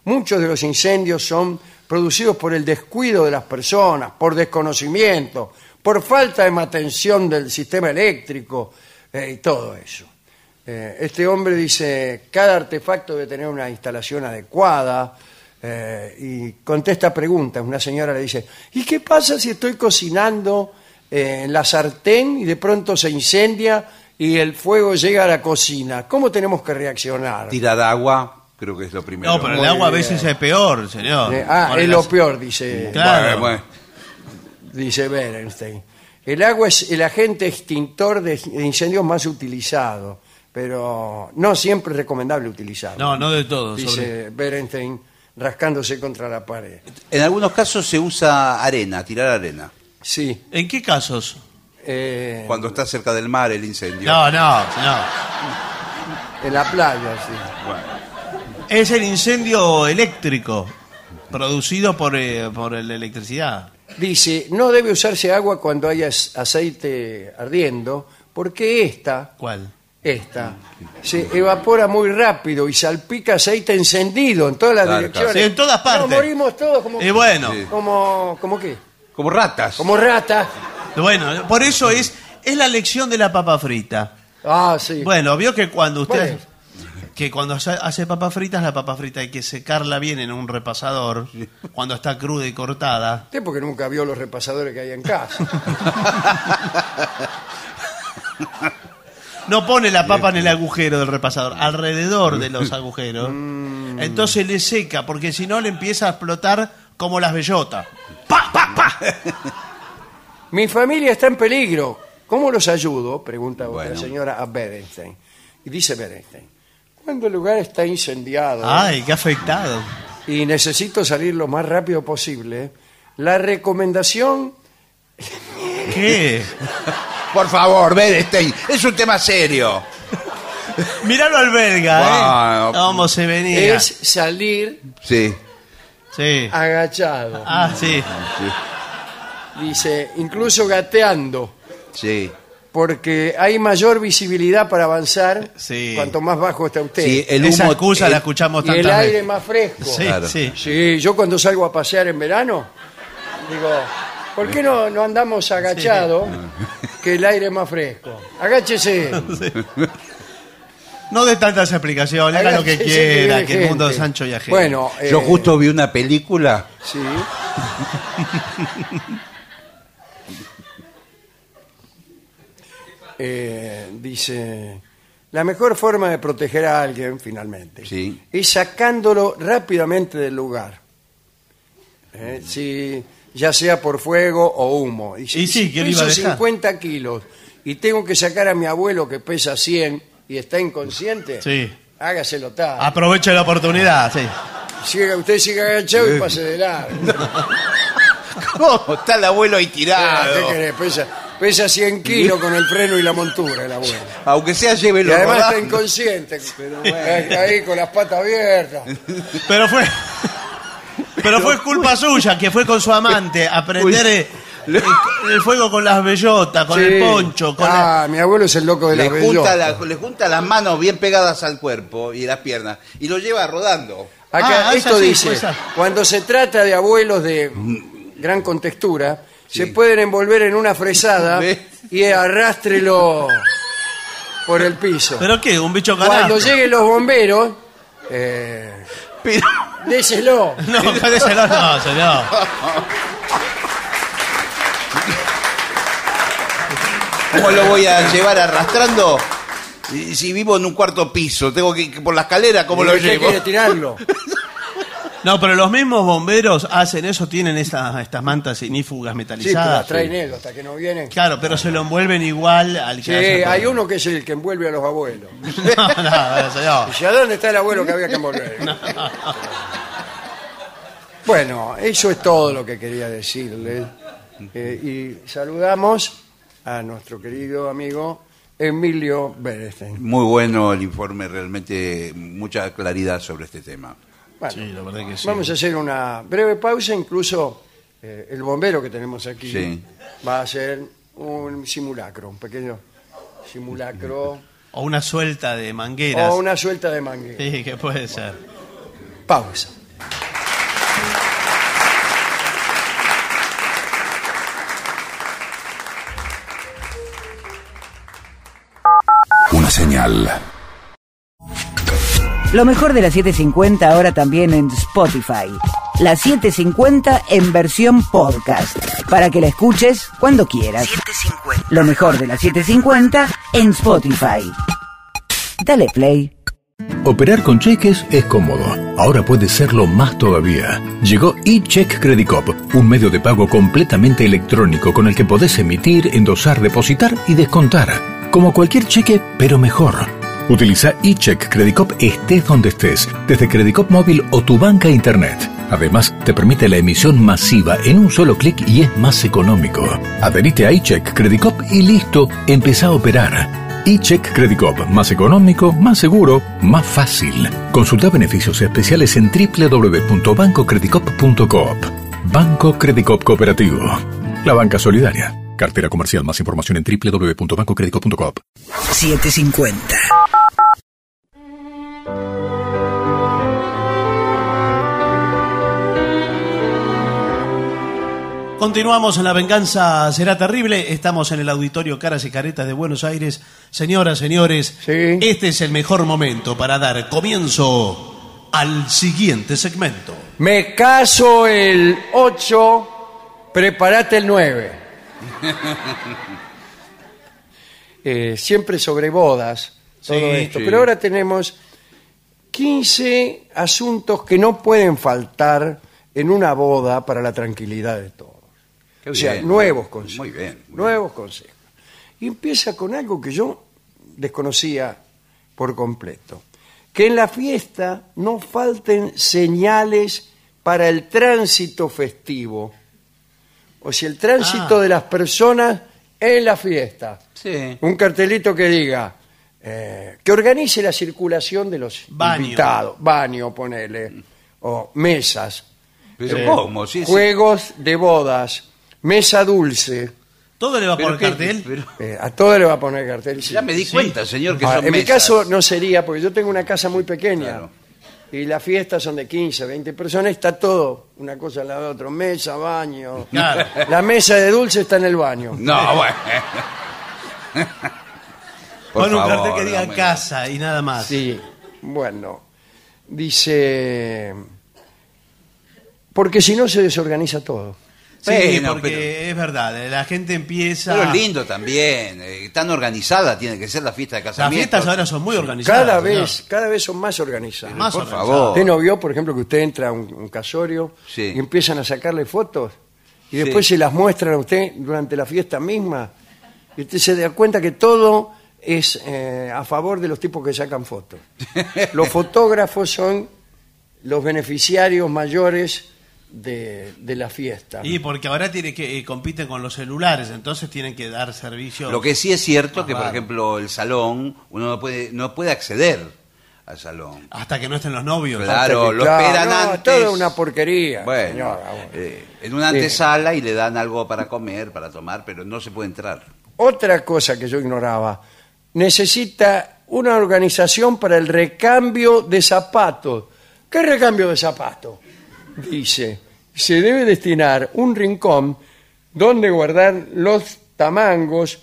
Speaker 3: Muchos de los incendios son producidos por el descuido de las personas, por desconocimiento, por falta de mantención del sistema eléctrico eh, y todo eso. Eh, este hombre dice, cada artefacto debe tener una instalación adecuada eh, y contesta preguntas. Una señora le dice, ¿y qué pasa si estoy cocinando eh, en la sartén y de pronto se incendia y el fuego llega a la cocina? ¿Cómo tenemos que reaccionar?
Speaker 5: Tirar agua, creo que es lo primero.
Speaker 4: No, pero el
Speaker 3: Muy
Speaker 4: agua a
Speaker 3: bien.
Speaker 4: veces es peor, señor.
Speaker 3: Eh, ah,
Speaker 4: Con
Speaker 3: es
Speaker 4: el
Speaker 3: lo
Speaker 4: ac-
Speaker 3: peor, dice,
Speaker 5: Bueno,
Speaker 4: Claro.
Speaker 5: bueno.
Speaker 3: dice Berenstein. El agua es el agente extintor de de incendios más utilizado, pero no siempre es recomendable utilizarlo.
Speaker 4: No, no de todo. sobre-
Speaker 3: dice Berenstein rascándose contra la pared.
Speaker 5: En algunos casos se usa arena, tirar arena.
Speaker 3: Sí.
Speaker 4: ¿En qué casos?
Speaker 3: eh,
Speaker 5: Cuando está cerca del mar el incendio.
Speaker 4: No, no, señor.
Speaker 3: En la playa, sí.
Speaker 4: Es el incendio eléctrico producido por, eh, por la electricidad.
Speaker 3: Dice, no debe usarse agua cuando haya as- aceite ardiendo, porque esta,
Speaker 4: ¿Cuál?
Speaker 3: esta, se evapora muy rápido y salpica aceite encendido en todas las
Speaker 5: Claro,
Speaker 3: direcciones.
Speaker 4: claro. Sí, en todas partes.
Speaker 3: Nos morimos todos como...
Speaker 4: Y bueno,
Speaker 5: Sí.
Speaker 3: Como, ¿Como qué?
Speaker 5: Como ratas.
Speaker 3: Como ratas.
Speaker 4: bueno, por eso es, es la lección de la papa frita.
Speaker 3: Ah, sí.
Speaker 4: Bueno, vio que cuando usted
Speaker 3: Bueno.
Speaker 4: que cuando hace- hace papas fritas, la papa frita hay que secarla bien en un repasador, cuando está cruda y cortada.
Speaker 3: Usted porque nunca vio los repasadores que hay en casa.
Speaker 4: No pone la papa en
Speaker 5: Este.
Speaker 4: el agujero del repasador, alrededor de
Speaker 5: Mm.
Speaker 4: los agujeros. Entonces le seca, porque si no le empieza a explotar como las bellotas. ¡Pa, pa, pa!
Speaker 3: Mi familia está en peligro. ¿Cómo los ayudo? Pregunta otra
Speaker 5: Bueno.
Speaker 3: señora a Berenstein. Y dice Berenstein, cuando el lugar está incendiado
Speaker 4: ¡Ay, qué afectado!
Speaker 3: y necesito salir lo más rápido posible, la recomendación...
Speaker 4: ¿Qué?
Speaker 5: Por favor, Berenstein, es un tema serio.
Speaker 4: Míralo al belga, ¿eh?
Speaker 5: Wow.
Speaker 4: ¿Cómo se venía?
Speaker 3: Es salir
Speaker 5: Sí.
Speaker 4: Sí.
Speaker 3: agachado.
Speaker 4: Ah, sí.
Speaker 3: Dice, incluso gateando,
Speaker 5: Sí.
Speaker 3: porque hay mayor visibilidad para avanzar cuanto más bajo está usted.
Speaker 5: Sí, el
Speaker 4: Esa
Speaker 5: humo-
Speaker 4: excusa
Speaker 5: el-
Speaker 4: la escuchamos
Speaker 3: y
Speaker 4: tantas
Speaker 3: el aire
Speaker 4: veces.
Speaker 3: más fresco.
Speaker 4: Sí,
Speaker 5: Claro.
Speaker 4: sí.
Speaker 3: Sí, yo cuando salgo a pasear en verano, digo, ¿por qué no, no andamos agachados que el aire es más fresco? Agáchese.
Speaker 4: No de tantas explicaciones, haga lo que
Speaker 3: agáchese,
Speaker 4: quiera,
Speaker 3: viene
Speaker 4: que el mundo es
Speaker 3: gente.
Speaker 4: ancho y ajeno.
Speaker 3: Bueno, eh,
Speaker 5: Yo justo vi una película.
Speaker 3: Sí. Eh, dice, la mejor forma de proteger a alguien, finalmente,
Speaker 5: Sí.
Speaker 3: es sacándolo rápidamente del lugar. Eh, si- ya sea por fuego o humo. Y
Speaker 4: Y sí, ¿quién iba a
Speaker 3: peso
Speaker 4: dejar?
Speaker 3: 50 kilos y tengo que sacar a mi abuelo que pesa 100 y está inconsciente,
Speaker 4: Sí.
Speaker 3: hágaselo tal.
Speaker 4: Aproveche la oportunidad, sí.
Speaker 3: Siga- usted sigue agachado y pase de largo.
Speaker 5: ¿Cómo está el abuelo ahí
Speaker 3: Ah,
Speaker 5: tirado?
Speaker 3: ¿qué querés? Pesa, pesa 100 kilos con el freno y la montura, el abuelo.
Speaker 5: Aunque sea, llévelo.
Speaker 3: Y además está
Speaker 5: rodando.
Speaker 3: inconsciente. Eh, Ahí con las patas abiertas.
Speaker 4: Pero fue. Pero fue culpa suya, que fue con su amante a prender eh, el, el fuego con las bellotas, con el
Speaker 3: Sí.
Speaker 4: poncho, con la-
Speaker 3: Ah, mi abuelo es el loco de la
Speaker 5: le, junta
Speaker 3: bellota.
Speaker 5: la- le junta las manos bien pegadas al cuerpo y las piernas y lo lleva rodando.
Speaker 4: Ah,
Speaker 3: Acá
Speaker 4: esa
Speaker 3: esto
Speaker 4: sí,
Speaker 3: dice,
Speaker 4: fue esa.
Speaker 3: cuando se trata de abuelos de gran contextura, se pueden envolver en una fresada
Speaker 5: ¿Ve?
Speaker 3: y arrástrelo por el piso.
Speaker 4: ¿Pero qué? ¿Un bicho
Speaker 3: Cuando
Speaker 4: canasto?
Speaker 3: lleguen los bomberos, eh,
Speaker 5: Pero,
Speaker 3: déselo.
Speaker 4: No, cálleselo, no, señor.
Speaker 5: ¿Cómo lo voy a llevar arrastrando? Y Si vivo en un cuarto piso, tengo que ir por la escalera, ¿cómo lo
Speaker 3: Usted
Speaker 5: llevo?
Speaker 3: quiere tirarlo.
Speaker 4: No, pero los mismos bomberos hacen eso, tienen estas, estas mantas sinífugas
Speaker 3: Sí, pero
Speaker 4: metalizadas.
Speaker 3: las traen ellos hasta que no vienen.
Speaker 4: Claro, pero se lo envuelven igual al que
Speaker 3: Sí,
Speaker 4: hace todo.
Speaker 3: hay uno que es el que envuelve a los abuelos.
Speaker 4: No, no, señor.
Speaker 3: ¿Y a dónde está el abuelo que había que envolver? Bueno, eso es todo lo que quería decirles. Eh, y saludamos a nuestro querido amigo Emilio Bernstein.
Speaker 5: Muy bueno el informe, realmente mucha claridad sobre este tema.
Speaker 3: Bueno,
Speaker 4: Sí, la verdad que sí.
Speaker 3: vamos a hacer una breve pausa. Incluso eh, el bombero que tenemos aquí
Speaker 5: Sí.
Speaker 3: va a hacer un simulacro, un pequeño simulacro
Speaker 4: O una suelta de mangueras.
Speaker 3: o una suelta de manguera.
Speaker 4: Sí, que puede ser.
Speaker 3: Pausa.
Speaker 1: Una señal.
Speaker 6: Lo mejor de la 750 ahora también en Spotify. La 750 en versión podcast. Para que la escuches cuando quieras. Lo mejor de la 750 en Spotify. Dale play.
Speaker 7: Operar con cheques es cómodo. Ahora puede serlo más todavía. Llegó eCheck Credit Cop, un medio de pago completamente electrónico con el que podés emitir, endosar, depositar y descontar. Como cualquier cheque, pero mejor. Utiliza eCheck Credit Cop estés donde estés, desde Credit Cop móvil o tu banca internet. Además, te permite la emisión masiva en un solo clic y es más económico. Adherite a eCheck Credit Cop y listo, empezá a operar. E-Check Credit Cop, más económico, más seguro, más fácil. Consulta beneficios especiales en www.bancocreditcop.coop. Banco Credit Cop Cooperativo. La banca solidaria. Cartera comercial. Más información en www.bancocreditcop.coop.
Speaker 6: 750.
Speaker 4: Continuamos en La Venganza Será Terrible. Estamos en el auditorio Caras y Caretas de Buenos Aires. Señoras, señores,
Speaker 3: Sí.
Speaker 4: este es el mejor momento para dar comienzo al siguiente segmento.
Speaker 3: Me caso el 8, prepárate el 9. Eh, siempre sobre bodas, todo
Speaker 4: Sí,
Speaker 3: esto.
Speaker 5: sí.
Speaker 3: Pero ahora tenemos 15 asuntos que no pueden faltar en una boda para la tranquilidad de todos.
Speaker 5: Qué
Speaker 3: o sea,
Speaker 5: bien.
Speaker 3: nuevos consejos.
Speaker 5: Muy bien, muy
Speaker 3: nuevos consejos. Y empieza con algo que yo desconocía por completo. Que en la fiesta no falten señales para el tránsito festivo. O sea, el tránsito
Speaker 4: Ah.
Speaker 3: de las personas en la fiesta.
Speaker 5: Sí.
Speaker 3: Un cartelito que diga eh, que organice la circulación de los
Speaker 4: Baño.
Speaker 3: invitados. Baño, ponele. O mesas Eh,
Speaker 5: Pero ¿cómo? Sí, sí.
Speaker 3: juegos de bodas, mesa dulce,
Speaker 4: Todo le va a poner
Speaker 5: qué-
Speaker 4: cartel.
Speaker 5: pero-
Speaker 3: Eh, a todo le va a poner cartel. sí.
Speaker 5: ya me di cuenta, señor, que
Speaker 3: Ah,
Speaker 5: son
Speaker 3: en mi
Speaker 5: mesas.
Speaker 3: caso no sería, porque yo tengo una casa muy pequeña.
Speaker 5: Claro.
Speaker 3: Y las fiestas son de 15, 20 personas, está todo, una cosa al lado de otra, mesa, baño.
Speaker 4: Claro.
Speaker 3: La mesa de dulce está en el baño.
Speaker 5: No, bueno. Por
Speaker 4: Pon un
Speaker 5: favor,
Speaker 4: cartel que diga
Speaker 5: no me-
Speaker 4: casa y nada más.
Speaker 3: Sí, bueno. Dice, porque si no se desorganiza todo.
Speaker 4: Sí,
Speaker 5: Bueno,
Speaker 4: porque es verdad, eh, la gente empieza.
Speaker 5: Pero es lindo también, eh, tan organizada tiene que ser la fiesta de
Speaker 4: Las
Speaker 5: casamiento.
Speaker 4: fiestas ahora son muy organizadas.
Speaker 3: Cada
Speaker 4: señor.
Speaker 3: vez, cada vez son más organizadas.
Speaker 4: Más
Speaker 5: Por
Speaker 4: organizadas.
Speaker 5: favor.
Speaker 3: Usted no vio, por ejemplo, que usted entra a un, un casorio
Speaker 5: Sí.
Speaker 3: y empiezan a sacarle fotos y después se las muestran a usted durante la fiesta misma. Y usted se da cuenta que todo es eh, a favor de los tipos que sacan fotos. Los fotógrafos son los beneficiarios mayores de, de la fiesta.
Speaker 4: Y porque ahora tiene que eh, compiten con los celulares, entonces tienen que dar servicio.
Speaker 5: Lo que sí es cierto
Speaker 4: Ah,
Speaker 5: que, por
Speaker 4: vale.
Speaker 5: ejemplo, el salón, uno no puede, no puede acceder al salón.
Speaker 4: Hasta que no estén los novios.
Speaker 5: Claro,
Speaker 3: que,
Speaker 5: lo
Speaker 3: claro,
Speaker 5: esperan
Speaker 3: no,
Speaker 5: antes.
Speaker 3: toda una porquería,
Speaker 5: Bueno,
Speaker 3: señora, bueno.
Speaker 5: eh, en una
Speaker 3: Mire.
Speaker 5: antesala y le dan algo para comer, para tomar, pero no se puede entrar.
Speaker 3: Otra cosa que yo ignoraba, necesita una organización para el recambio de zapatos. ¿Qué recambio de zapatos? Dice, se debe destinar un rincón donde guardar los tamangos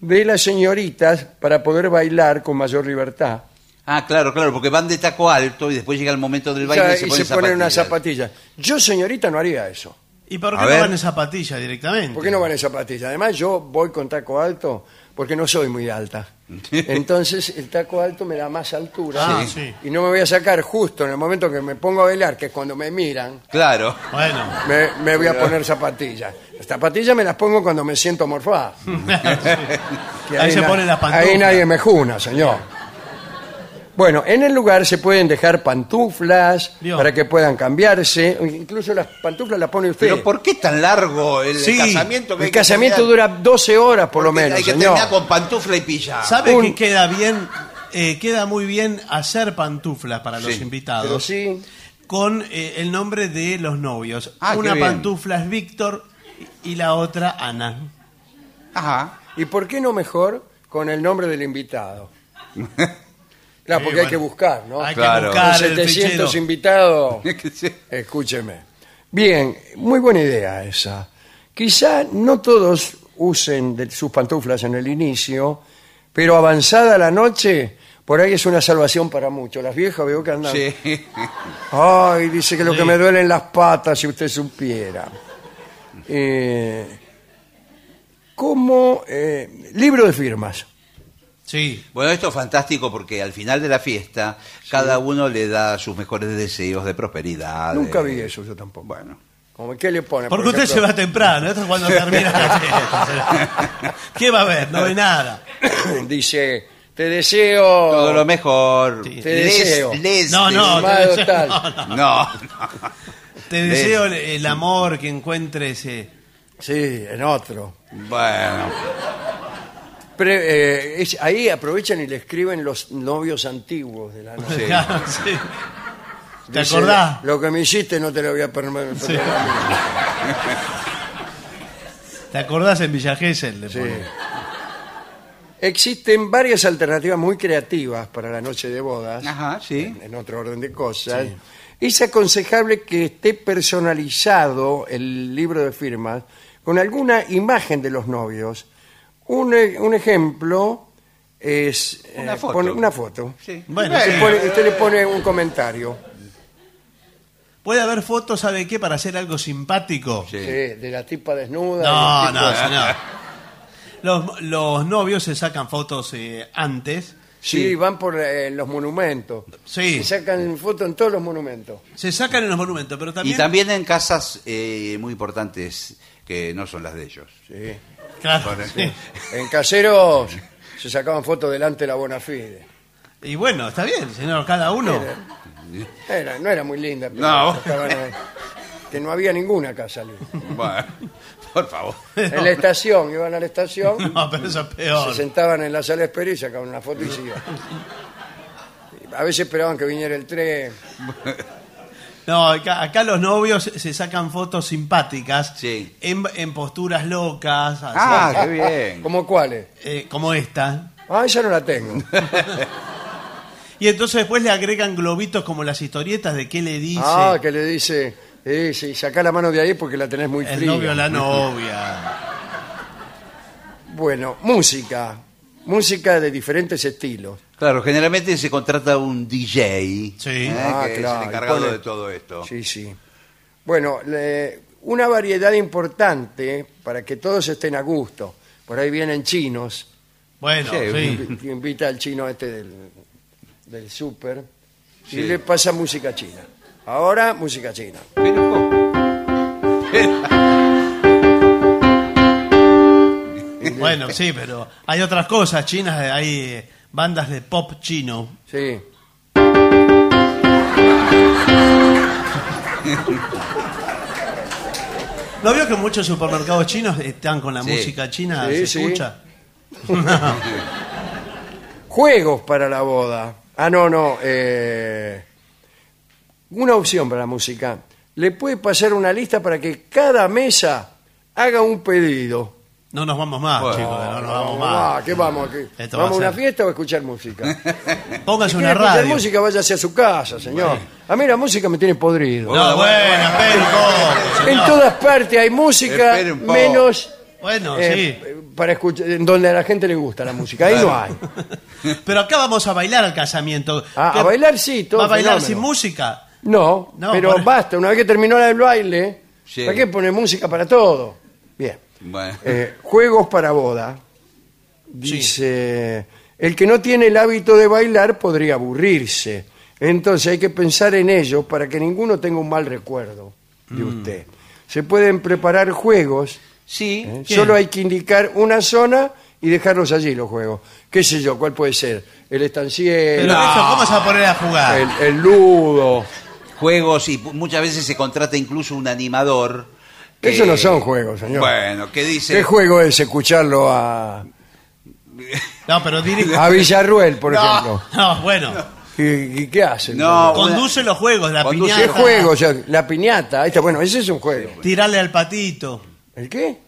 Speaker 3: de las señoritas para poder bailar con mayor libertad.
Speaker 5: Ah, claro, claro, porque van de taco alto y después llega el momento del baile
Speaker 3: O sea,
Speaker 5: y se
Speaker 3: y
Speaker 5: ponen,
Speaker 3: se ponen unas
Speaker 5: zapatillas.
Speaker 3: zapatillas. Yo, señorita, no haría eso.
Speaker 4: ¿Y por
Speaker 5: A
Speaker 4: qué no
Speaker 5: ver.
Speaker 4: van en zapatillas directamente?
Speaker 3: ¿Por qué no van en zapatillas? Además, yo voy con taco alto porque no soy muy alta. Entonces, el taco alto me da más altura.
Speaker 4: Ah, Sí.
Speaker 3: Y no me voy a sacar justo en el momento que me pongo a bailar, que es cuando me miran,
Speaker 5: Claro.
Speaker 4: Bueno.
Speaker 3: me, me voy a poner zapatillas. Las zapatillas me las pongo cuando me siento morfada. Que
Speaker 4: Ahí se
Speaker 3: na-
Speaker 4: ponen las pantuflas.
Speaker 3: Ahí nadie me juna, Ah, señor. Bueno, en el lugar se pueden dejar pantuflas
Speaker 4: Dios.
Speaker 3: para que puedan cambiarse. Incluso las pantuflas las pone usted.
Speaker 5: Pero ¿por qué tan largo el
Speaker 4: Sí,
Speaker 5: casamiento? que
Speaker 3: el
Speaker 5: hay que
Speaker 3: casamiento
Speaker 5: terminar?
Speaker 3: dura 12 horas por lo
Speaker 5: Porque
Speaker 3: menos,
Speaker 5: Hay que
Speaker 3: señor.
Speaker 5: terminar con pantufla y pilla.
Speaker 4: ¿Sabe
Speaker 3: Ah, Un-
Speaker 4: que queda bien? Eh, queda muy bien hacer pantuflas para los
Speaker 5: Sí,
Speaker 3: Pero
Speaker 4: invitados
Speaker 3: sí,
Speaker 4: con eh, el nombre de los novios.
Speaker 5: Ah, qué
Speaker 4: Una
Speaker 5: bien.
Speaker 4: pantufla es Víctor y la otra Ana.
Speaker 5: Ajá.
Speaker 3: ¿Y por qué no mejor con el nombre del invitado? Claro,
Speaker 4: Sí,
Speaker 3: porque hay
Speaker 4: bueno.
Speaker 3: que buscar, ¿no?
Speaker 4: Hay
Speaker 5: Claro.
Speaker 4: que
Speaker 3: Con
Speaker 4: buscar el
Speaker 3: 700
Speaker 4: fichero.
Speaker 3: invitados.
Speaker 5: Que sí.
Speaker 3: Escúcheme. Bien, muy buena idea esa. Quizá no todos usen de sus pantuflas en el inicio, pero avanzada la noche, por ahí es una salvación para muchos. Las viejas veo que andan.
Speaker 5: Sí.
Speaker 3: Ay, dice que lo que
Speaker 4: Sí.
Speaker 3: me duelen las patas, si usted supiera. Eh, como eh, libro de firmas.
Speaker 4: Sí.
Speaker 5: Bueno, esto es fantástico porque al final de la fiesta cada uno le da sus mejores deseos de prosperidad.
Speaker 3: Nunca
Speaker 5: de-
Speaker 3: vi eso yo tampoco.
Speaker 5: Bueno.
Speaker 3: Como, ¿Qué le pone?
Speaker 4: Ah, Porque
Speaker 3: por
Speaker 4: usted se
Speaker 3: ejemplo?
Speaker 4: va temprano, esto es cuando termina la fiesta. ¿Qué va a ver? No ve nada.
Speaker 3: Dice, te deseo...
Speaker 5: Todo lo mejor.
Speaker 3: Te deseo.
Speaker 5: les-
Speaker 4: No, no, te
Speaker 3: Firmado
Speaker 4: deseo,
Speaker 3: tal.
Speaker 4: no, no.
Speaker 5: No, no.
Speaker 4: Te deseo el, el amor que encuentres. eh.
Speaker 3: Sí, en otro.
Speaker 5: Bueno.
Speaker 3: Pre- eh, es- ahí aprovechan y le escriben los novios antiguos de la noche.
Speaker 5: Sí.
Speaker 4: Claro, sí. ¿Te
Speaker 3: Dice,
Speaker 4: acordás?
Speaker 3: Lo que me hiciste no te lo voy a permitir.
Speaker 4: Sí. ¿Te acordás en Villa Gesell? Le
Speaker 3: Sí.
Speaker 4: pone.
Speaker 3: Existen varias alternativas muy creativas para la noche de bodas,
Speaker 5: Ajá, sí.
Speaker 3: en, en otro orden de cosas. Es aconsejable que esté personalizado el libro de firmas con alguna imagen de los novios. Un, e- un ejemplo es eh,
Speaker 5: Una foto.
Speaker 3: pone una foto.
Speaker 5: Sí.
Speaker 4: Bueno,
Speaker 3: Le
Speaker 4: sí.
Speaker 3: pone- usted le pone un comentario
Speaker 4: puede haber fotos, ¿sabe qué? Para hacer algo simpático.
Speaker 5: Sí.
Speaker 3: sí, eh, de la tipa desnuda.
Speaker 4: No,
Speaker 3: del tipo-
Speaker 4: no, señor. Los, los novios se sacan fotos eh, antes.
Speaker 3: Sí, van por eh, los monumentos.
Speaker 4: Sí.
Speaker 3: Se sacan fotos en todos los monumentos.
Speaker 4: Se sacan en los monumentos, pero también.
Speaker 5: Y también en casas eh, muy importantes que no son las de ellos.
Speaker 3: Sí.
Speaker 4: Claro,
Speaker 5: Bueno,
Speaker 4: sí.
Speaker 3: En caseros se sacaban fotos delante de la Bonafide.
Speaker 4: Y bueno, está bien, señor, cada uno.
Speaker 3: Era- no era muy linda, pero
Speaker 5: No.
Speaker 3: sacaban ahí. que no había ninguna casa linda.
Speaker 5: Bueno, por favor.
Speaker 3: En la estación, iban a la estación,
Speaker 4: No, pero eso es
Speaker 3: se
Speaker 4: peor.
Speaker 3: sentaban en la sala de espera y sacaban una foto y se iban. A veces esperaban que viniera el tren.
Speaker 4: No, acá, acá los novios se sacan fotos simpáticas
Speaker 5: Sí.
Speaker 4: en, en posturas locas, así,
Speaker 5: Ah, qué bien.
Speaker 3: ¿Cómo cuáles?
Speaker 4: eh, como esta.
Speaker 3: Ah, ya no la tengo.
Speaker 4: Y entonces después le agregan globitos como las historietas de qué le dice
Speaker 3: Ah, que le dice, eh, sí, sacá la mano de ahí porque la tenés muy
Speaker 4: el
Speaker 3: fría.
Speaker 4: novio a la novia.
Speaker 3: Bueno, música. Música de diferentes estilos.
Speaker 5: Claro, generalmente se contrata un DJ
Speaker 4: Sí.
Speaker 5: ¿eh?
Speaker 3: Ah,
Speaker 5: que es
Speaker 3: claro, y
Speaker 5: el encargado
Speaker 3: pone-
Speaker 5: de todo esto.
Speaker 3: Sí, sí. Bueno, le- una variedad importante para que todos estén a gusto. Por ahí vienen chinos.
Speaker 4: Bueno,
Speaker 5: Sí,
Speaker 4: sí.
Speaker 3: invi- Invita al chino este del, del súper.
Speaker 5: Sí.
Speaker 3: Y le pasa música china. Ahora, música china.
Speaker 5: Pero,
Speaker 4: Bueno, sí, pero hay otras cosas chinas, eh, hay eh, bandas de pop chino.
Speaker 3: Sí.
Speaker 4: ¿No vio que muchos supermercados chinos están con la
Speaker 5: Sí.
Speaker 4: música china? ¿Se
Speaker 3: Sí, sí.
Speaker 4: escucha?
Speaker 3: Juegos para la boda. Ah, no, no. eh, una opción para la música. Le puede pasar una lista para que cada mesa haga un pedido.
Speaker 4: No nos vamos más,
Speaker 5: Bueno.
Speaker 4: chicos, no nos vamos
Speaker 3: Ah,
Speaker 4: más.
Speaker 3: ¿Qué vamos aquí?
Speaker 4: Esto va
Speaker 3: ¿Vamos a
Speaker 4: a
Speaker 3: una
Speaker 4: ser-
Speaker 3: fiesta o a escuchar música?
Speaker 4: Póngase
Speaker 3: Si
Speaker 4: una
Speaker 3: quiere escuchar
Speaker 4: radio.
Speaker 3: música, váyase a su casa, señor. A mí la música me tiene podrido.
Speaker 4: No, bueno, espere un poco,
Speaker 3: en
Speaker 4: señor.
Speaker 3: todas partes hay música,
Speaker 5: Espere un poco.
Speaker 3: menos
Speaker 4: Bueno,
Speaker 3: eh, para escuchar, en donde a la gente le gusta la música. Ahí no hay.
Speaker 4: sí. Pero acá vamos a bailar al casamiento.
Speaker 3: Ah,
Speaker 4: ¿Qué-
Speaker 3: a bailar sí, todo
Speaker 4: ¿Va a bailar
Speaker 3: fenómeno.
Speaker 4: sin música?
Speaker 3: No,
Speaker 4: No,
Speaker 3: pero
Speaker 4: por-
Speaker 3: basta, una vez que terminó el baile,
Speaker 5: Sí.
Speaker 3: ¿para qué poner música para todo? Bien.
Speaker 5: bueno.
Speaker 3: Eh, juegos para boda. Dice, el que no tiene el hábito de bailar podría aburrirse. Entonces hay que pensar en ellos para que ninguno tenga un mal recuerdo de
Speaker 4: Mm.
Speaker 3: usted. Se pueden preparar juegos,
Speaker 5: Sí,
Speaker 3: ¿eh?
Speaker 4: Bien.
Speaker 3: solo hay que indicar una zona y dejarlos allí los juegos. ¿Qué sé yo? ¿Cuál puede ser? El
Speaker 4: Pero
Speaker 3: estanciero,
Speaker 4: eso, ¿cómo se va a poner a jugar?
Speaker 3: el, el ludo.
Speaker 5: juegos y pu- muchas veces se contrata incluso un animador. que-
Speaker 3: Esos no son juegos, señor.
Speaker 5: Bueno, ¿qué dice?
Speaker 3: ¿Qué juego es escucharlo a,
Speaker 4: No, pero dirige.
Speaker 3: a Villarruel, por ejemplo?
Speaker 4: No, bueno.
Speaker 3: ¿Y, y qué hacen?
Speaker 5: No, una-
Speaker 4: Conduce los juegos, la
Speaker 5: Conduce-
Speaker 4: piñata.
Speaker 3: ¿Qué juego? O sea, la piñata. Ahí está, bueno, ese es un juego.
Speaker 4: Tirarle al patito.
Speaker 3: ¿El qué?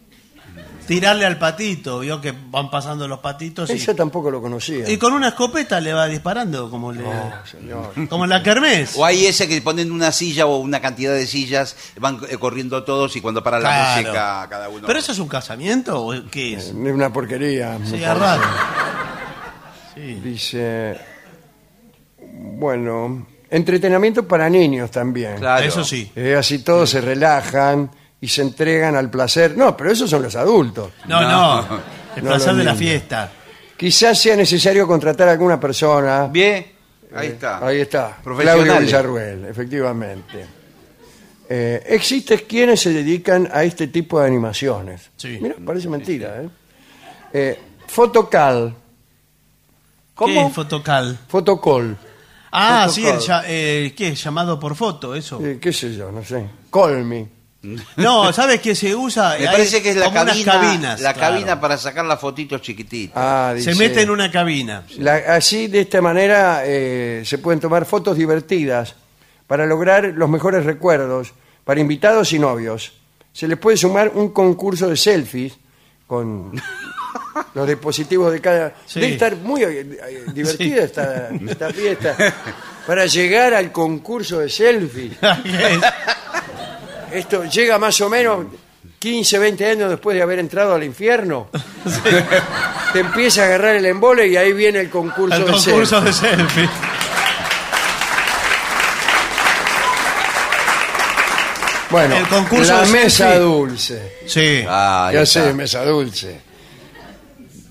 Speaker 4: Tirarle al patito. Vio que van pasando los patitos y,
Speaker 3: Ese tampoco lo conocía.
Speaker 4: y con una escopeta le va disparando como le...
Speaker 3: No, Oh, señor.
Speaker 4: Como en la kermés.
Speaker 5: O hay ese que ponen una silla o una cantidad de sillas, van eh, corriendo todos y cuando para la
Speaker 4: Claro.
Speaker 5: música cada uno.
Speaker 4: ¿Pero eso es un casamiento o qué es?
Speaker 3: Es una porquería. me
Speaker 4: Sí,
Speaker 3: parece.
Speaker 4: raro. Sí.
Speaker 3: Dice, bueno, entretenimiento para niños también.
Speaker 5: Claro.
Speaker 4: Eso sí.
Speaker 3: Eh, así todos se relajan y se entregan al placer. No, pero esos son los adultos.
Speaker 4: No, no. El
Speaker 3: No,
Speaker 4: placer
Speaker 3: los
Speaker 4: de la
Speaker 3: niños.
Speaker 4: fiesta.
Speaker 3: Quizás sea necesario contratar a alguna persona.
Speaker 5: Bien, ahí está.
Speaker 3: Eh, Ahí está. Claudio
Speaker 5: Profesionales.
Speaker 3: Villarruel, efectivamente. Eh, existen quienes se dedican a este tipo de animaciones.
Speaker 4: Sí.
Speaker 3: Mira, parece mentira, ¿eh? Eh, Fotocal.
Speaker 4: ¿Qué
Speaker 5: ¿Cómo?
Speaker 4: es fotocal?
Speaker 3: Fotocol.
Speaker 4: Ah,
Speaker 3: Fotocall.
Speaker 4: sí, el ya- eh, ¿qué? Llamado por foto, eso.
Speaker 3: eh, ¿Qué sé yo? No sé. Call me.
Speaker 4: No, ¿sabes qué se usa?
Speaker 5: Me
Speaker 4: Hay
Speaker 5: parece que es la
Speaker 4: como unas
Speaker 5: cabina,
Speaker 4: cabinas,
Speaker 5: la
Speaker 4: claro.
Speaker 5: cabina para sacar las fotitos chiquititas.
Speaker 3: Ah,
Speaker 4: Se
Speaker 3: dice,
Speaker 4: mete en una cabina.
Speaker 3: la- así, de esta manera, eh, se pueden tomar fotos divertidas para lograr los mejores recuerdos para invitados y novios. Se les puede sumar un concurso de selfies con los dispositivos de cada...
Speaker 4: Sí.
Speaker 3: Debe estar muy eh, divertida esta, esta fiesta. Para llegar al concurso de selfies, esto llega más o menos 15, 20 años después de haber entrado al infierno. Te empieza a agarrar el embole y ahí viene el concurso
Speaker 4: el
Speaker 3: de
Speaker 4: concurso
Speaker 3: selfies.
Speaker 4: de selfie.
Speaker 3: Bueno,
Speaker 4: el concurso
Speaker 3: la
Speaker 4: de
Speaker 3: mesa
Speaker 4: selfie.
Speaker 3: dulce.
Speaker 4: Sí.
Speaker 5: Ah, ahí
Speaker 3: ya
Speaker 5: está.
Speaker 3: sé, mesa dulce.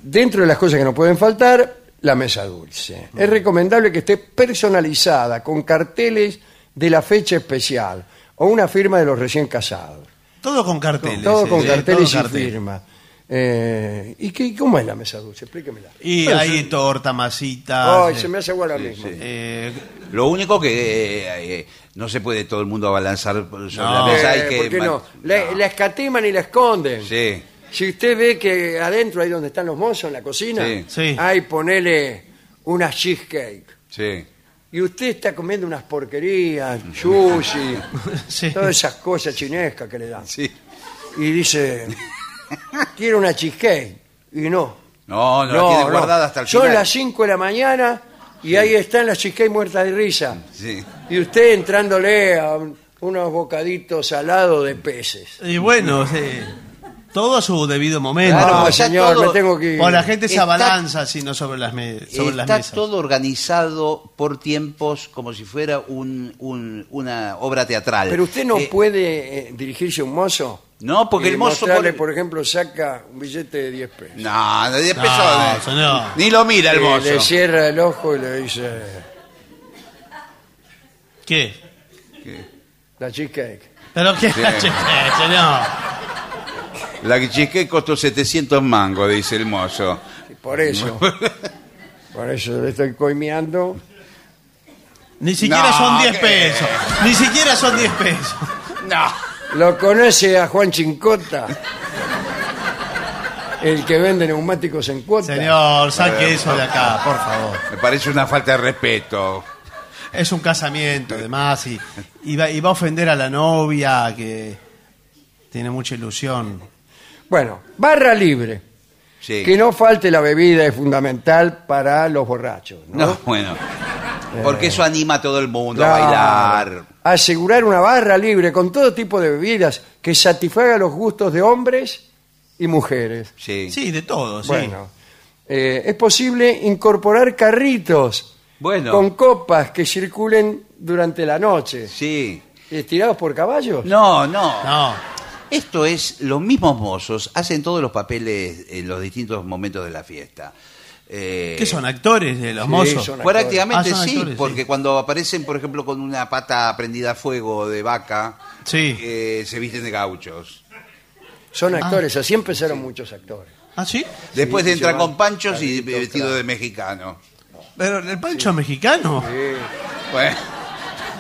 Speaker 3: Dentro de las cosas que no pueden faltar, la mesa dulce.
Speaker 5: Mm.
Speaker 3: Es recomendable que esté personalizada, con carteles de la fecha especial o una firma de los recién casados.
Speaker 4: Todo con carteles.
Speaker 3: Todo
Speaker 4: sí,
Speaker 3: con
Speaker 4: sí,
Speaker 3: carteles
Speaker 4: todo
Speaker 3: y
Speaker 4: cartel.
Speaker 3: firma. Eh, ¿Y qué, cómo es la mesa dulce? Explíquemela.
Speaker 4: Y
Speaker 3: Bueno,
Speaker 4: hay
Speaker 3: se-
Speaker 4: torta, masita.
Speaker 3: Ay, se me hace igual a mismo.
Speaker 4: Ah, eh,
Speaker 5: Lo único que eh, eh, no se puede todo el mundo abalanzar por- sobre la
Speaker 4: No.
Speaker 5: mesa.
Speaker 3: Eh,
Speaker 5: Hay que
Speaker 3: ¿por qué no?
Speaker 5: ma-
Speaker 3: La,
Speaker 5: no.
Speaker 3: la escatiman y la esconden.
Speaker 5: Sí.
Speaker 3: Si usted ve que adentro, ahí donde están los mozos, en la cocina,
Speaker 5: Sí.
Speaker 4: Sí.
Speaker 3: ahí ponele una cheesecake.
Speaker 5: Sí.
Speaker 3: y usted está comiendo unas porquerías, sushi, todas esas cosas chinescas que le dan. Y dice, quiero una cheesecake. Y no.
Speaker 5: No, no, la tiene guardada hasta el
Speaker 3: Son
Speaker 5: final.
Speaker 3: las 5 de la mañana y ahí están las cheesecake muertas de risa.
Speaker 5: Sí.
Speaker 3: Y usted entrándole a un- unos bocaditos salados de peces.
Speaker 4: Y bueno, sí. Todo a su debido momento.
Speaker 5: Claro,
Speaker 3: Ah,
Speaker 5: pues ya
Speaker 3: señor,
Speaker 5: todo-
Speaker 3: me tengo que ir.
Speaker 4: O la gente se
Speaker 5: Está-
Speaker 4: abalanza sino sobre las, me- sobre las
Speaker 5: Está
Speaker 4: mesas.
Speaker 5: todo organizado por tiempos como si fuera un- un- una obra teatral.
Speaker 3: Pero usted no
Speaker 5: Eh,
Speaker 3: puede eh, dirigirse a un mozo.
Speaker 5: No, porque
Speaker 3: y
Speaker 5: el mozo pone-
Speaker 3: mostrarle, por ejemplo, saca un billete de 10 pesos.
Speaker 5: No, de 10
Speaker 4: No,
Speaker 5: pesos. eh.
Speaker 4: señor.
Speaker 5: Ni lo mira el
Speaker 3: Y
Speaker 5: mozo.
Speaker 3: Le cierra el ojo y le dice,
Speaker 4: ¿Qué?
Speaker 3: la cheesecake.
Speaker 4: ¿Pero qué? señor.
Speaker 5: La cheesecake costó 700 mangos, dice el mozo.
Speaker 3: Y por eso, por eso le estoy coimeando.
Speaker 4: Ni siquiera
Speaker 5: No,
Speaker 4: son 10
Speaker 5: ¿qué?
Speaker 4: pesos. Ni siquiera son 10 pesos.
Speaker 5: No.
Speaker 3: ¿Lo conoce a Juan Chincota? El que vende neumáticos en cuota.
Speaker 4: Señor, saque eso de acá, por favor.
Speaker 5: Eh, Me parece una falta de respeto.
Speaker 4: Es un casamiento, además, y, y va, y va a ofender a la novia que tiene mucha ilusión.
Speaker 3: Bueno, barra libre.
Speaker 5: Sí.
Speaker 3: Que no falte la bebida es fundamental para los borrachos. ¿no? Eh.
Speaker 5: No, bueno. Porque eso anima a todo el mundo
Speaker 3: Claro.
Speaker 5: a bailar.
Speaker 3: Asegurar una barra libre con todo tipo de bebidas que satisfaga los gustos de hombres y mujeres.
Speaker 5: Sí.
Speaker 4: Sí, de todo, sí.
Speaker 3: Bueno, eh, es posible incorporar carritos
Speaker 5: Bueno.
Speaker 3: con copas que circulen durante la noche,
Speaker 5: Sí.
Speaker 3: estirados por caballos.
Speaker 5: No, no,
Speaker 4: No,
Speaker 5: Esto es, los mismos mozos hacen todos los papeles en los distintos momentos de la fiesta. Eh,
Speaker 4: ¿qué son actores de los
Speaker 3: Sí,
Speaker 4: mozos?
Speaker 3: son
Speaker 5: Prácticamente
Speaker 4: Ah, son
Speaker 5: sí,
Speaker 4: actores, sí.
Speaker 5: porque cuando aparecen, por ejemplo, con una pata prendida a fuego de vaca,
Speaker 4: Sí.
Speaker 5: eh, se visten de gauchos.
Speaker 3: Son actores, así empezaron muchos actores.
Speaker 4: ¿Ah, sí?
Speaker 5: Después
Speaker 3: Sí,
Speaker 5: entran
Speaker 3: llevan
Speaker 5: con panchos y
Speaker 3: carritos,
Speaker 5: vestido
Speaker 3: claro.
Speaker 5: de mexicano.
Speaker 4: Pero el Pancho mexicano.
Speaker 5: Bueno,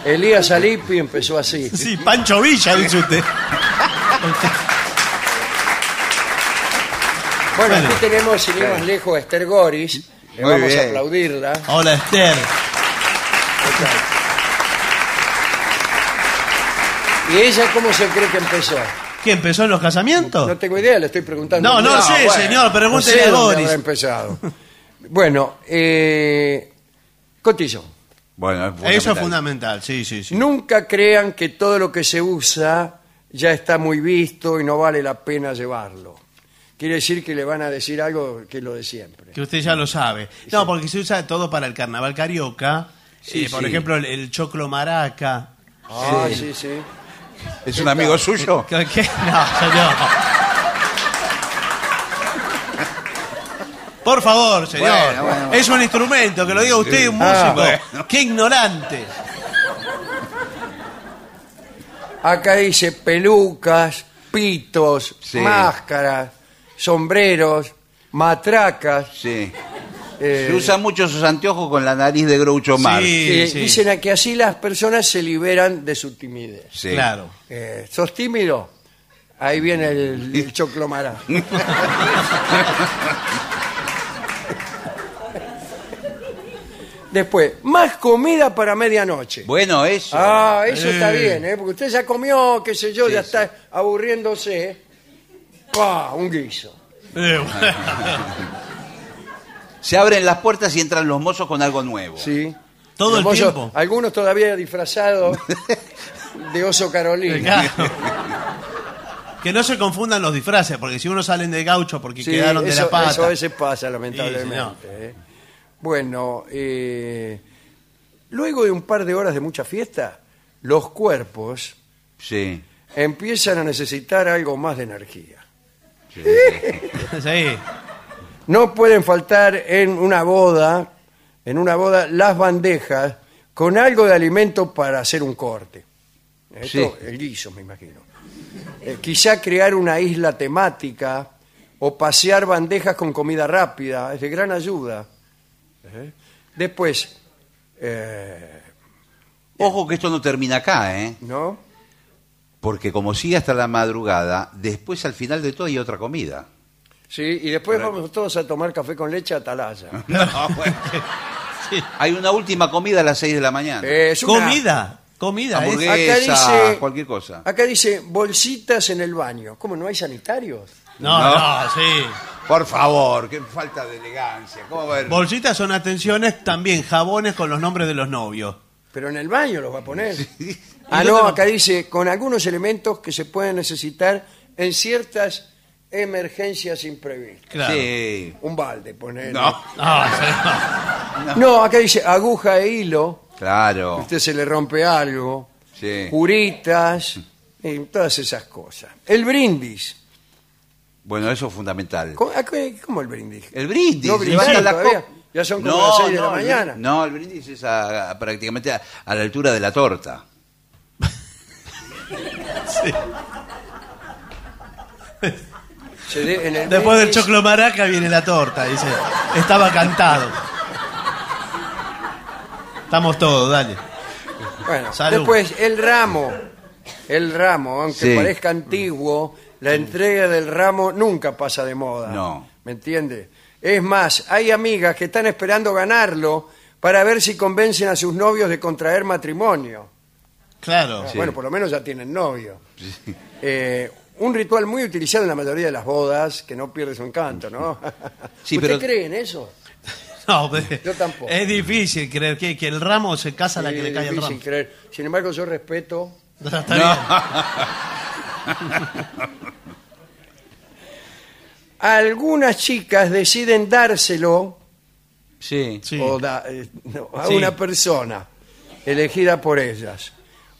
Speaker 3: Elías Alipi empezó así.
Speaker 4: Sí, Pancho Villa, dice usted.
Speaker 3: Bueno,
Speaker 4: Bueno.
Speaker 3: aquí tenemos, sin ir más lejos, a Esther Goris. Le
Speaker 5: Muy
Speaker 3: vamos a
Speaker 5: bien.
Speaker 3: aplaudirla.
Speaker 4: Hola, Esther.
Speaker 3: ¿Y ella cómo se cree que empezó?
Speaker 4: ¿Qué, empezó en los casamientos?
Speaker 3: No tengo idea, le estoy preguntando.
Speaker 4: No, no,
Speaker 5: No,
Speaker 4: sé,
Speaker 5: bueno.
Speaker 4: señor,
Speaker 3: No
Speaker 4: pregúntele
Speaker 3: sé
Speaker 4: a
Speaker 3: dónde habrá
Speaker 4: Doris.
Speaker 3: empezado. Bueno, eh, Cotillo,
Speaker 5: bueno, es
Speaker 4: Eso es
Speaker 5: fundamental.
Speaker 4: fundamental, sí, sí, sí.
Speaker 3: nunca crean que todo lo que se usa ya está muy visto y no vale la pena llevarlo. Quiere decir que le van a decir algo que es lo de siempre.
Speaker 4: Que usted ya lo sabe. No, porque se usa todo para el carnaval carioca. Eh, por
Speaker 5: sí.
Speaker 4: ejemplo, el, el choclo maraca.
Speaker 3: Ah, sí, sí.
Speaker 5: ¿Es un amigo suyo?
Speaker 4: ¿Qué- qué? No, señor. Por favor, señor.
Speaker 5: Bueno, bueno, bueno.
Speaker 4: Es un instrumento, que lo diga usted, un músico.
Speaker 3: Ah,
Speaker 4: Qué ignorante.
Speaker 3: Acá dice pelucas, pitos,
Speaker 5: Sí.
Speaker 3: máscaras, sombreros, matracas.
Speaker 5: Sí.
Speaker 3: eh,
Speaker 5: Se usan mucho sus anteojos con la nariz de Groucho Marx.
Speaker 3: que
Speaker 4: Sí, sí,
Speaker 3: Eh, Dicen a que así las personas se liberan de su timidez.
Speaker 5: Sí.
Speaker 4: Claro.
Speaker 3: Eh, ¿Sos tímido? Ahí viene el, el choclomará. Después, más comida para medianoche.
Speaker 5: Bueno, eso.
Speaker 3: Ah, eso está
Speaker 4: Eh.
Speaker 3: bien, ¿eh? porque usted ya comió, qué sé yo,
Speaker 5: Sí,
Speaker 3: ya
Speaker 5: sí.
Speaker 3: está aburriéndose. ¡Pah! Un guiso.
Speaker 4: Eh, bueno.
Speaker 5: Se abren las puertas y entran los mozos con algo nuevo.
Speaker 3: Sí.
Speaker 4: Todo el
Speaker 3: Los mozos-
Speaker 4: tiempo.
Speaker 3: Algunos todavía disfrazados de oso Carolina.
Speaker 4: Claro. Que no se confundan los disfraces, porque si uno salen de gaucho porque
Speaker 3: Sí,
Speaker 4: quedaron de la
Speaker 3: eso-
Speaker 4: pata.
Speaker 3: Eso a veces pasa, lamentablemente.
Speaker 4: Sí,
Speaker 3: ¿eh? Bueno, eh, luego de un par de horas de mucha fiesta, los cuerpos
Speaker 5: Sí.
Speaker 3: empiezan a necesitar algo más de energía.
Speaker 4: Sí.
Speaker 3: No pueden faltar en una boda, en una boda, las bandejas con algo de alimento para hacer un corte. Esto,
Speaker 5: Sí.
Speaker 3: el guiso, me imagino. Eh, quizá crear una isla temática o pasear bandejas con comida rápida, es de gran ayuda. ¿Eh? Después, eh,
Speaker 5: Ojo que esto no termina acá, ¿eh?
Speaker 3: ¿no?
Speaker 5: Porque como sigue hasta la madrugada, después al final de todo hay otra comida.
Speaker 3: Sí, y después vamos todos a tomar café con leche a Atalaya.
Speaker 5: No, Ah, bueno. Hay una última comida a las 6 de la mañana.
Speaker 3: Es una-
Speaker 4: Comida, comida. ¿eh?
Speaker 5: Hamburguesa,
Speaker 3: Acá dice-
Speaker 5: cualquier cosa.
Speaker 3: Acá dice bolsitas en el baño. ¿Cómo no hay sanitarios?
Speaker 4: No, no,
Speaker 5: No.
Speaker 4: sí.
Speaker 5: Por favor, qué falta de elegancia. ¿Cómo va a haber-
Speaker 4: Bolsitas son atenciones, también jabones con los nombres de los novios.
Speaker 3: Pero en el baño los va a poner.
Speaker 4: ¿Y
Speaker 3: Ah,
Speaker 4: dónde
Speaker 3: no,
Speaker 4: va?
Speaker 3: acá dice con algunos elementos que se pueden necesitar en ciertas emergencias imprevistas.
Speaker 4: Claro.
Speaker 5: Sí.
Speaker 3: Un balde, Ah, poner.
Speaker 5: No,
Speaker 4: No, sí,
Speaker 3: No, acá dice aguja e hilo. A
Speaker 5: claro.
Speaker 3: usted se le rompe algo.
Speaker 5: Sí.
Speaker 3: Curitas. y todas esas cosas. El brindis.
Speaker 5: Bueno, eso es fundamental.
Speaker 3: ¿Cómo, a qué- cómo el brindis?
Speaker 5: El brindis,
Speaker 3: No brindaron
Speaker 5: levanta la
Speaker 3: todavía.
Speaker 5: copa.
Speaker 3: Ya son como las seis de la
Speaker 5: el brin-
Speaker 3: mañana.
Speaker 5: No, el brindis es a- a- prácticamente a, a la altura de la torta.
Speaker 3: Se de- en el
Speaker 4: no. Después del
Speaker 3: brindis-
Speaker 4: choclo maraca viene la torta, dice. Estaba cantado. Estamos todos, dale.
Speaker 3: Bueno,
Speaker 4: Salud.
Speaker 3: después el ramo. El ramo, aunque
Speaker 5: Sí.
Speaker 3: parezca antiguo, la entrega del ramo nunca pasa de moda.
Speaker 5: No.
Speaker 3: ¿Me entiende? Es más, hay amigas que están esperando ganarlo para ver si convencen a sus novios de contraer matrimonio.
Speaker 4: Claro.
Speaker 3: Ah, Bueno, por lo menos ya tienen novio. Eh, un ritual muy utilizado en la mayoría de las bodas, que no pierde su encanto, ¿no?
Speaker 5: Sí,
Speaker 3: ¿Usted
Speaker 5: pero-
Speaker 3: cree en eso?
Speaker 4: No, pero-
Speaker 3: Yo tampoco.
Speaker 4: Es difícil creer que, que el ramo se casa a la que le
Speaker 3: Es
Speaker 4: cae el
Speaker 3: difícil
Speaker 4: ramo.
Speaker 3: creer. Sin embargo, yo respeto
Speaker 4: Está bien.
Speaker 3: algunas chicas deciden dárselo
Speaker 5: Sí.
Speaker 4: Sí.
Speaker 3: o da- eh, no, a
Speaker 4: Sí.
Speaker 3: una persona elegida por ellas.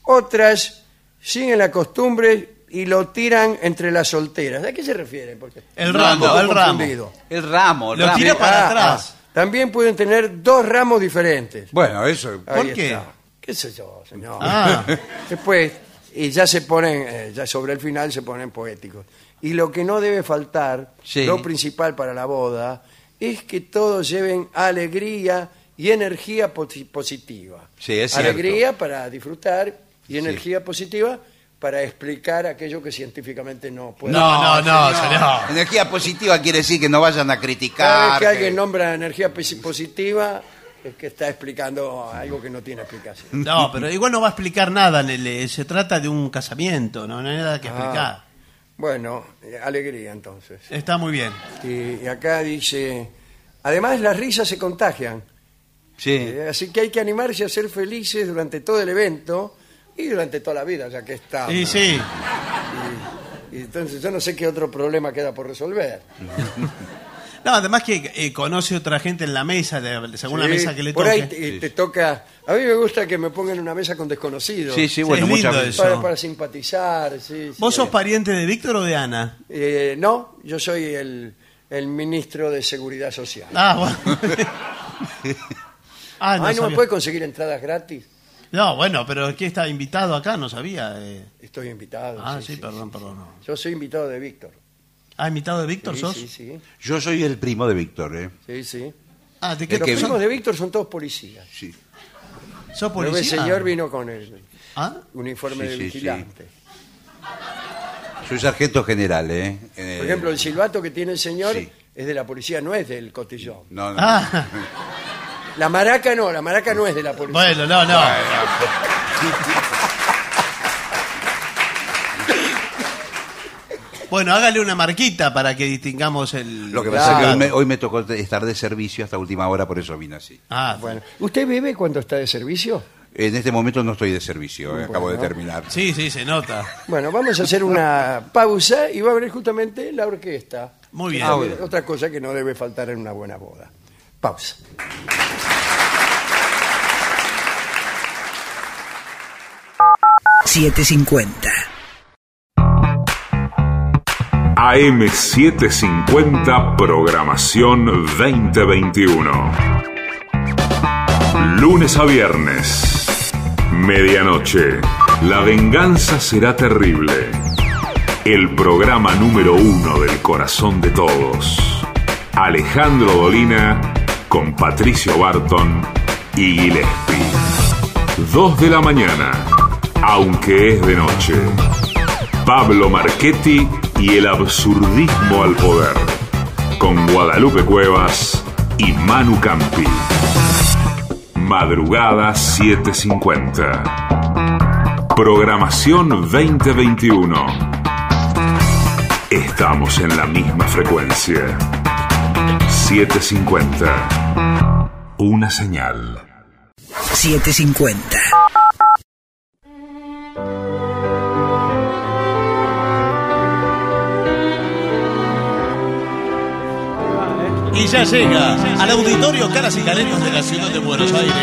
Speaker 3: Otras siguen la costumbre y lo tiran entre las solteras. ¿A qué se refiere? Porque
Speaker 4: El
Speaker 5: No,
Speaker 4: ramo,
Speaker 5: no,
Speaker 4: el ramo.
Speaker 3: confundido.
Speaker 5: El ramo, el
Speaker 4: Lo
Speaker 5: ramo.
Speaker 4: tira para
Speaker 3: Ah,
Speaker 4: atrás.
Speaker 3: ah, también pueden tener dos ramos diferentes.
Speaker 5: Bueno, eso.
Speaker 4: ¿Por
Speaker 3: Ahí
Speaker 4: qué?
Speaker 3: está. ¿Qué sé yo, señor?
Speaker 4: Ah.
Speaker 3: Después, y ya se ponen, eh, ya sobre el final se ponen poéticos. Y lo que no debe faltar,
Speaker 5: Sí.
Speaker 3: lo principal para la boda, es que todos lleven alegría y energía posi- positiva.
Speaker 5: Sí, es cierto.
Speaker 3: alegría para disfrutar y energía positiva para explicar aquello que científicamente no puede.
Speaker 4: No, no, no, señor.
Speaker 5: Energía positiva quiere decir que no vayan a
Speaker 3: Cada
Speaker 5: criticar.
Speaker 3: vez que
Speaker 5: que-
Speaker 3: alguien nombra energía posi- positiva, es que está explicando algo que no tiene explicación.
Speaker 4: No, pero igual no va a explicar nada, Nele. Se trata de un casamiento, no, no hay
Speaker 3: Ah,
Speaker 4: nada que explicar.
Speaker 3: Bueno, eh, alegría entonces.
Speaker 4: Está muy bien.
Speaker 3: Y, y acá dice, además las risas se contagian,
Speaker 5: Sí.
Speaker 3: eh, así que hay que animarse a ser felices durante todo el evento y durante toda la vida, ya que está.
Speaker 4: Sí, sí.
Speaker 3: Y entonces yo no sé qué otro problema queda por resolver.
Speaker 4: No, además que eh, conoce otra gente en la mesa, de- según la
Speaker 3: Sí,
Speaker 4: mesa que le
Speaker 3: Por
Speaker 4: toque.
Speaker 3: ahí te, te toca... A mí me gusta que me pongan en una mesa con desconocidos.
Speaker 5: Sí, sí, bueno,
Speaker 4: es lindo
Speaker 5: muchas
Speaker 4: eso.
Speaker 3: Para, para simpatizar, sí, sí.
Speaker 4: ¿Vos sos pariente de Víctor o de Ana?
Speaker 3: Eh, no, yo soy el, el ministro de Seguridad Social.
Speaker 4: Ah, bueno. ah, no,
Speaker 3: Ay, ¿no me
Speaker 4: sabía.
Speaker 3: puede conseguir entradas gratis?
Speaker 4: No, bueno, pero es que está invitado acá, no sabía. eh.
Speaker 3: Estoy invitado.
Speaker 4: Ah, sí, perdón, perdón. no.
Speaker 3: Yo soy invitado de Víctor.
Speaker 4: Ah, invitado de Víctor
Speaker 3: Sí,
Speaker 4: sos.
Speaker 3: sí, sí.
Speaker 5: Yo soy el primo de Víctor, ¿eh?
Speaker 3: Sí, sí.
Speaker 4: Ah, ¿de qué
Speaker 5: Es
Speaker 3: Los
Speaker 5: que-
Speaker 3: primos de Víctor son todos policías.
Speaker 5: Sí.
Speaker 4: ¿Sos
Speaker 3: Pero
Speaker 4: policía?
Speaker 3: el señor vino con el
Speaker 4: Ah,
Speaker 3: uniforme
Speaker 5: Sí,
Speaker 3: de
Speaker 5: sí,
Speaker 3: vigilante.
Speaker 5: Soy sargento general, ¿eh? Eh,
Speaker 3: Por ejemplo, el silbato que tiene el señor
Speaker 5: sí.
Speaker 3: es de la policía, no es del cotillón.
Speaker 5: No, no.
Speaker 4: ah.
Speaker 3: La maraca no, la maraca no es de la policía.
Speaker 4: Bueno, no, no. Bueno, hágale una marquita para que distingamos el.
Speaker 5: Lo que pasa es que
Speaker 4: Claro.
Speaker 5: hoy me, hoy me tocó estar de servicio hasta última hora, por eso vine así.
Speaker 4: Ah,
Speaker 3: Bueno, ¿usted bebe cuando está de servicio?
Speaker 5: En este momento no estoy de servicio, eh, acabo de terminar.
Speaker 4: sí, sí, se nota.
Speaker 3: Bueno, vamos a hacer una pausa y va a venir justamente la orquesta.
Speaker 4: Muy bien.
Speaker 3: Ah, bueno. Otra cosa que no debe faltar en una buena boda. Pausa.
Speaker 1: AM750 Programación 2021. Lunes a viernes. Medianoche. La venganza será terrible. El programa número uno del corazón de todos. Alejandro Dolina con Patricio Barton y Gillespie. 2 de la mañana, aunque es de noche. Pablo Marchetti y el absurdismo al poder. Con Guadalupe Cuevas y Manu Campi. Madrugada 750. Programación 2021. Estamos en la misma frecuencia. 750. Una señal.
Speaker 11: 750.
Speaker 4: Y ya llega al auditorio Caras y Caretas de la ciudad de Buenos Aires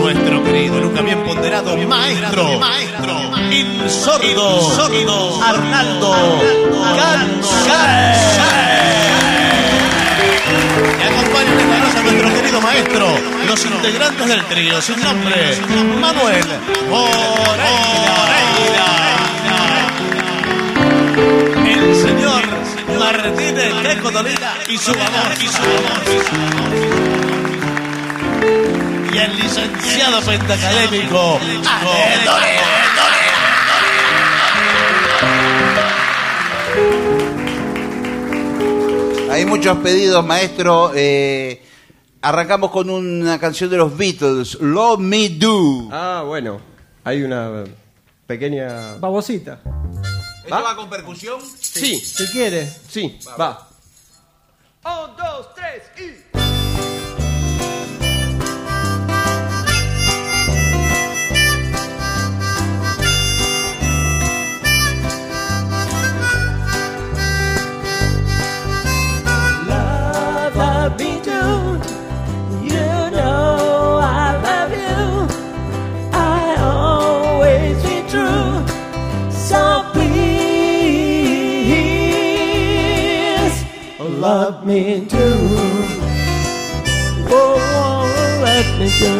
Speaker 4: nuestro querido y nunca bien ponderado maestro, maestro, insordo, sordo, Arnaldo Gansare. Y acompañan esta noche a nuestro querido maestro, los integrantes del trío, sin nombre, Manuel Moreira. El señor Martínez de Codolina y su amor, y su amor. Y el licenciado pentacadémico Ale Dolera.
Speaker 5: Hay muchos pedidos, maestro. Eh, arrancamos con una canción de los Beatles, Love Me Do.
Speaker 12: Ah, bueno. Hay una pequeña...
Speaker 3: Babosita.
Speaker 12: ¿Va?
Speaker 13: va con percusión?
Speaker 12: Sí.
Speaker 3: Si quiere.
Speaker 12: Sí, va.
Speaker 13: va. Un, dos, tres y.
Speaker 14: Love me do, you know I love you. I always be true. So please love me do. Oh, let me do.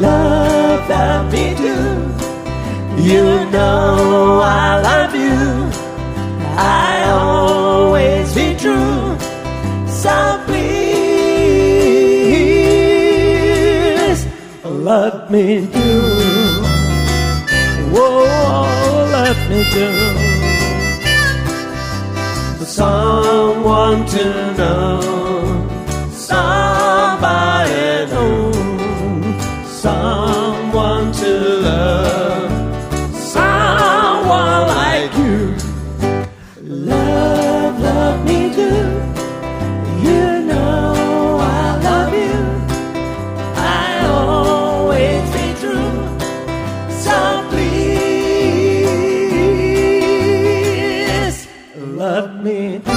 Speaker 14: Love that me do. You know I love you. I always be true. So please love me do. Oh, let me do someone to know, somebody know, someone to love, someone like you. Love, love me do. You know I love you. I always be true. So please love me do.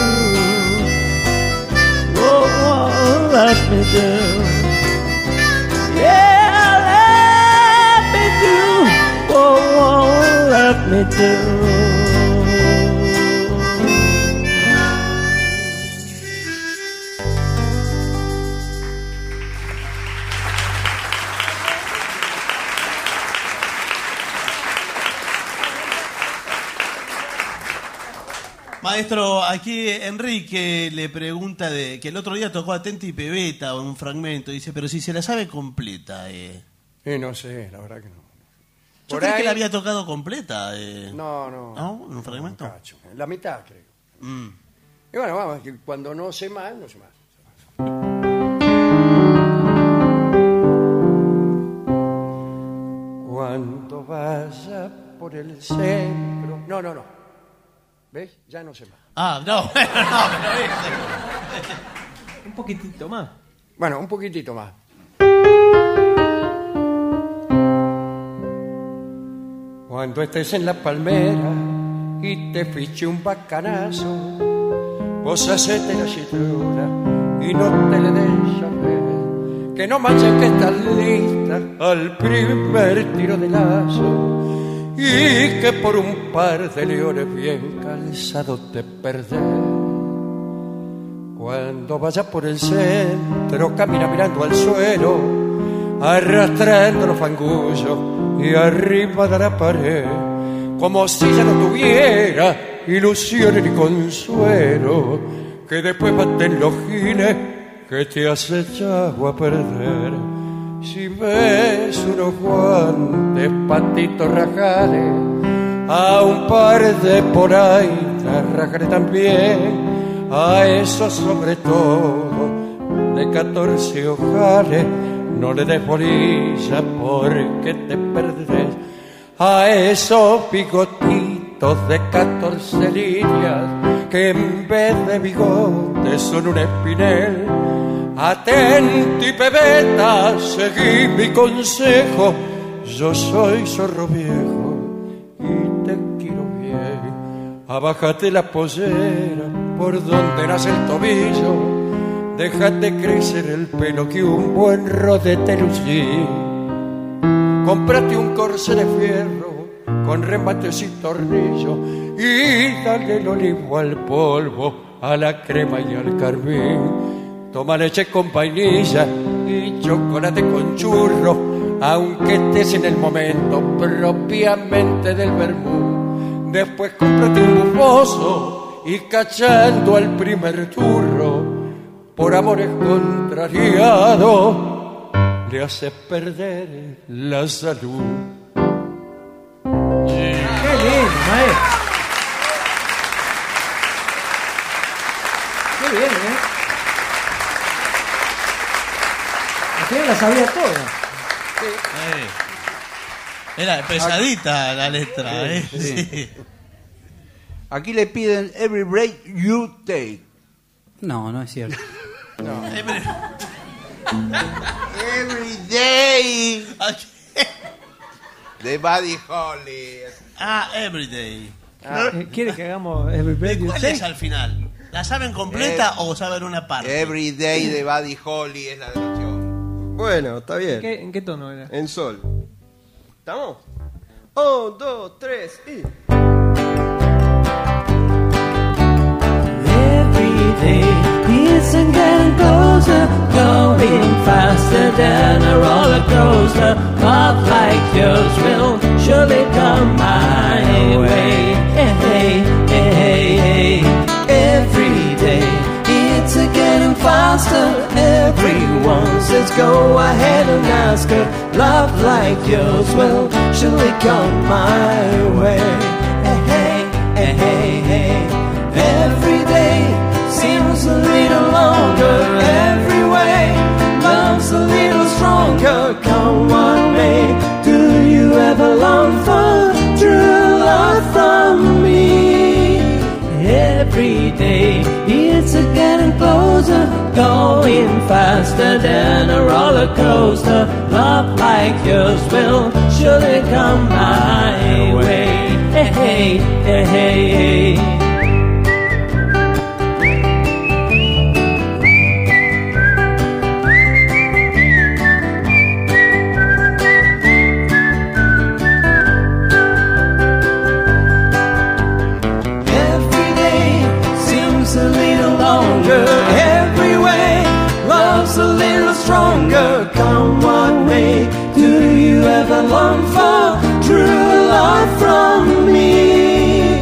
Speaker 14: Oh, let me do. Yeah, let me do. Oh, let me do.
Speaker 4: Maestro, aquí Enrique le pregunta de que el otro día tocó Atenti y Pebeta un fragmento. Dice, pero si se la sabe completa. Eh.
Speaker 15: Y no sé, la verdad que no.
Speaker 4: Yo
Speaker 15: Por
Speaker 4: creí
Speaker 15: ahí-
Speaker 4: que la había tocado completa. eh.
Speaker 15: No, no.
Speaker 4: ¿No? ¿Un fragmento?
Speaker 15: Un cacho, La mitad, creo.
Speaker 4: Mm.
Speaker 15: Y bueno, vamos, que cuando no sé más, no sé más. Cuando vaya por el centro. No, no, no. ¿Ves? Ya no sé más.
Speaker 4: Ah, no, bueno, no, pero este.
Speaker 3: Un poquitito más.
Speaker 15: Bueno, un poquitito más. Cuando estés en la palmera y te fiche un bacanazo, vos hacete la cintura y no te le des a ver. Que no manches que estás lista al primer tiro de lazo y que por un par de leones bien calzados te perdés. Cuando vayas por el centro, camina mirando al suelo, arrastrando los fangullos y arriba de la pared, como si ya no tuviera ilusiones ni consuelo, que después baten los gines que te has echado a perder. Si ves unos guantes, patitos rajares, a un par de por ahí, rajaré también, a eso sobre todo de 14 hojares. No le des bolilla porque te perdés a esos bigotitos de 14 líneas que en vez de bigotes son un espinel. Atenti, pebeta, seguí mi consejo. Yo soy zorro viejo y te quiero bien. Abájate la pollera por donde nace el tobillo. Déjate crecer el pelo que un buen rodete lucí. Comprate un corsé de fierro con remates y tornillo y dale el olivo al polvo, a la crema y al carbín. Toma leche con vainilla y chocolate con churro, aunque estés en el momento propiamente del vermú. Después cómprate un bufoso y cachando al primer turro, por amores contrariados, le haces perder la salud.
Speaker 16: Qué lindo, maestro. Qué bien, ¿eh? Al final la sabía toda.
Speaker 4: Era pesadita la letra, ¿eh? Sí.
Speaker 5: Aquí le piden every break you take.
Speaker 17: No, no es cierto.
Speaker 5: Every day. De Buddy Holly.
Speaker 4: Ah, Everyday.
Speaker 15: Ah,
Speaker 16: Eh, ¿Quiere que hagamos Every Breath You
Speaker 4: ¿Cuál
Speaker 16: Take?
Speaker 4: es al final? ¿La saben completa o saben una parte?
Speaker 5: Eh, Every day de Buddy Holly es la canción.
Speaker 18: Bueno, está bien.
Speaker 16: ¿En qué, en qué tono era?
Speaker 18: En sol. ¿Estamos? Un, dos, tres y.
Speaker 14: Every day isn't getting closer, going faster than a roller coaster. Love like yours will surely come my way. Hey, hey, hey, hey, hey. Every day it's a getting faster. Everyone says go ahead and ask her. Love like yours will surely come my way. Hey, hey, hey, hey, hey. Every day seems a little longer. Every way love's a little stronger. Come what may, do you ever long for true love from me? Every day it's a getting closer, going faster than a roller coaster. Love like yours will surely come my way. Hey, hey, hey, hey, hey. Every day seems a little longer. Every way love's a little stronger. Come what may, do you ever long for true love from me?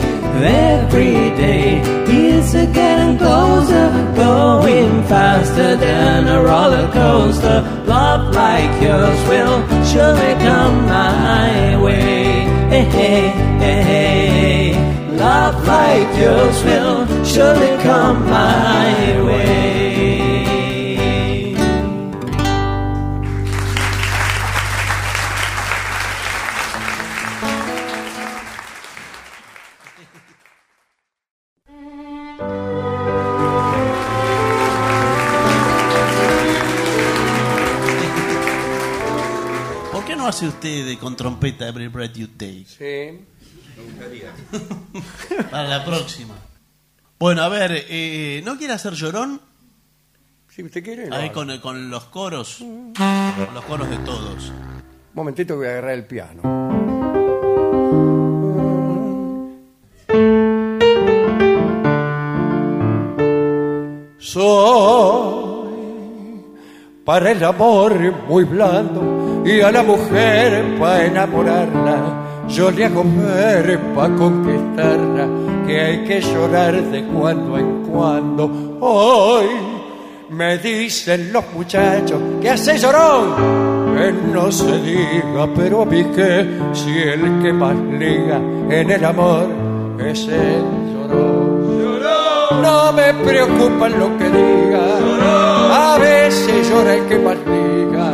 Speaker 14: Every day is a getting closer, going faster than a roller coaster. Love like yours will surely come my way. Hey, hey, hey, hey, hey. Love like yours will surely come my way.
Speaker 4: ¿Por qué no hace usted de- con trompeta Every Breath You Take?
Speaker 3: Sí.
Speaker 4: Para la próxima. Bueno, a ver, eh, ¿no quiere hacer llorón?
Speaker 3: Si usted quiere. lo
Speaker 4: Ahí
Speaker 3: hago.
Speaker 4: con, con los coros. Con los coros de todos.
Speaker 3: momentito que voy a agarrar el piano.
Speaker 15: Soy para el amor muy blando y a la mujer para enamorarla. Yo le hago ver para conquistarla que hay que llorar de cuando en cuando. Hoy me dicen los muchachos que hace llorón. Que no se diga, pero a mí que si el que más liga en el amor es el llorón. No me preocupa lo que diga. A A veces llora el que mastiga.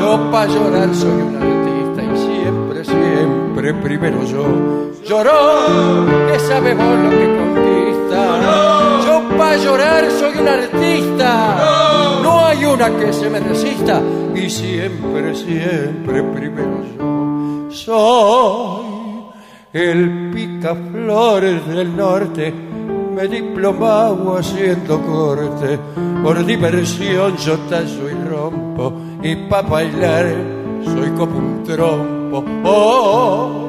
Speaker 15: Yo para llorar soy un artista y siempre, siempre primero yo. Lloró, que sabemos lo que conquista. Yo para llorar soy un artista. No hay una que se me resista y siempre, siempre primero yo. Soy el picaflores del norte. Me diplomaba haciendo corte, por diversión yo tazo y rompo, y pa' bailar soy como un trompo. Oh,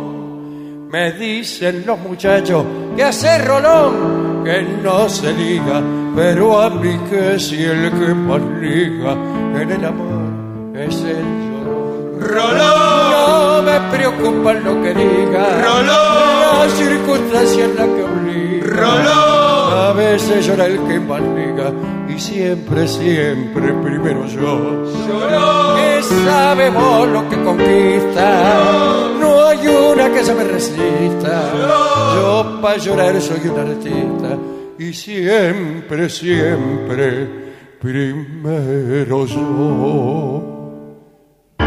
Speaker 15: me dicen los muchachos que hace rolón, que no se liga, pero a mí que si el que más liga en el amor es el llorón. No me preocupa lo que diga, Rolón. las circunstancias las que obliga. A veces llora el que más liga y siempre, siempre primero yo. Que sabemos lo que conquista, no hay una que se me resista. Yo para llorar soy un artista y siempre, siempre primero yo.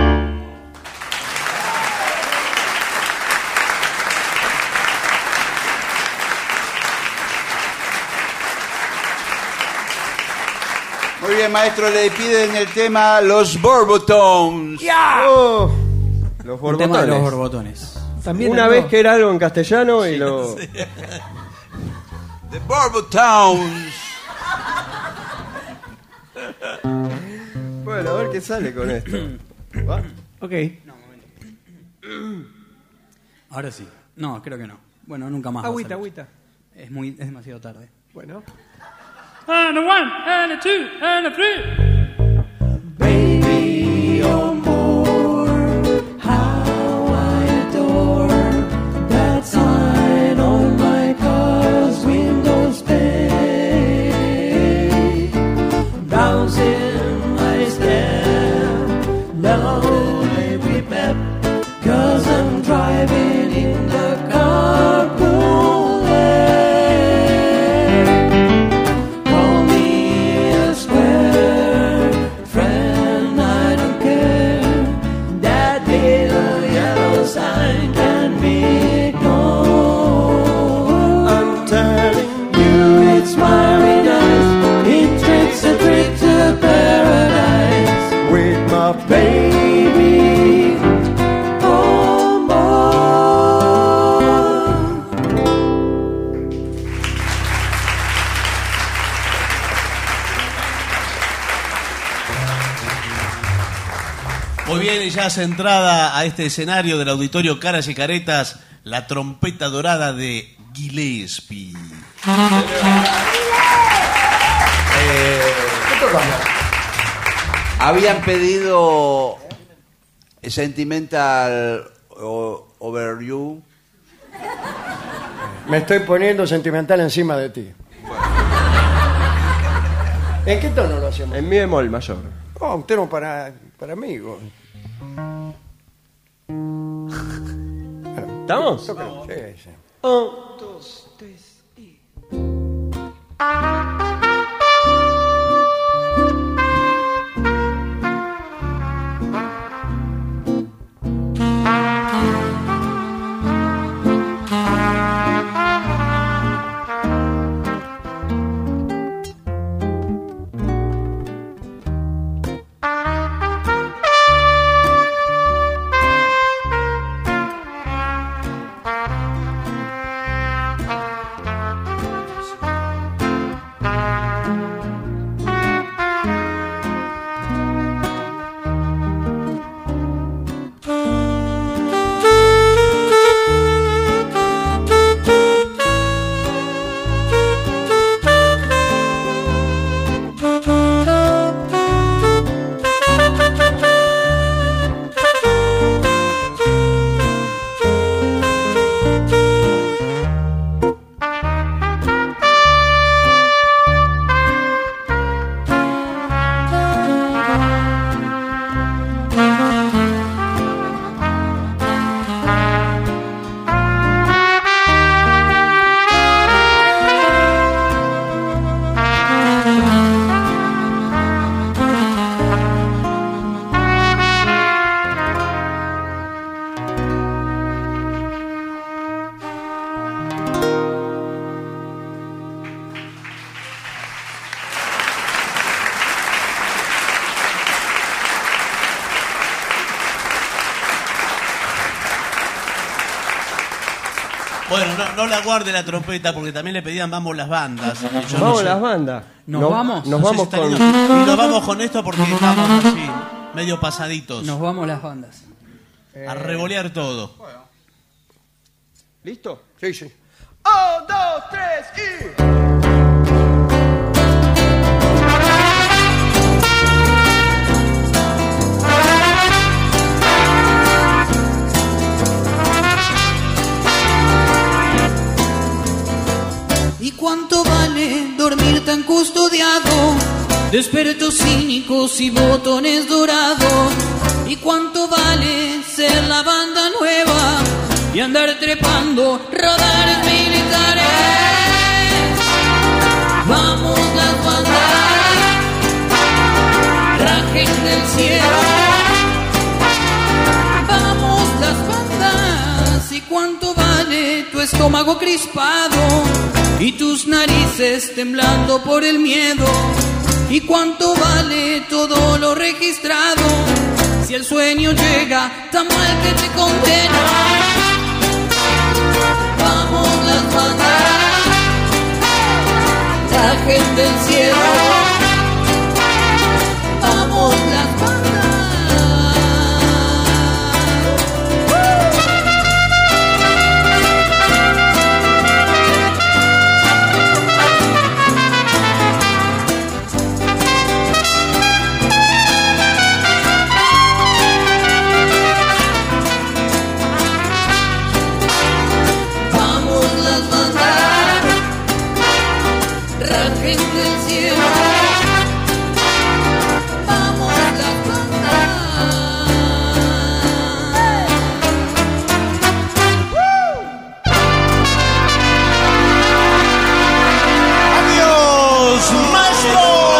Speaker 5: Muy bien, maestro, le piden el tema Los Borbotones.
Speaker 18: Oh, los
Speaker 17: Un tema de los
Speaker 18: borbotones.
Speaker 17: borbotones.
Speaker 18: Una vez que era algo en castellano y lo.
Speaker 5: The Borbotones.
Speaker 18: Bueno, a ver qué sale con esto. ¿Va?
Speaker 17: Ok. Ahora sí. No, creo que no. Bueno, nunca más. va a
Speaker 16: Agüita,
Speaker 17: salir.
Speaker 16: agüita.
Speaker 17: Es, muy, es demasiado tarde.
Speaker 18: Bueno.
Speaker 19: And a one, and a two, and a three.
Speaker 14: that sign on my car's windows pane. Bouncing my step, now I remember, cause I'm driving in the carpool lane. Call me a square friend, I don't care. That little yellow sign can be ignored. I'm telling you, it's my nice. It tricks a trip to paradise with my baby. Oh, my.
Speaker 4: Muy bien, y ya centrada a este escenario del auditorio Caras y Caretas, la trompeta dorada de Gillespie.
Speaker 5: Eh, Habían pedido Sentimental o- Over You.
Speaker 3: Me estoy poniendo sentimental encima de ti. ¿En qué tono lo hacemos?
Speaker 18: En mi bemol mayor.
Speaker 3: Oh, un tono para, para amigos.
Speaker 18: ¿Estamos?
Speaker 3: Sí, sí.
Speaker 18: Un, dos, tres y.
Speaker 14: Um,
Speaker 19: Thank you.
Speaker 4: Bueno, no, no la guarde la trompeta porque también le pedían vamos las bandas. y yo no
Speaker 18: Vamos
Speaker 4: sé.
Speaker 18: las bandas.
Speaker 4: ¿Nos
Speaker 18: Nos
Speaker 17: vamos?
Speaker 4: No sé
Speaker 18: vamos
Speaker 4: si está
Speaker 18: con.
Speaker 4: lindo. Y nos vamos con esto porque estamos así, medio pasaditos.
Speaker 17: Nos vamos las bandas.
Speaker 4: A revolear todo.
Speaker 18: ¿Listo?
Speaker 3: Sí, sí.
Speaker 18: ¡Un, dos, tres y.
Speaker 20: ¿Y cuánto vale dormir tan custodiado? Despertos cínicos y botones dorados. ¿Y cuánto vale ser la banda nueva y andar trepando radares militares? Vamos las bandas, rajen del cielo. Vamos las bandas, ¿y cuánto vale tu estómago crispado? y tus narices temblando por el miedo. ¿Y cuánto vale todo lo registrado? Si el sueño llega tan mal que te condena. Vamos las bandas, la gente del cielo. Vamos las bandas. Vamos las bandas, rajen del cielo. Vamos las bandas.
Speaker 4: ¡Adiós,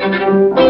Speaker 14: Thank you.